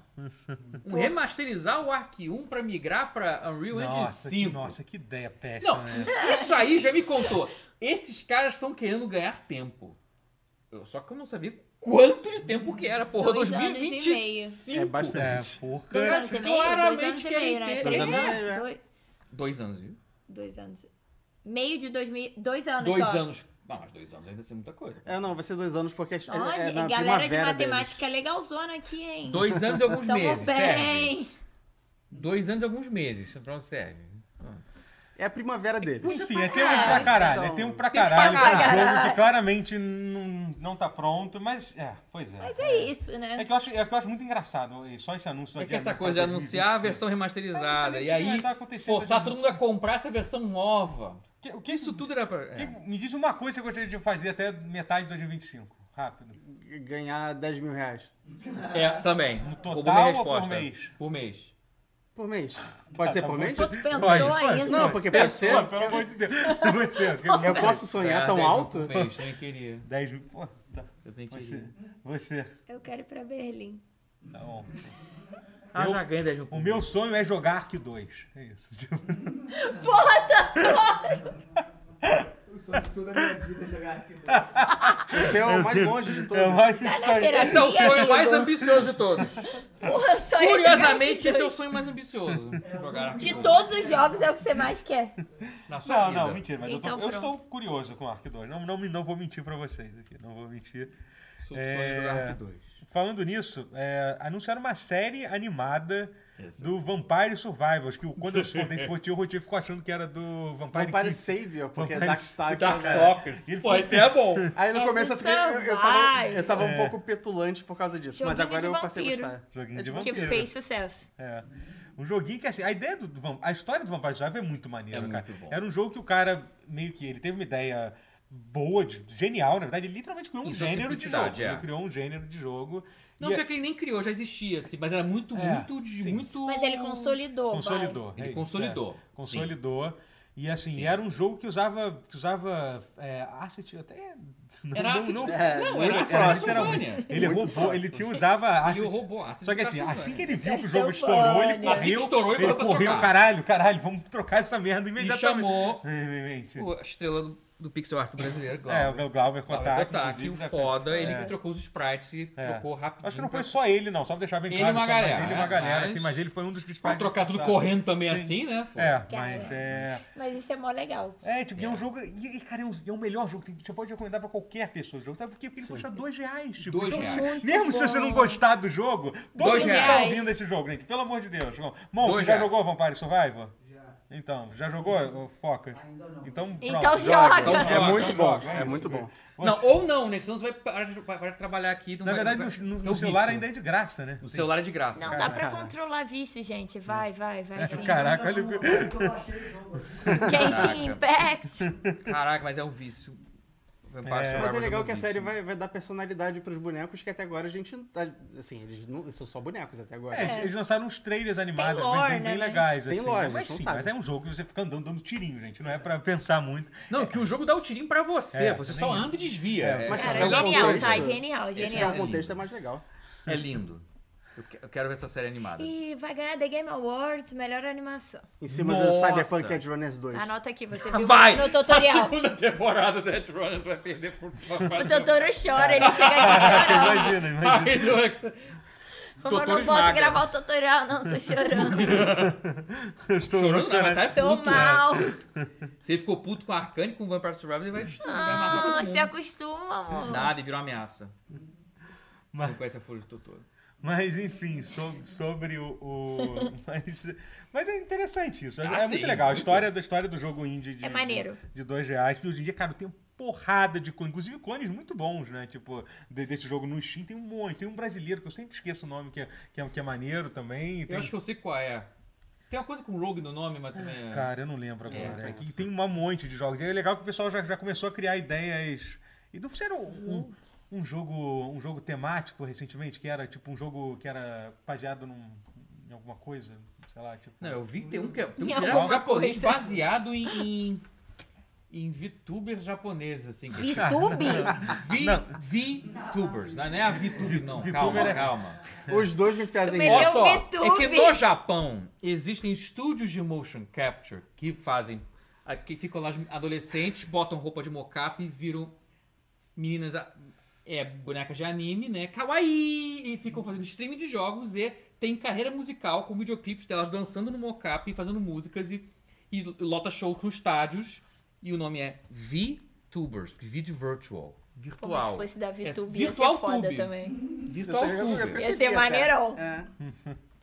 B: Um remasterizar o Ark 1 pra migrar pra Unreal Engine
A: Nossa, que,
B: 5.
A: nossa, que ideia péssima.
B: um Não,
A: né?
B: isso aí já me contou. Esses caras estão querendo ganhar tempo. Eu- Só que eu não sabia quanto de tempo que era, porra.
D: Dois anos e
B: 2025.
C: meio. É bastante.
A: É,
D: Dois
A: porra.
D: anos e meio? Dois anos
B: Claramente
D: e meio,
B: querem
D: né?
B: ter-
D: Três
C: Dois anos e meio,
D: anos?
C: é.
D: Dois-
B: Dois anos, viu?
D: Dois anos. Meio de dois mil... Dois anos
B: Dois
D: só.
B: anos. Não, mas dois anos ainda é muita coisa.
C: É, não, vai ser dois anos, porque é,
D: Ó,
C: é, é
D: gente,
C: na
D: galera de
C: primavera
D: matemática é legalzona aqui, hein?
B: Dois anos e alguns
D: Tamo
B: meses. é. Serve.
D: bem.
B: Dois anos e alguns meses. Pra onde serve?
C: deles. É a primavera deles.
A: Enfim, é tem um pra caralho, é tem um pra caralho,
B: então.
A: pra um
B: Tem pra
A: jogo
D: caralho.
A: que
C: [LAUGHS]
A: claramente não, não tá pronto, mas é, pois é.
D: Mas é isso, né?
A: É que eu acho, é que eu acho muito engraçado e só esse anúncio do
B: É que essa
A: adiamento
B: coisa de
A: pra
B: anunciar a
A: 2025.
B: versão
A: Ah, Eu não
B: remasterizada
A: sei nem o que
B: e
A: vai
B: aí
A: estar acontecendo
B: forçar
A: dentro
B: todo mundo a comprar essa versão nova.
A: Que- O que
B: Isso tudo era pra.
A: que-
B: é.
A: Me diz uma coisa que eu gostaria de fazer até metade de 2025. Rápido.
C: Ganhar 10 mil reais
B: É, também.
A: No
B: Roubou
A: total
B: minha
A: ou por
B: resposta.
A: mês?
B: Por mês.
C: por mês. Pode ser
A: tá
C: por
A: bom.
C: mês?
D: Pô,
B: [LAUGHS]
D: tu pensou
A: Pode, pode,
D: ainda?
C: Não, porque pode ser. é
A: Pô, pelo amor de Deus. [LAUGHS] Pode ser.
C: Eu posso sonhar tão
B: Ganhar
C: alto?
B: 10 Ah, mil Por mês, também queria.
A: 10 mil. Pô, tá.
B: Também
A: Você.
B: queria.
A: Você.
D: Eu quero ir pra Berlim.
A: Tá bom.
B: Ah,
A: Eu-
B: já ganha 10 mil por
A: O
B: mês.
A: meu sonho é jogar Ark 2. É isso. [LAUGHS] Tipo,
G: O sonho de toda a minha vida é jogar aqui.
C: Esse é o mais longe de todos.
A: é mais
D: Na
A: história.
B: Esse é o
D: terapia,
B: sonho mais
D: amigo.
B: ambicioso
A: [LAUGHS]
B: de todos.
D: Porra, eu só ia
B: Curiosamente, esse
D: chegar
B: é
D: aqui.
B: o sonho mais ambicioso. Jogar Ark
D: De
B: 2
D: todos os jogos é o que você mais quer.
B: Na sua
A: Não,
B: vida.
A: não, mentira, mas eu tô-
D: Então,
A: eu,
D: pronto.
A: estou curioso com o Ark 2. Não, não, me- não vou mentir pra vocês aqui, não vou mentir.
B: Seu sonho
A: É.
B: é jogar Ark 2.
A: Falando nisso, é, anunciaram uma série animada do Vampire Survivors, que eu- quando eu escutei esse motivo, o Rotier ficou achando que era do Vampire,
C: Vampire
A: Kiss.
C: Savior, porque é
A: Vampire-
C: Darkstalker.
A: um
B: Darkstalkers. Pô, esse é bom.
C: Aí no
D: É
C: começo eu,
D: do
C: fiquei, eu, eu tava,
D: Survivor.
C: eu tava
A: É.
C: um pouco petulante por causa disso, mas
D: Joguinho
C: agora
D: de
C: eu passei a
D: vampiro.
C: gostar.
A: Joguinho de
D: Que
A: vampiro.
D: fez sucesso.
A: É. Um joguinho que assim, a ideia do, do Vamp- a história do Vampire Survivor [LAUGHS] é muito maneira,
B: É
A: cara.
B: muito bom.
A: Era um jogo que o cara meio que ele teve uma ideia boa, de- genial, na verdade, ele literalmente criou um
B: Em sua
A: gênero de
B: simplicidade,
A: jogo.
B: é.
A: Ele criou um gênero de jogo.
B: Não,
A: e
B: pior que ele nem criou, já existia, assim, mas era muito,
A: É,
B: muito, de-
A: sim.
B: muito...
D: Mas ele consolidou, vai.
A: consolidou. é
B: Ele
A: isso,
B: consolidou.
A: é. Consolidou. E assim,
B: Sim.
A: era um jogo que usava, que usava é, asset até. Não,
B: Era
A: não-
B: Acid...
A: não-
B: Não,
C: é,
B: era
C: muito
B: Acid
A: era
C: próximo.
A: literalmente-
B: Castlevania.
A: Ele
C: Muito
A: roubou, ele
C: próximo.
A: tinha usava
B: né? E
A: asset.
B: o robô Acid
A: Só que assim,
B: Castlevania.
A: assim que ele viu que o jogo
D: Castlevania.
A: estourou, ele
D: Assim que
A: correu,
B: estourou, ele
A: ele
B: correu pra
A: correu,
B: trocar.
A: caralho, caralho, vamos trocar essa merda
B: E
A: imediatamente.
B: chamou
A: Imediatamente.
B: o- a estrela do, do pixel art brasileiro,
A: É, o
B: Glauber.
A: Gal- Glauber
B: Glauber
A: Kotak.
B: Kotak,
A: inclusive,
B: o
A: já fez-
B: foda, ele
A: É.
B: que trocou os sprites e
A: É.
B: trocou rapidinho.
A: Acho que não foi
B: pra-
A: só ele, não, só pra deixar bem
B: Ele e
A: claro.
B: uma
A: só, mas
B: galera,
A: ele e uma
B: é,
A: galera,
B: mas-
A: assim, mas ele foi um dos principais.
B: Pra trocar tudo
A: responsáveis.
B: correndo também
A: Sim.
B: assim, né? Foi.
A: É,
D: Cara.
A: mas é.
D: Mas isso é mó legal.
A: É, tipo, é um jogo. E, e, cara, é, um- é o melhor jogo. Tem- Você pode recomendar pra qualquer pessoa o jogo. Sabe por quê? Porque ele custa dois reais. Tipo,
B: Dois
A: então,
B: reais.
A: se-
D: Muito
A: mesmo se
D: bom.
A: você não gostar do jogo, todo
B: Dois
A: mundo que tá
D: reais.
A: ouvindo esse jogo, gente. Pelo amor de Deus. Mon,
B: Dois
A: tu já
B: reais.
A: jogou Vampire Survivor?
G: Já.
A: Então, já jogou, ô, Focas?
G: Ainda não.
A: Então, pronto,
D: Então
A: Então
D: joga.
C: É
A: joga,
C: muito
A: então
C: bom,
A: joga,
C: é
A: isso.
C: muito bom.
B: Não, ou não, né? Que senão você vai parar de, vai parar de trabalhar aqui. não
A: Na
B: vai-
A: verdade,
B: não
A: no,
B: vai-
A: no-
B: é
A: no
B: um
A: celular
B: vício.
A: ainda é de graça, né?
B: No celular é de graça.
D: Não, dá pra
C: Caraca.
D: controlar vício, gente. Vai, vai, vai.
B: É,
D: Sim.
A: É, Caraca, olha o.
E: é
G: Eu baixei o jogo aqui.
D: Genshin Impact.
B: Caraca, mas é um vício. Vampire Survivors
C: Mas é legal
B: um
C: que a
B: vício.
C: série vai, vai dar personalidade pros bonecos que até agora a gente. não tá- Assim, eles não são só bonecos até agora.
A: É, eles lançaram uns trailers animados bem-
D: lore,
A: bem, bem
D: né,
A: legais,
C: Tem
A: assim.
C: lore,
A: né? mas
C: a gente
A: sim,
C: não
A: mas é
C: sabe.
A: um jogo que você fica andando dando tirinho, gente. Não é pra pensar muito. [LAUGHS]
B: Não, que o jogo dá o tirinho pra você.
A: É,
B: você
A: também
B: só
A: isso.
B: anda e desvia.
A: É,
B: É,
C: mas
B: é,
C: se
D: Cara,
C: dá um
B: uma
D: genial,
B: coisa.
D: tá?
C: tipo contexto.
D: Genial,
B: Esse
C: Se tiver
D: genial.
C: um contexto é mais legal.
B: É lindo. Eu que- Eu quero ver essa série animada.
D: E vai ganhar The Game Awards, melhor animação.
C: Em cima do
B: Nossa.
C: Cyberpunk Edrunners 2.
D: Anota aqui, você viu
B: Ah, Vai! Tá
D: no
B: A
D: tutorial.
B: segunda temporada da Dead Runners vai perder [LAUGHS] por por
D: O
B: quase
D: Totoro chora, ele
B: [LAUGHS]
D: chega aqui chorando.
A: Imagina, imagina.
B: Ai, Douglas.
D: Mas eu não
B: Doutor
D: posso
B: Esmaga.
D: gravar o tutorial, não, tô chorando.
A: Eu estou
B: Chorando, não, mas
A: emocionado.
B: tá
D: Tô
B: puto, né?
D: mal.
B: Se ele ficou puto com a Arcane, com o Vampire Survivor, ele vai destruir, vai matar todo
D: Ah,
B: mundo.
D: se acostuma, amor.
B: Nada, e virou ameaça. Você
A: Mas-
B: não conhece a folha do Totoro.
A: Mas enfim, so- sobre o.
B: [LAUGHS]
A: o- mas, mas é interessante isso. É-
B: Ah,
A: é
B: sim,
A: muito legal. A
B: muito.
A: história, da história do jogo indie de,
D: É maneiro.
A: de, de dois reais, que hoje em dia, cara, tem uma porrada de clones, inclusive clones muito bons, né? Tipo, de- desse jogo no Steam tem um monte. Tem um brasileiro que eu sempre esqueço o nome, que é, que é, que é maneiro também. e
B: Eu
A: tem-
B: acho que eu sei qual é. Tem uma coisa com Rogue no nome, mas também é...
A: Cara, eu não lembro
B: É,
A: agora. É, que tem um monte de jogos. E é legal que o pessoal já, já começou a criar ideias. E não fizeram um, um jogo, um jogo temático recentemente, que era tipo um jogo que era baseado num- em alguma coisa? Sei lá, tipo.
B: Não, eu vi que tem um que é tem um
D: Em
B: que é
D: alguma
B: japonês
D: coisa.
B: baseado em, em, em VTubers japoneses, assim. que-
D: VTube?
B: Vi,
A: Não.
B: VTubers, não é não é a VTube, não.
A: VTuber
B: Calma,
A: é-
B: calma.
C: Os dois me fazem
D: Também
C: rir.
B: Olha
D: Entendeu?
B: só,
D: VTube.
B: é que no Japão existem estúdios de motion capture que fazem, a- que ficam lá as adolescentes, botam roupa de mocap e viram meninas, a- é, bonecas de anime, né, kawaii, e ficam fazendo streaming de jogos e tem carreira musical com videoclipes delas dançando no mocap e fazendo músicas e, e lota show com estádios e o nome é VTubers, vídeo virtual, virtual.
D: Como se fosse da VTube,
B: É,
D: ia
B: virtual
D: ser foda
B: tube.
D: também.
B: Virtual
C: Eu também- eu
B: tuber.
C: preferia,
D: Ia ser
C: cara.
D: maneirão.
C: É.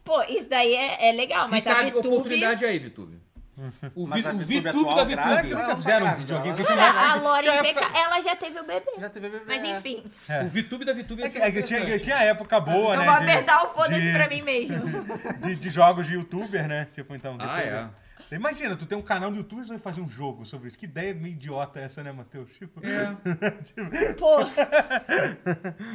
D: Pô, isso daí é, é legal, mas
B: Fica
D: a
B: a
D: VTube...
B: oportunidade aí, VTube.
A: Hum.
B: O,
C: Mas
B: vi,
C: a
B: o
C: VTube
B: VTube
C: atual,
B: da
A: Será
B: VTube.
A: que
C: Ela
A: nunca
C: não tá
A: fizeram um
C: grávida,
A: videogame?
C: ela
A: Que
C: não
A: tinha
D: Cara,
B: né?
A: uma-
D: a Lore
B: é
A: tinha
D: PK,
A: época-
D: ela já teve o bebê.
C: Já teve BBB.
D: Mas enfim,
B: O VTube da VTube ia
A: É
B: ser
A: que- é que eu tinha, eu
B: interessante. É
A: tinha época boa,
D: eu
A: né?
D: vou
A: de-
D: apertar o foda-se
A: de-
D: pra mim mesmo.
B: [LAUGHS]
A: De, de jogos de youtuber, né? Tipo, então.
B: Ah,
A: depois-
B: é.
A: Você Imagina, tu tem um canal no YouTube e vai fazer um jogo sobre isso. Que ideia meio idiota essa, né, Matheus? Tipo, [LAUGHS]
B: É,
D: Pô,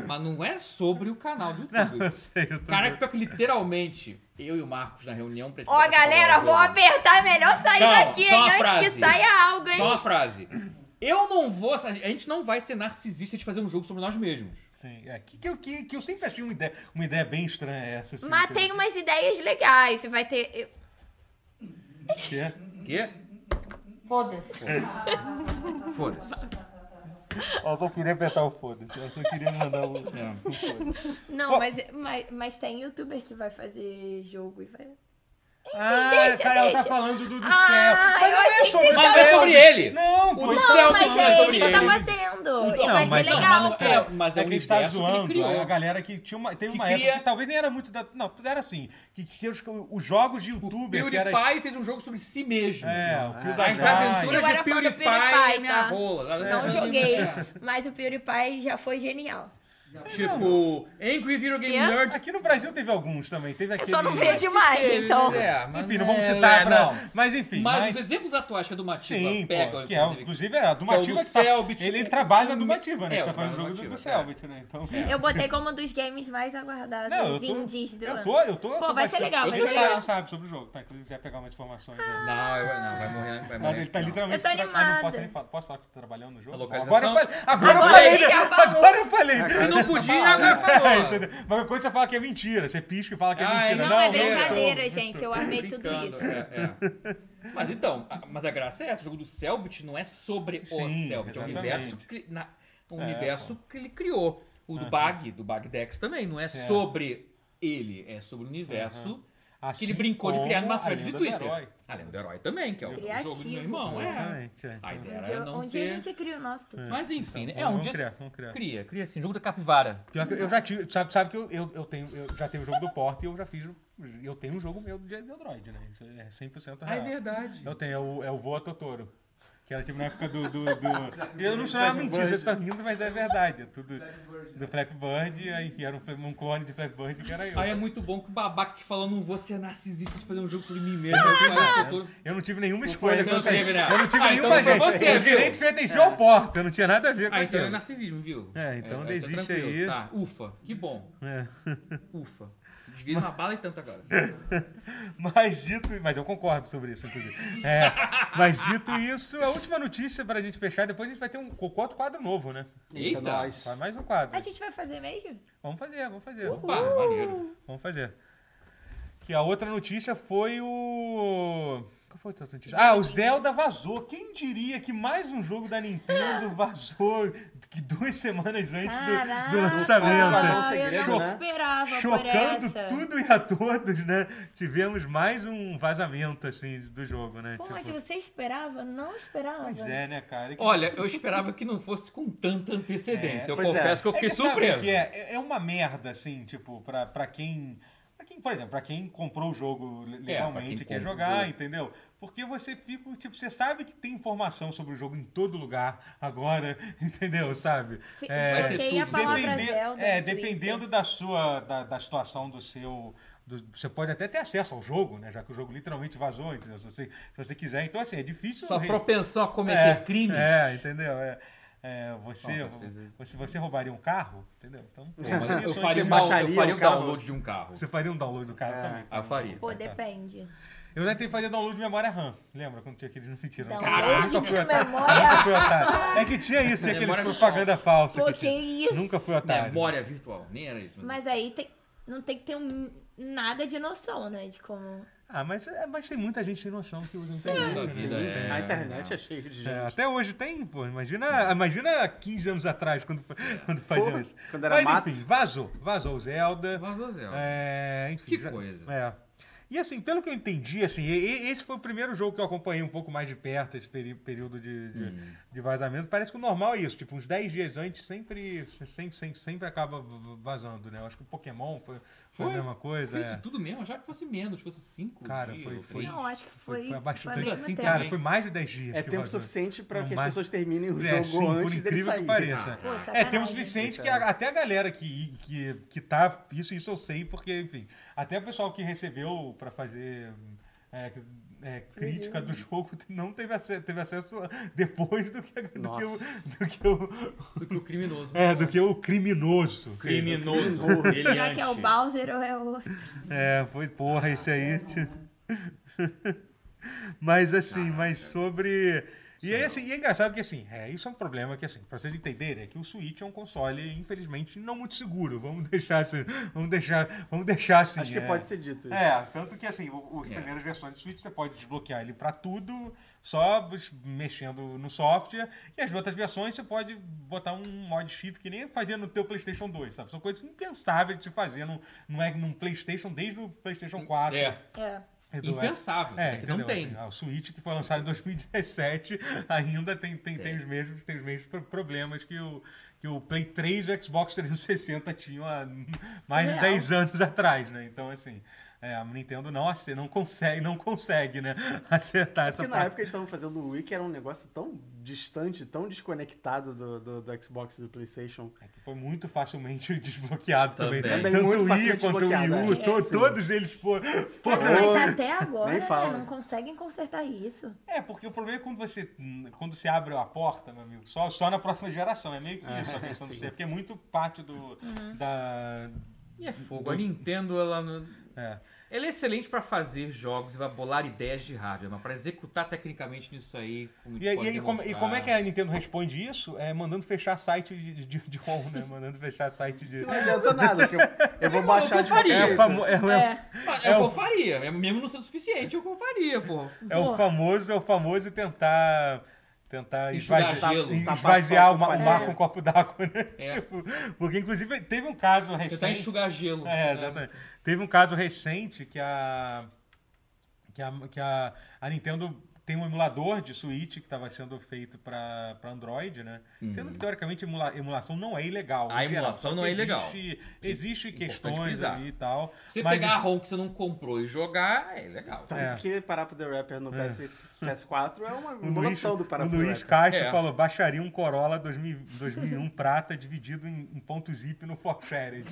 B: mas não é sobre o canal do YouTube.
A: eu sei, eu tô.
B: Cara, é pior que literalmente, eu e o Marcos na reunião... pra gente
D: ó,
B: falar
D: galera,
B: sobre o
D: vou
B: jogo.
D: apertar, é melhor sair
B: Calma,
D: daqui,
B: só
D: hein?
B: uma
D: Antes
B: frase.
D: que saia algo, hein?
B: Só uma frase. Eu não vou... A gente não vai ser narcisista de fazer um jogo sobre nós mesmos.
A: Sim, é. Que, que, eu- que, que eu sempre achei uma ideia, uma ideia bem estranha essa. Assim,
D: Mas tem umas ideias legais, você vai ter... eu-
A: Que é-
B: Quê?
H: Foda-se.
B: Foda-se.
A: Ó, eu só queria apertar o foda-se. Eu só queria mandar o.
B: É.
D: Não, mas, mas, mas tem youtuber que vai fazer jogo e vai...
A: Ah,
D: deixa,
A: cara, ela tá
D: deixa.
A: falando do, do
D: Ah,
A: céu.
D: eu achei que vocês
B: Mas é sobre ele.
A: Não,
B: do
A: pô, isso
B: céu
A: é
D: Não,
B: Celso
D: mas
B: não é
D: é
B: sobre
D: ele que tá
B: ele.
D: fazendo.
A: Não,
D: vai
A: mas
D: ser
A: não,
D: legal,
B: mas não-
D: pô.
B: é, mas é,
A: é
B: o
A: que ele tá
B: universo que ele
A: zoando
B: criou.
A: a galera que tinha uma, teve
B: Que
A: uma
B: cria-
A: época que talvez nem era muito da. Não, tudo era assim. Que tinha os, os jogos de youtuber que era. tipo,
B: PewDiePie fez um jogo sobre si mesmo.
A: É, o Pio da
B: As
A: Gaia.
B: aventuras
D: Eu era
B: de
D: fã do
B: PewDiePie
D: PewDiePie,
B: é minha
D: tá?
B: rola.
D: Não joguei, mas o PewDiePie já foi genial.
B: [LAUGHS] Tipo, Angry Video Game
D: Quê?
B: Nerd.
A: Aqui no Brasil teve alguns também. Teve
D: Eu
A: aquele.
D: só não vejo mais, então.
B: É, mas
A: Enfim, não vamos
B: é,
A: citar
B: é,
A: pra.
B: não.
A: Mas enfim.
B: Mas, os exemplos atuais que é do Matilda
A: Sim,
B: pega,
A: pô, que é,
B: inclusive,
A: inclusive é a Dumativa
B: do
A: que tá-
B: Selbit.
A: ele trabalha na Dumativa, né?
B: É,
A: que
B: o
A: tá fazendo o
B: trabalho
A: jogo do,
B: do
A: do
B: Dumativa,
A: Selbit, né? Então,
D: Eu botei como um dos games mais aguardados,
A: Não, eu tô-
D: indies do
A: eu
D: ano.
A: tô, eu tô.
D: Pô,
A: tô
D: vai ser
A: bastante-
D: legal,
A: eu
D: vai
A: tô
D: ser
A: sa-
D: legal. Ah.
A: sabe sobre o jogo, tá? Se quiser pegar mais informações aí.
B: Não, eu- não, vai morrer, vai
A: Ah,
B: morrer.
A: ele tá
B: não.
A: literalmente.
D: Eu tô
A: tra- Ah, não posso,
D: animada.
A: nem falar, posso falar que você tá trabalhando no jogo?
B: A
A: Bom,
B: localização- Ah,
A: Agora eu falei. Agora, eu
D: Agora
A: falei. né?
D: ele já falou.
A: Agora eu falei.
B: Se não podia, agora
A: É,
B: falou.
A: entendeu? [LAUGHS] Mas depois você fala que é mentira. Você pisca e fala que é
B: Ah, é,
A: mentira.
D: Não,
B: Não,
D: é
B: não,
D: brincadeira, gente. Eu amei tudo
B: Brincando,
D: isso.
B: é, é. Mas então, a- mas a graça é essa. O jogo do Selbit não é sobre o
A: Sim,
B: Selbit. É o
A: exatamente.
B: universo, cri- na- o
A: É,
B: universo que ele criou. O do Bag, do Bag Dex também, não é, sobre ele. É sobre o universo que ele
A: Assim
B: brincou de criar
A: como
B: numa
A: a
B: thread de
A: lenda do
B: Twitter.
A: herói.
B: Além do Herói também, que é o
D: Criativo,
B: jogo do meu irmão. É.
A: Exatamente, é.
B: A ideia
D: Um
B: era
D: dia,
B: não
D: um dia a
B: ser...
D: gente cria o nosso tudo.
B: Mas enfim, né?
A: Então,
B: é um
A: vamos
B: dia...
A: criar, vamos criar.
B: Cria, cria assim, jogo da capivara.
A: Pior que eu- eu já tive, tu sabe, sabe que eu, eu, eu tenho, eu já tenho o jogo do Porta e eu já fiz, o- eu tenho um jogo meu de de Android, né? Isso é 100%
B: Ah, é
A: real.
B: verdade.
A: eu tenho, é o, é o Voa Totoro. Que era tipo na época do. do, do- Eu não sei, é uma mentira, você tá rindo, mas é verdade. É tudo do Flappy Bird, aí que era um, um clone de Flappy Bird que era eu.
B: Aí é muito bom que o babaca que falou, não vou ser narcisista de fazer um jogo sobre
A: [LAUGHS]
B: mim mesmo. Eu falei, "Ah, doutor,
A: Eu não tive nenhuma
B: Não
A: escolha.
B: foi,
A: que
B: você
A: eu,
B: não
A: tenho.
B: teve, né?
A: eu não tive
B: Ah,
A: nenhuma
B: então foi
A: gente.
B: você,
A: eu
B: seu.
A: direito pertencia ao Porta, eu não tinha nada a ver com
B: Ah, então é
A: aquilo.
B: narcisismo, viu?
A: tá É, então
B: tá
A: desiste
B: tranquilo.
A: aí.
B: Tá, ufa. Que bom.
A: É.
B: Ufa. Desvia uma bala e
A: [LAUGHS]
B: tanto agora.
A: Mas dito, mas eu concordo sobre isso, inclusive. É, mas dito isso, a última notícia para a gente fechar, depois a gente vai ter um co- outro quadro novo, né?
B: Eita!
C: nós.
A: Vai mais um quadro.
D: A gente vai fazer mesmo?
A: Vamos fazer, vamos fazer.
B: Opa, maneiro.
A: Vamos fazer. Que a outra notícia foi o. Qual foi a outra notícia? Ah, o Zelda vazou. Quem diria que mais um jogo da Nintendo vazou que duas semanas antes do,
D: Caraca,
A: do
C: Guardar um
A: lançamento?
D: eu
C: segredo,
D: não
C: né?
D: esperava por
A: Chocando
D: essa.
A: tudo e a todos, né? Tivemos mais um vazamento, assim, do jogo, né?
D: Pô,
A: Tipo,
D: mas você esperava? Não esperava.
A: Pois é, né, cara? É que-
B: Olha, eu esperava que não fosse com tanta
A: É,
B: antecedência. eu
C: pois é.
B: confesso que eu
A: É que
B: fiquei
A: sabe
B: surpreso.
A: o que é? É- é uma merda, assim, tipo, pra, pra quem. Pra quem, por exemplo, pra quem comprou o jogo le-
B: É, pra
A: legalmente,
B: quem
A: quer
B: compra o
A: jogar,
B: jogo.
A: entendeu? Porque você fica, tipo, você sabe que tem informação sobre o jogo em todo lugar agora, [LAUGHS] entendeu? Sabe?
D: Fi-
A: É,
D: Bloqueei
B: tem
D: a
B: tudo.
D: palavra
A: Depende-
D: Zelda. né,
A: é,
D: no Twitter.
A: dependendo da sua da, da situação do seu do- você pode até ter acesso ao jogo, né? Já que o jogo literalmente vazou, entendeu? Se você, se você quiser. Então, assim, é difícil...
B: Sua
A: re-
B: propensão a cometer
A: é,
B: crimes.
A: É, entendeu? É, é, você,
B: Não, vocês-
A: você, você roubaria um carro, entendeu? Então,
B: Pô, mas eu,
A: isso aí você
B: faria um
C: Você
B: down- eu
C: baixaria
B: faria
C: o
B: o
C: carro?
B: download de um carro.
A: Você faria um download do carro também?
B: Ah, eu faria.
A: [LAUGHS]
D: Pô, depende.
A: Eu já tentei fazer download de memória RAM. Lembra quando tinha aqueles não mentiram?
D: Download
A: nunca
D: de
A: fui otário.
D: memória
A: Nunca fui otário. É que tinha isso, tinha aqueles
B: Memória
A: propaganda falsa.
D: Pô,
A: que
D: que
A: tinha.
D: isso?
A: Nunca fui otário.
B: Memória virtual. Nem era isso.
D: Mas aí tem- não tem que ter um- nada de noção, né? De como.
A: Ah, mas, é- mas tem muita gente sem noção que usa
B: Essa
A: internet.
B: vida
A: né?
B: é...
C: A internet é cheia de gente.
A: É, até hoje tem, pô. Imagina, imagina 15 anos atrás, quando, quando faziam
C: Porra,
A: isso.
C: quando era
A: Mas
C: mato.
A: enfim, vazou. Vazou o Zelda.
B: Vazou, Zé.
A: É, enfim,
B: Que coisa.
A: É. E assim, pelo que eu entendi, assim, e- e- esse foi o primeiro jogo que eu acompanhei um pouco mais de perto, esse peri- período de, de, de vazamento. Parece que o normal é isso, tipo, uns 10 dias antes sempre, sempre, sempre, sempre acaba v- v- vazando, né? Eu acho que o Pokémon foi, foi, a
B: Foi.
A: mesma coisa.
B: Foi
A: é.
B: isso tudo mesmo, já que fosse menos, fosse cinco.
A: Cara,
B: dias,
A: foi-
B: ou
A: foi-
B: três.
D: Não, acho que foi.
A: há bastante-
D: ao mesmo
B: Assim,
D: tempo.
A: Cara,
B: também.
A: foi mais de 10 dias
C: É
A: que
C: tempo
A: vazou.
C: suficiente pra que as
A: Mas-
C: pessoas terminem o
A: É,
C: jogo
A: sim, por
C: antes dele
A: incrível que
C: sair.
A: pareça.
D: Pô,
A: É,
D: sacanagem.
A: tem o suficiente que a- até a galera que, que, que tá. Isso, isso eu sei, porque, enfim. Até o pessoal que recebeu pra fazer é, é, crítica
C: Uhum.
A: do jogo [LAUGHS] não teve acesso, teve acesso depois do que, do que o-
C: Nossa.
A: do que o.
B: Do que o criminoso.
A: É, do que o criminoso.
B: Criminoso.
D: Será que é o
B: brilhante.
D: Bowser ou é outro?
A: É, foi porra, esse aí. tio. [LAUGHS] mas assim, mas sobre. E é, assim, e é engraçado que assim, é, isso é um problema que assim, pra vocês entenderem, é que o Switch é um console, infelizmente, não muito seguro. Vamos deixar assim, vamos deixar, vamos deixar assim.
C: Acho que
A: é.
C: pode ser dito isso.
A: É, tanto que assim, o- as
B: É.
A: primeiras versões do Switch você pode desbloquear ele pra tudo, só bus- mexendo no software, e as outras versões você pode botar um mod chip que nem fazia no teu PlayStation 2, sabe? São coisas impensáveis de se fazer num, num, num PlayStation desde o PlayStation 4.
B: É,
D: É.
A: e do-
B: impensável.
A: É,
B: que não
A: entendeu?
B: tem.
A: Assim, ah, o Switch que foi lançado em 2017 [LAUGHS] ainda tem, tem,
B: É.
A: tem os mesmos, tem os mesmos pro- problemas que o, que o Play 3 e o Xbox 360 tinham há mais de
D: Surreal.
A: 10 anos atrás, né? Então, assim, é, a Nintendo não, ace- não consegue, não consegue, né? [LAUGHS] Acertar essa
C: É Porque na
A: parte.
C: época eles estavam fazendo o Wii, que era um negócio tão distante, tão desconectado do, do, do Xbox e do PlayStation.
A: É que foi muito facilmente [LAUGHS] desbloqueado também.
B: Também.
C: Também
A: Tanto
C: muito
A: o Wii
C: facilmente
A: quanto o Wii U,
C: desbloqueado, né?
D: é.
A: to-
D: É,
C: sim.
A: todos eles foram.
D: Cara,
A: foram-
D: mas até agora
C: Nem
D: né,
C: fala.
D: não conseguem consertar isso.
A: É, porque o problema é quando você, quando você abre a porta, meu amigo, só, só na próxima geração. É meio que isso a questão do
C: sim.
A: tempo, porque é muito parte do. Da,
B: E é fogo. A Nintendo, ela... não-
A: é.
B: Ela é excelente pra fazer jogos e pra bolar ideias de hardware, mas pra executar tecnicamente nisso aí... como a
A: E,
B: gente
A: aí-
B: pode
A: e aí, como, e como é que
B: demonstrar.
A: a Nintendo responde isso? É mandando fechar site de, de, de ROM, né? Mandando fechar site de.
C: Não adianta nada, que eu, eu vou
B: Eu
C: baixar de
B: faria.
C: qualquer
A: É,
C: jeito.
A: famo- é, é-
D: É.
B: É o que eu faria. Mesmo não sendo suficiente, é o que eu faria, pô.
A: é o
D: Porra.
A: famoso, é o famoso tentar. Tentar
B: Enxugar
A: esvaziar,
B: gelo.
A: em-
C: Tapar
A: esvaziar
C: sol
A: o ma-
C: com
A: o
C: palha.
A: mar com um copo d'água, né? [LAUGHS]
B: É.
A: Tipo, porque, inclusive, teve um caso
B: Tentar
A: recente.
B: enxugar gelo. Né?
A: É, exatamente. Teve um caso recente que a. Que a, que a, a Nintendo tem um emulador de Switch que estava sendo feito para Android, né? Sendo que, teoricamente, emula, emulação não é ilegal.
B: Uhum. A
A: em geral,
B: emulação
A: só
B: não
A: que
B: é ilegal.
A: existe- Existe
B: importante
A: questões
B: frisar.
A: ali e tal.
B: Você
A: mas-
B: pegar a ROM que você não comprou e jogar, é legal.
C: Tanto
A: É.
C: que Pará pro The Rapper no PS, PS4 é uma
A: O Luiz,
C: emulação do Pará
A: o
C: pro The
A: Luiz
C: Rapper.
A: Castro
B: É.
A: falou, baixaria um Corolla 2000,
B: [LAUGHS]
A: 2001 prata dividido em, em ponto zip no Forshare.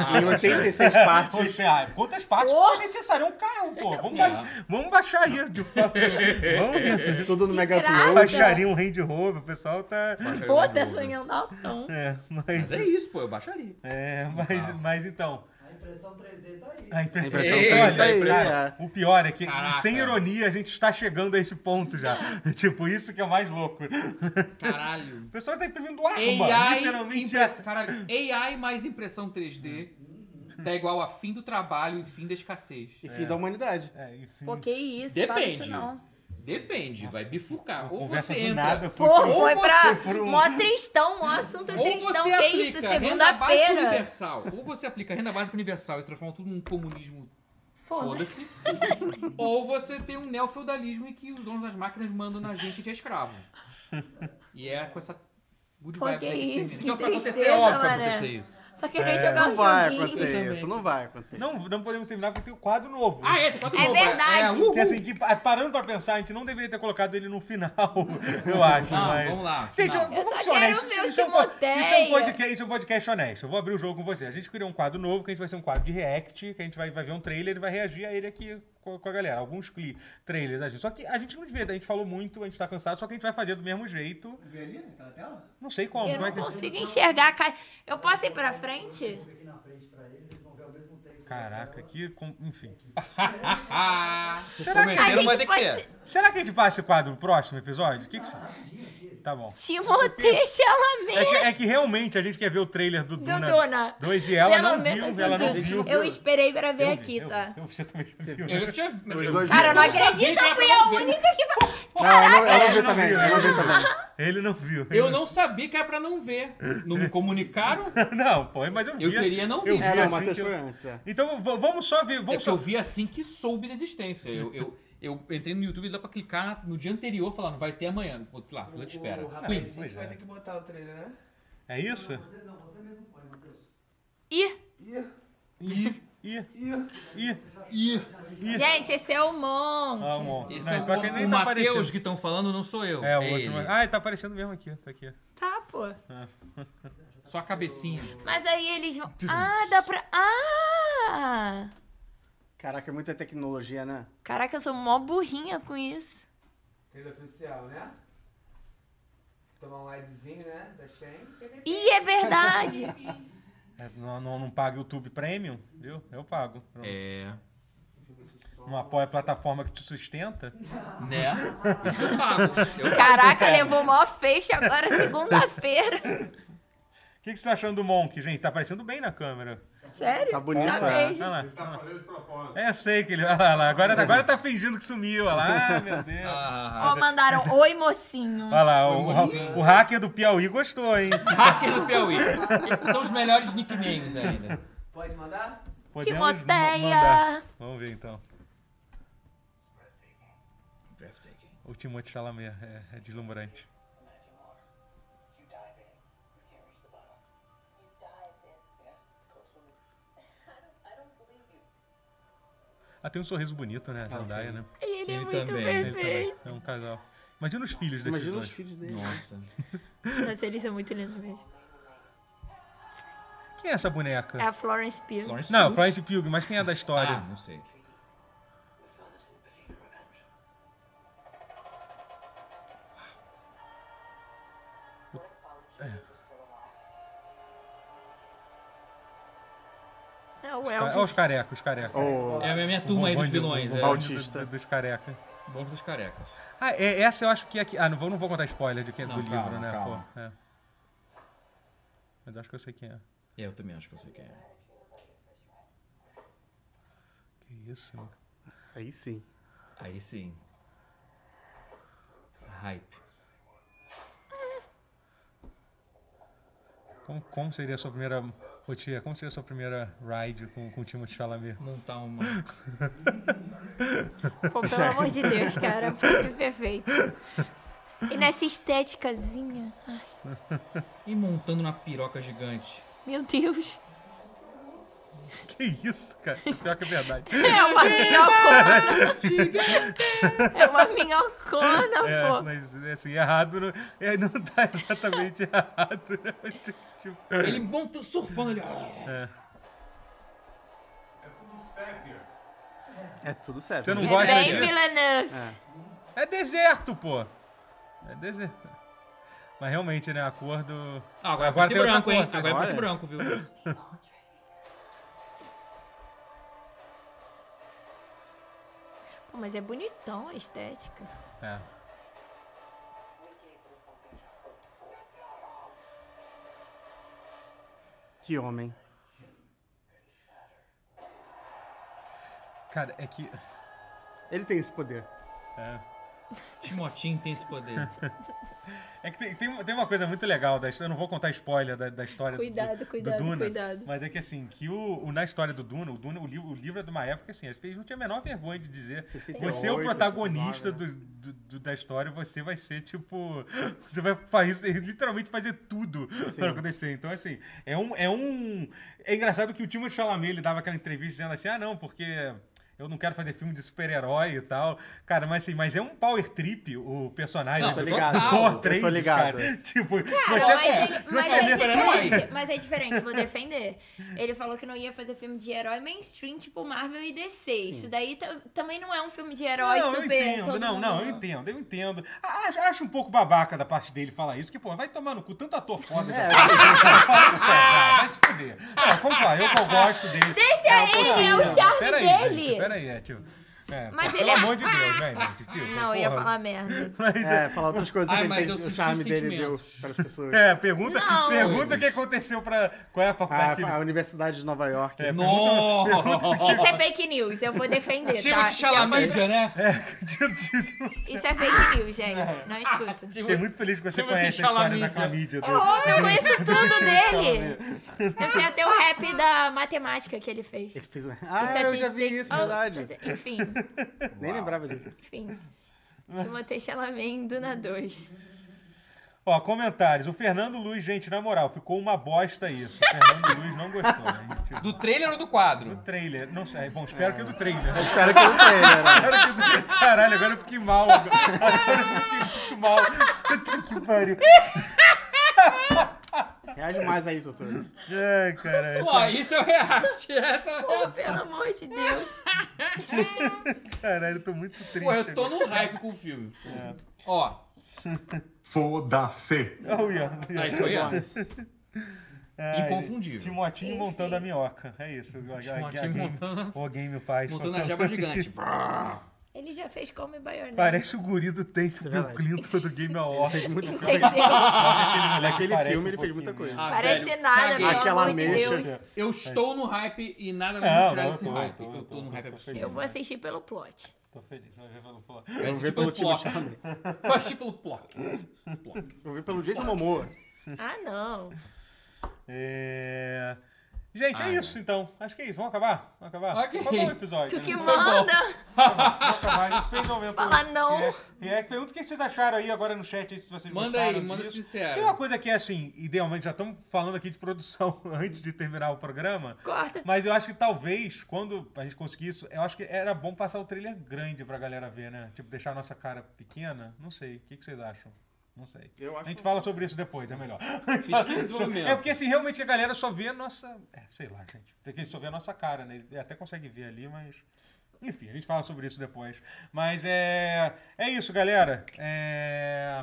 B: Ah,
C: Em
B: mas-
C: 86 partes.
A: Pois é, ah, quantas partes
D: Porra!
A: foi necessário? É um carro, pô. Vamos,
B: É.
A: baixar, vamos baixar isso. de uma- Vamos,
C: Tudo no
D: De
C: Mega
D: graça.
C: Upload.
A: baixaria um Range Rover, o pessoal tá...
D: Pô, tá sonhando altão.
A: É,
B: Mas
A: mas...
B: é isso, pô, eu baixaria.
A: É, mas, mas então...
E: Aí impressão 3D tá aí.
A: A impressão
B: impressão
A: que-
B: tá aí,
A: olha,
B: a
C: impressão.
A: cara, O pior é que,
B: Caraca.
A: sem ironia, a gente está chegando a esse ponto já. [LAUGHS] tipo, isso que é o mais louco.
B: Caralho.
A: [LAUGHS] O pessoal está imprimindo arma,
B: AI,
A: É. literalmente. é assim.
B: impress- Caralho, AI mais impressão 3D tá igual a fim do trabalho e fim da escassez.
C: E fim da humanidade.
A: É, enfim.
D: Pô, que isso, fala
B: Depende.
D: isso não.
B: Depende, vai bifurcar.
A: uma
B: Ou
A: conversa
B: você
A: do
B: entra.
A: nada foi
D: Pô,
A: pro-
D: foi
A: você
D: pra
A: por um-
D: mó tristão, mó assunto
B: Ou
D: tristão,
B: você
D: que isso,
B: aplica renda básica
D: segunda-feira.
B: universal. Ou você aplica renda básica universal e transforma tudo num comunismo
H: Foda-se.
B: foda-se. [LAUGHS] ou você tem um neofeudalismo em que os donos das máquinas mandam na gente de escravo. E é com essa good
D: Pô,
B: vibe
D: que
B: aí que
D: isso,
B: termina.
D: que
B: Não vai acontecer, é
D: tristeza,
B: óbvio que vai
D: mané.
B: acontecer isso.
D: Só queria
A: É.
D: jogar
C: Não
D: um
C: vai
D: joguinho.
C: acontecer
B: também.
C: isso, não vai acontecer.
A: Não, não podemos terminar porque tem o quadro novo.
B: Ah, é, tem quatro
D: É
B: novo,
D: verdade.
B: É, uhul.
A: Que assim, que, pa- parando pra pensar, a gente não deveria ter colocado ele no final, [LAUGHS] eu acho.
B: Não,
A: mas...
B: vamos lá.
A: Gente,
B: final.
D: Eu só
A: vamos ser
D: quero
A: honestos.
D: ver o
A: Isso, é um po-
D: Timoteia.
A: isso é um podcast, isso é um podcast honesto. Eu vou abrir o jogo com você. A gente criou um quadro novo, que a gente vai ser um quadro de react, que a gente vai, vai ver um trailer e vai reagir a ele aqui co- com a galera. Alguns cli trailers da gente. Só que a gente não devia, a gente falou muito, a gente tá cansado, só que a gente vai fazer do mesmo jeito.
G: Vê ali naquela tela?
A: Não sei como.
D: Eu
A: como é
D: não
A: que...
D: consigo enxergar a cara. Eu posso ir pra frente?
E: Aqui na frente pra eles, eles vão ver ao mesmo tempo.
A: Caraca, que. com- Enfim.
B: Ah, se
A: Será
B: for
A: que-
B: meter,
D: A
B: vai
D: gente
B: ter que
D: pode
B: ter.
D: ser-
A: Será que a gente passa o quadro no próximo episódio? O que que você- Tá bom.
D: Timothée
A: É
D: Chalamet
A: que, né? é que realmente a gente quer ver o trailer do
D: do
A: Duna.
D: Dona.
A: Dois e ela não
D: menos
A: viu, né? ela não viu.
D: Eu esperei pra ver
A: Eu vi,
D: aqui,
A: eu
D: tá?
A: vi, eu- Você também já viu. né?
B: Eu tinha...
C: dois
D: Cara, eu não
C: Eu
B: sabia
D: acredito,
B: que
D: eu
B: ela
D: fui
B: tava
D: a
B: vendo.
D: única que falou.
C: Não, eu não, eu não vi
A: Ele é, não né?
C: também,
A: viu,
C: eu não vi também.
A: Ele não viu.
B: Eu não sabia que era pra não ver. Não me comunicaram,
A: [LAUGHS] Não, pô, mas eu vi.
B: eu queria não
A: Eu
B: ver.
A: vi
C: É, não, o
A: assim
C: Matheus
A: que eu-
C: foi antes, é.
A: Então v- vamos só ver.
B: É
A: Vamos
B: que
A: só...
B: eu vi assim que soube da existência. Eu, eu, eu entrei no YouTube e dá pra clicar no dia anterior falando, vai ter amanhã. Vou lá, eu te espera.
G: O
A: Queen.
G: rapazinho
A: Pois
G: que vai
A: é.
G: ter que botar o trailer, né?
A: É isso?
E: Você, não, você mesmo põe, Matheus.
D: Ih,
A: Ih, ih,
G: Ih,
A: ih.
D: gente, esse é o Mon.
A: Ah, amor.
B: Esse
A: Não,
B: é
A: pior que
B: o,
A: nem
B: o
A: tá
B: Matheus
A: aparecendo.
B: que estão falando, não sou eu.
A: É, o outro.
B: ele.
A: mas- Ah, ele tá aparecendo mesmo aqui. Tá aqui.
D: Tá, pô.
B: Só a cabecinha.
D: Mas aí eles vão. Ah, dá pra. Ah!
C: Caraca, é muita tecnologia, né?
D: Caraca, eu sou mó burrinha com isso.
G: trailer oficial, né? Tomar um adzinho, né? Da Shen.
D: Ih, é verdade!
A: É, não, não, não paga YouTube Premium, viu? Eu pago. Pronto.
B: É.
A: Não apoia a plataforma que te sustenta.
B: Né? Isso eu pago. Eu pago.
D: Caraca, levou mó feixe agora, segunda-feira.
A: O que, que você tá achando do Monk, gente? Tá aparecendo bem na câmera.
D: Sério?
C: Tá bonito,
D: Tá
C: é.
D: mesmo.
A: Olha lá. É, eu sei que ele. Olha lá, agora, agora tá fingindo que sumiu. Olha lá, meu Deus.
B: Ah,
D: Ó, mandaram oi, mocinho.
A: Olha lá, o, o hacker do Piauí gostou, hein?
B: hacker do Piauí. São os melhores nicknames ainda.
G: Pode mandar?
A: Podemos ma- mandar.
D: Timoteia!
A: Vamos ver então. O Timothée Chalamet é, é deslumbrante. Ah, tem um sorriso bonito, né? A Zendaya, né?
D: Ele é
B: Ele
D: muito
B: também,
A: Ele também.
D: perfeito.
A: É um casal. Imagina os filhos desses
C: Imagina os
A: dois.
C: filhos dele.
B: Nossa.
D: Nossa, eles são muito lindos mesmo.
A: Quem é essa boneca?
D: É a Florence Pugh.
B: Florence
A: Não,
B: Pugh?
A: Florence Pugh, mas quem é da história?
B: Ah, não sei.
D: É o
A: Olha os
D: Elvis.
A: carecas, os carecas.
C: Ô,
B: É a minha turma aí dos
A: Bonde-
B: vilões.
A: o
B: É
A: bonde
C: Autista.
A: do- dos carecas.
B: bons dos carecas.
A: Ah, é, essa eu acho que é que. Ah, não vou, não vou contar spoiler de quem é
B: Não,
A: do
B: calma,
A: livro, né?
B: calma.
A: Pô, é. Mas acho que eu sei quem é.
B: Eu também acho que eu sei quem é.
A: Que isso? mano.
C: Aí sim.
B: Aí sim. Hype.
A: Como, como seria a sua primeira. Ô tia, como seria a sua primeira ride com, com o Timothée Chalamet? [LAUGHS]
B: Montar uma.
A: É
D: Pô, pelo amor de Deus, cara. Foi perfeito. E nessa estéticazinha.
B: E montando na piroca gigante.
D: Meu Deus.
A: Que isso, cara? Pior que é verdade.
B: [LAUGHS]
D: É uma minhocona. É uma minhocona,
A: É,
D: pô.
A: mas assim, errado não, é, não tá [LAUGHS] exatamente errado. né? Tipo,
B: Ele Ah, monta surfando ali. ó.
C: É tudo sério.
A: Você não
C: Isso.
A: gosta
D: É bem
A: disso?
D: Villeneuve.
A: é deserto, pô. É deserto. Mas realmente, né? A cor do.
B: Ah, agora,
A: Agora
B: é
A: tem
B: preto e
A: outra
B: branco, hein?
A: cor,
B: Agora é preto
C: olha.
B: e branco, viu?
D: mas é bonitão a estética.
A: É.
C: Que homem.
A: Cara, é que.
C: Ele tem esse poder.
A: É.
B: Timotinho tem esse poder.
A: É que tem, tem, uma- tem uma coisa muito legal da história. Eu não vou contar spoiler da, da história do-
D: Cuidado,
A: do,
D: cuidado,
A: do Duna.
D: cuidado.
A: Mas é que assim, que o, o- na história do Duna, o Duna, o livro, o livro é de uma época assim, as pessoas não tinham a menor vergonha de dizer.
C: 68,
A: Você é o protagonista
C: 69,
A: do, do- do- da história, você vai ser tipo. [LAUGHS] Você vai fazer, literalmente fazer tudo
C: Sim.
A: pra acontecer. Então, assim, é um. É, um, é engraçado que o Timo Chalamet ele dava aquela entrevista dizendo assim: ah, não, porque. Eu não quero fazer filme de super-herói e tal. Cara, mas assim, mas é um power trip o personagem
B: Não,
A: do,
B: eu tô
A: do
B: ligado,
A: Thor
B: eu tô
A: 3,
C: ligado.
A: cara. [LAUGHS] Tipo,
D: Cara,
A: se você,
D: mas, ele-
A: se
D: mas
A: você
D: é
A: ler-
D: diferente, mas é diferente, vou defender. Ele falou que não ia fazer filme de herói mainstream, tipo Marvel e DC. Isso daí ta- também não é um filme de herói
A: não,
D: super.
A: Eu entendo,
D: todo
A: não, não, eu
D: mundo-
A: entendo, eu entendo. A- Acho, acho um pouco babaca da parte dele falar isso, que, pô, vai tomar no cu tanto ator foda. já. tá Fala isso aí, vai, vai se fuder. Não, eu concordo, eu, eu gosto dele.
D: Deixa ele, é o charme dele.
A: Gente, peraí, é, tio. É,
D: Mas
A: pô,
D: ele
A: pelo
D: é-
A: amor de
D: [LAUGHS]
A: Deus, né, gente? Tio,
D: Não, eu ia
A: porra.
D: falar merda.
A: Mas, é,
C: É, falar outras coisas
B: Ai,
C: que
B: mas
C: ele
B: eu
C: tem, o
B: senti
C: charme dele deu
B: sentimentos.
C: para as
A: [LAUGHS]
C: pessoas.
A: é, pergunta,
D: Não.
A: pergunta o que aconteceu pra. Qual é a faculdade que
C: Ah, A,
A: ele
C: a Universidade de Nova York.
B: Nossa!
D: Isso é fake news, eu vou defender,
B: Timo
D: tá?
B: de Chalamédia, né?
A: [LAUGHS] Tio, tio, tio.
D: Isso é fake news, gente. Não escuta.
A: Fiquei muito feliz que você
B: Timo de
A: conhece a história da
B: Chalamet.
A: clamídia.
D: É
A: do-
D: óbvio, eu conheço tudo dele. Eu sei até o rap da matemática que ele fez.
C: Ele fez um... Ah, eu já vi isso,
D: Oh,
C: verdade.
D: stati- Enfim,
C: Nem lembrava disso.
D: enfim. Timothée Chalamet em Duna 2.
A: Ó, comentários. O Fernando Luiz, gente, na moral, ficou uma bosta isso. O Fernando Luiz não gostou, né? Tipo,
B: Do trailer ou do quadro?
A: do trailer. Não sei. é Bom, espero que do trailer. né?
C: Espero que não tenha, né?
A: Espero que é do... Caralho, agora eu fiquei mal. Agora eu fiquei muito mal. Puta que pariu.
C: né? Reage mais
B: [LAUGHS]
C: aí, doutor.
A: Ai, caralho.
B: Pô, isso é o react. [LAUGHS] Essa é o
D: Pô,
B: react.
D: pelo amor de Deus.
A: Caralho, eu tô muito triste.
B: Pô, eu tô no hype com o filme. É. Ó,
J: Foda-se.
A: agora. Olha o Ian, o Ian.
B: aí foi, ó.
A: Ai,
B: Inconfundível.
A: Timotinho
D: Enfim.
A: montando a minhoca. É isso. Timotinho
B: Timotinho montando-
A: O Game Paz.
B: Montando a jaba gigante.
D: Ele já fez Come Bayonet.
A: Parece o guri do tempo
C: é
A: do
C: verdade.
A: Clinton do Game Awards.
C: Muito
D: Entendeu?
A: Aquele
B: é
A: moleque
C: Naquele
A: parece
C: filme
A: um
C: ele fez muita
A: pouquinho,
C: coisa.
B: Ah,
D: Parece
B: velho,
D: nada,
B: caguei.
D: pelo
C: Aquela
D: amor de
C: ameixa.
D: Deus.
B: Eu estou no hype e nada vai
A: Não,
B: me tirar
A: não,
B: desse
A: eu tô,
B: hype.
A: eu tô,
B: Eu
A: eu
B: tô
A: tô,
B: no hype
A: tô
B: absurdo.
D: Eu vou assistir pelo plot.
A: Tô feliz. né, Vai ver pelo plot.
B: Eu assisti
C: pelo
B: pelo
C: Timo
B: tipo plot. Eu assisti pelo plot.
C: Eu vi pelo Jason Momoa.
D: Ah,
B: [LAUGHS]
D: não.
A: É... Gente, é
B: Ah,
A: isso então. Acho que é isso. Vamos acabar? Vamos acabar?
B: Ok.
A: Foi bom o episódio.
D: Tu
A: né?
B: Tá
D: que
A: Vamos
D: manda.
A: acabar. A gente fez um momento.
D: Fala não.
A: É, e é, pergunta o que vocês acharam aí agora no chat, aí, se vocês
B: Manda
A: gostaram
B: aí, manda
A: disso. Tem uma
B: sincero.
A: coisa que é assim, idealmente, já estamos falando aqui de produção [LAUGHS] antes de terminar o programa.
D: Corta.
A: Mas eu acho que talvez, quando a gente conseguir isso, eu acho que era bom passar o trailer grande pra galera ver, né? Tipo, deixar a nossa cara pequena. Não sei. O que, que vocês acham? Não sei.
C: Eu
A: A gente fala sobre isso depois, é melhor.
B: Pesquisa e [LAUGHS] desenvolvimento.
A: É porque assim, realmente a galera só vê a nossa. É, sei lá, gente. Porque eles só vê a nossa cara, né? Ele até consegue ver ali, mas. Enfim, a gente fala sobre isso depois. Mas é. É isso, galera. É,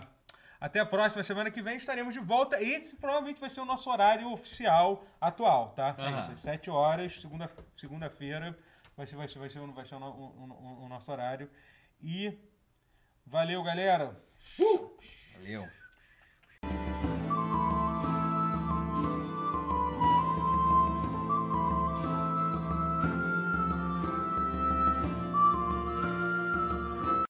A: Até a próxima semana que vem estaremos de volta. Esse provavelmente vai ser o nosso horário oficial atual, tá? É
B: Aham.
A: isso, às 7 horas, segunda- segunda-feira. vai ser, vai ser, vai ser, o- vai ser o, no- o- o- o nosso horário. E valeu, galera.
B: Valeu.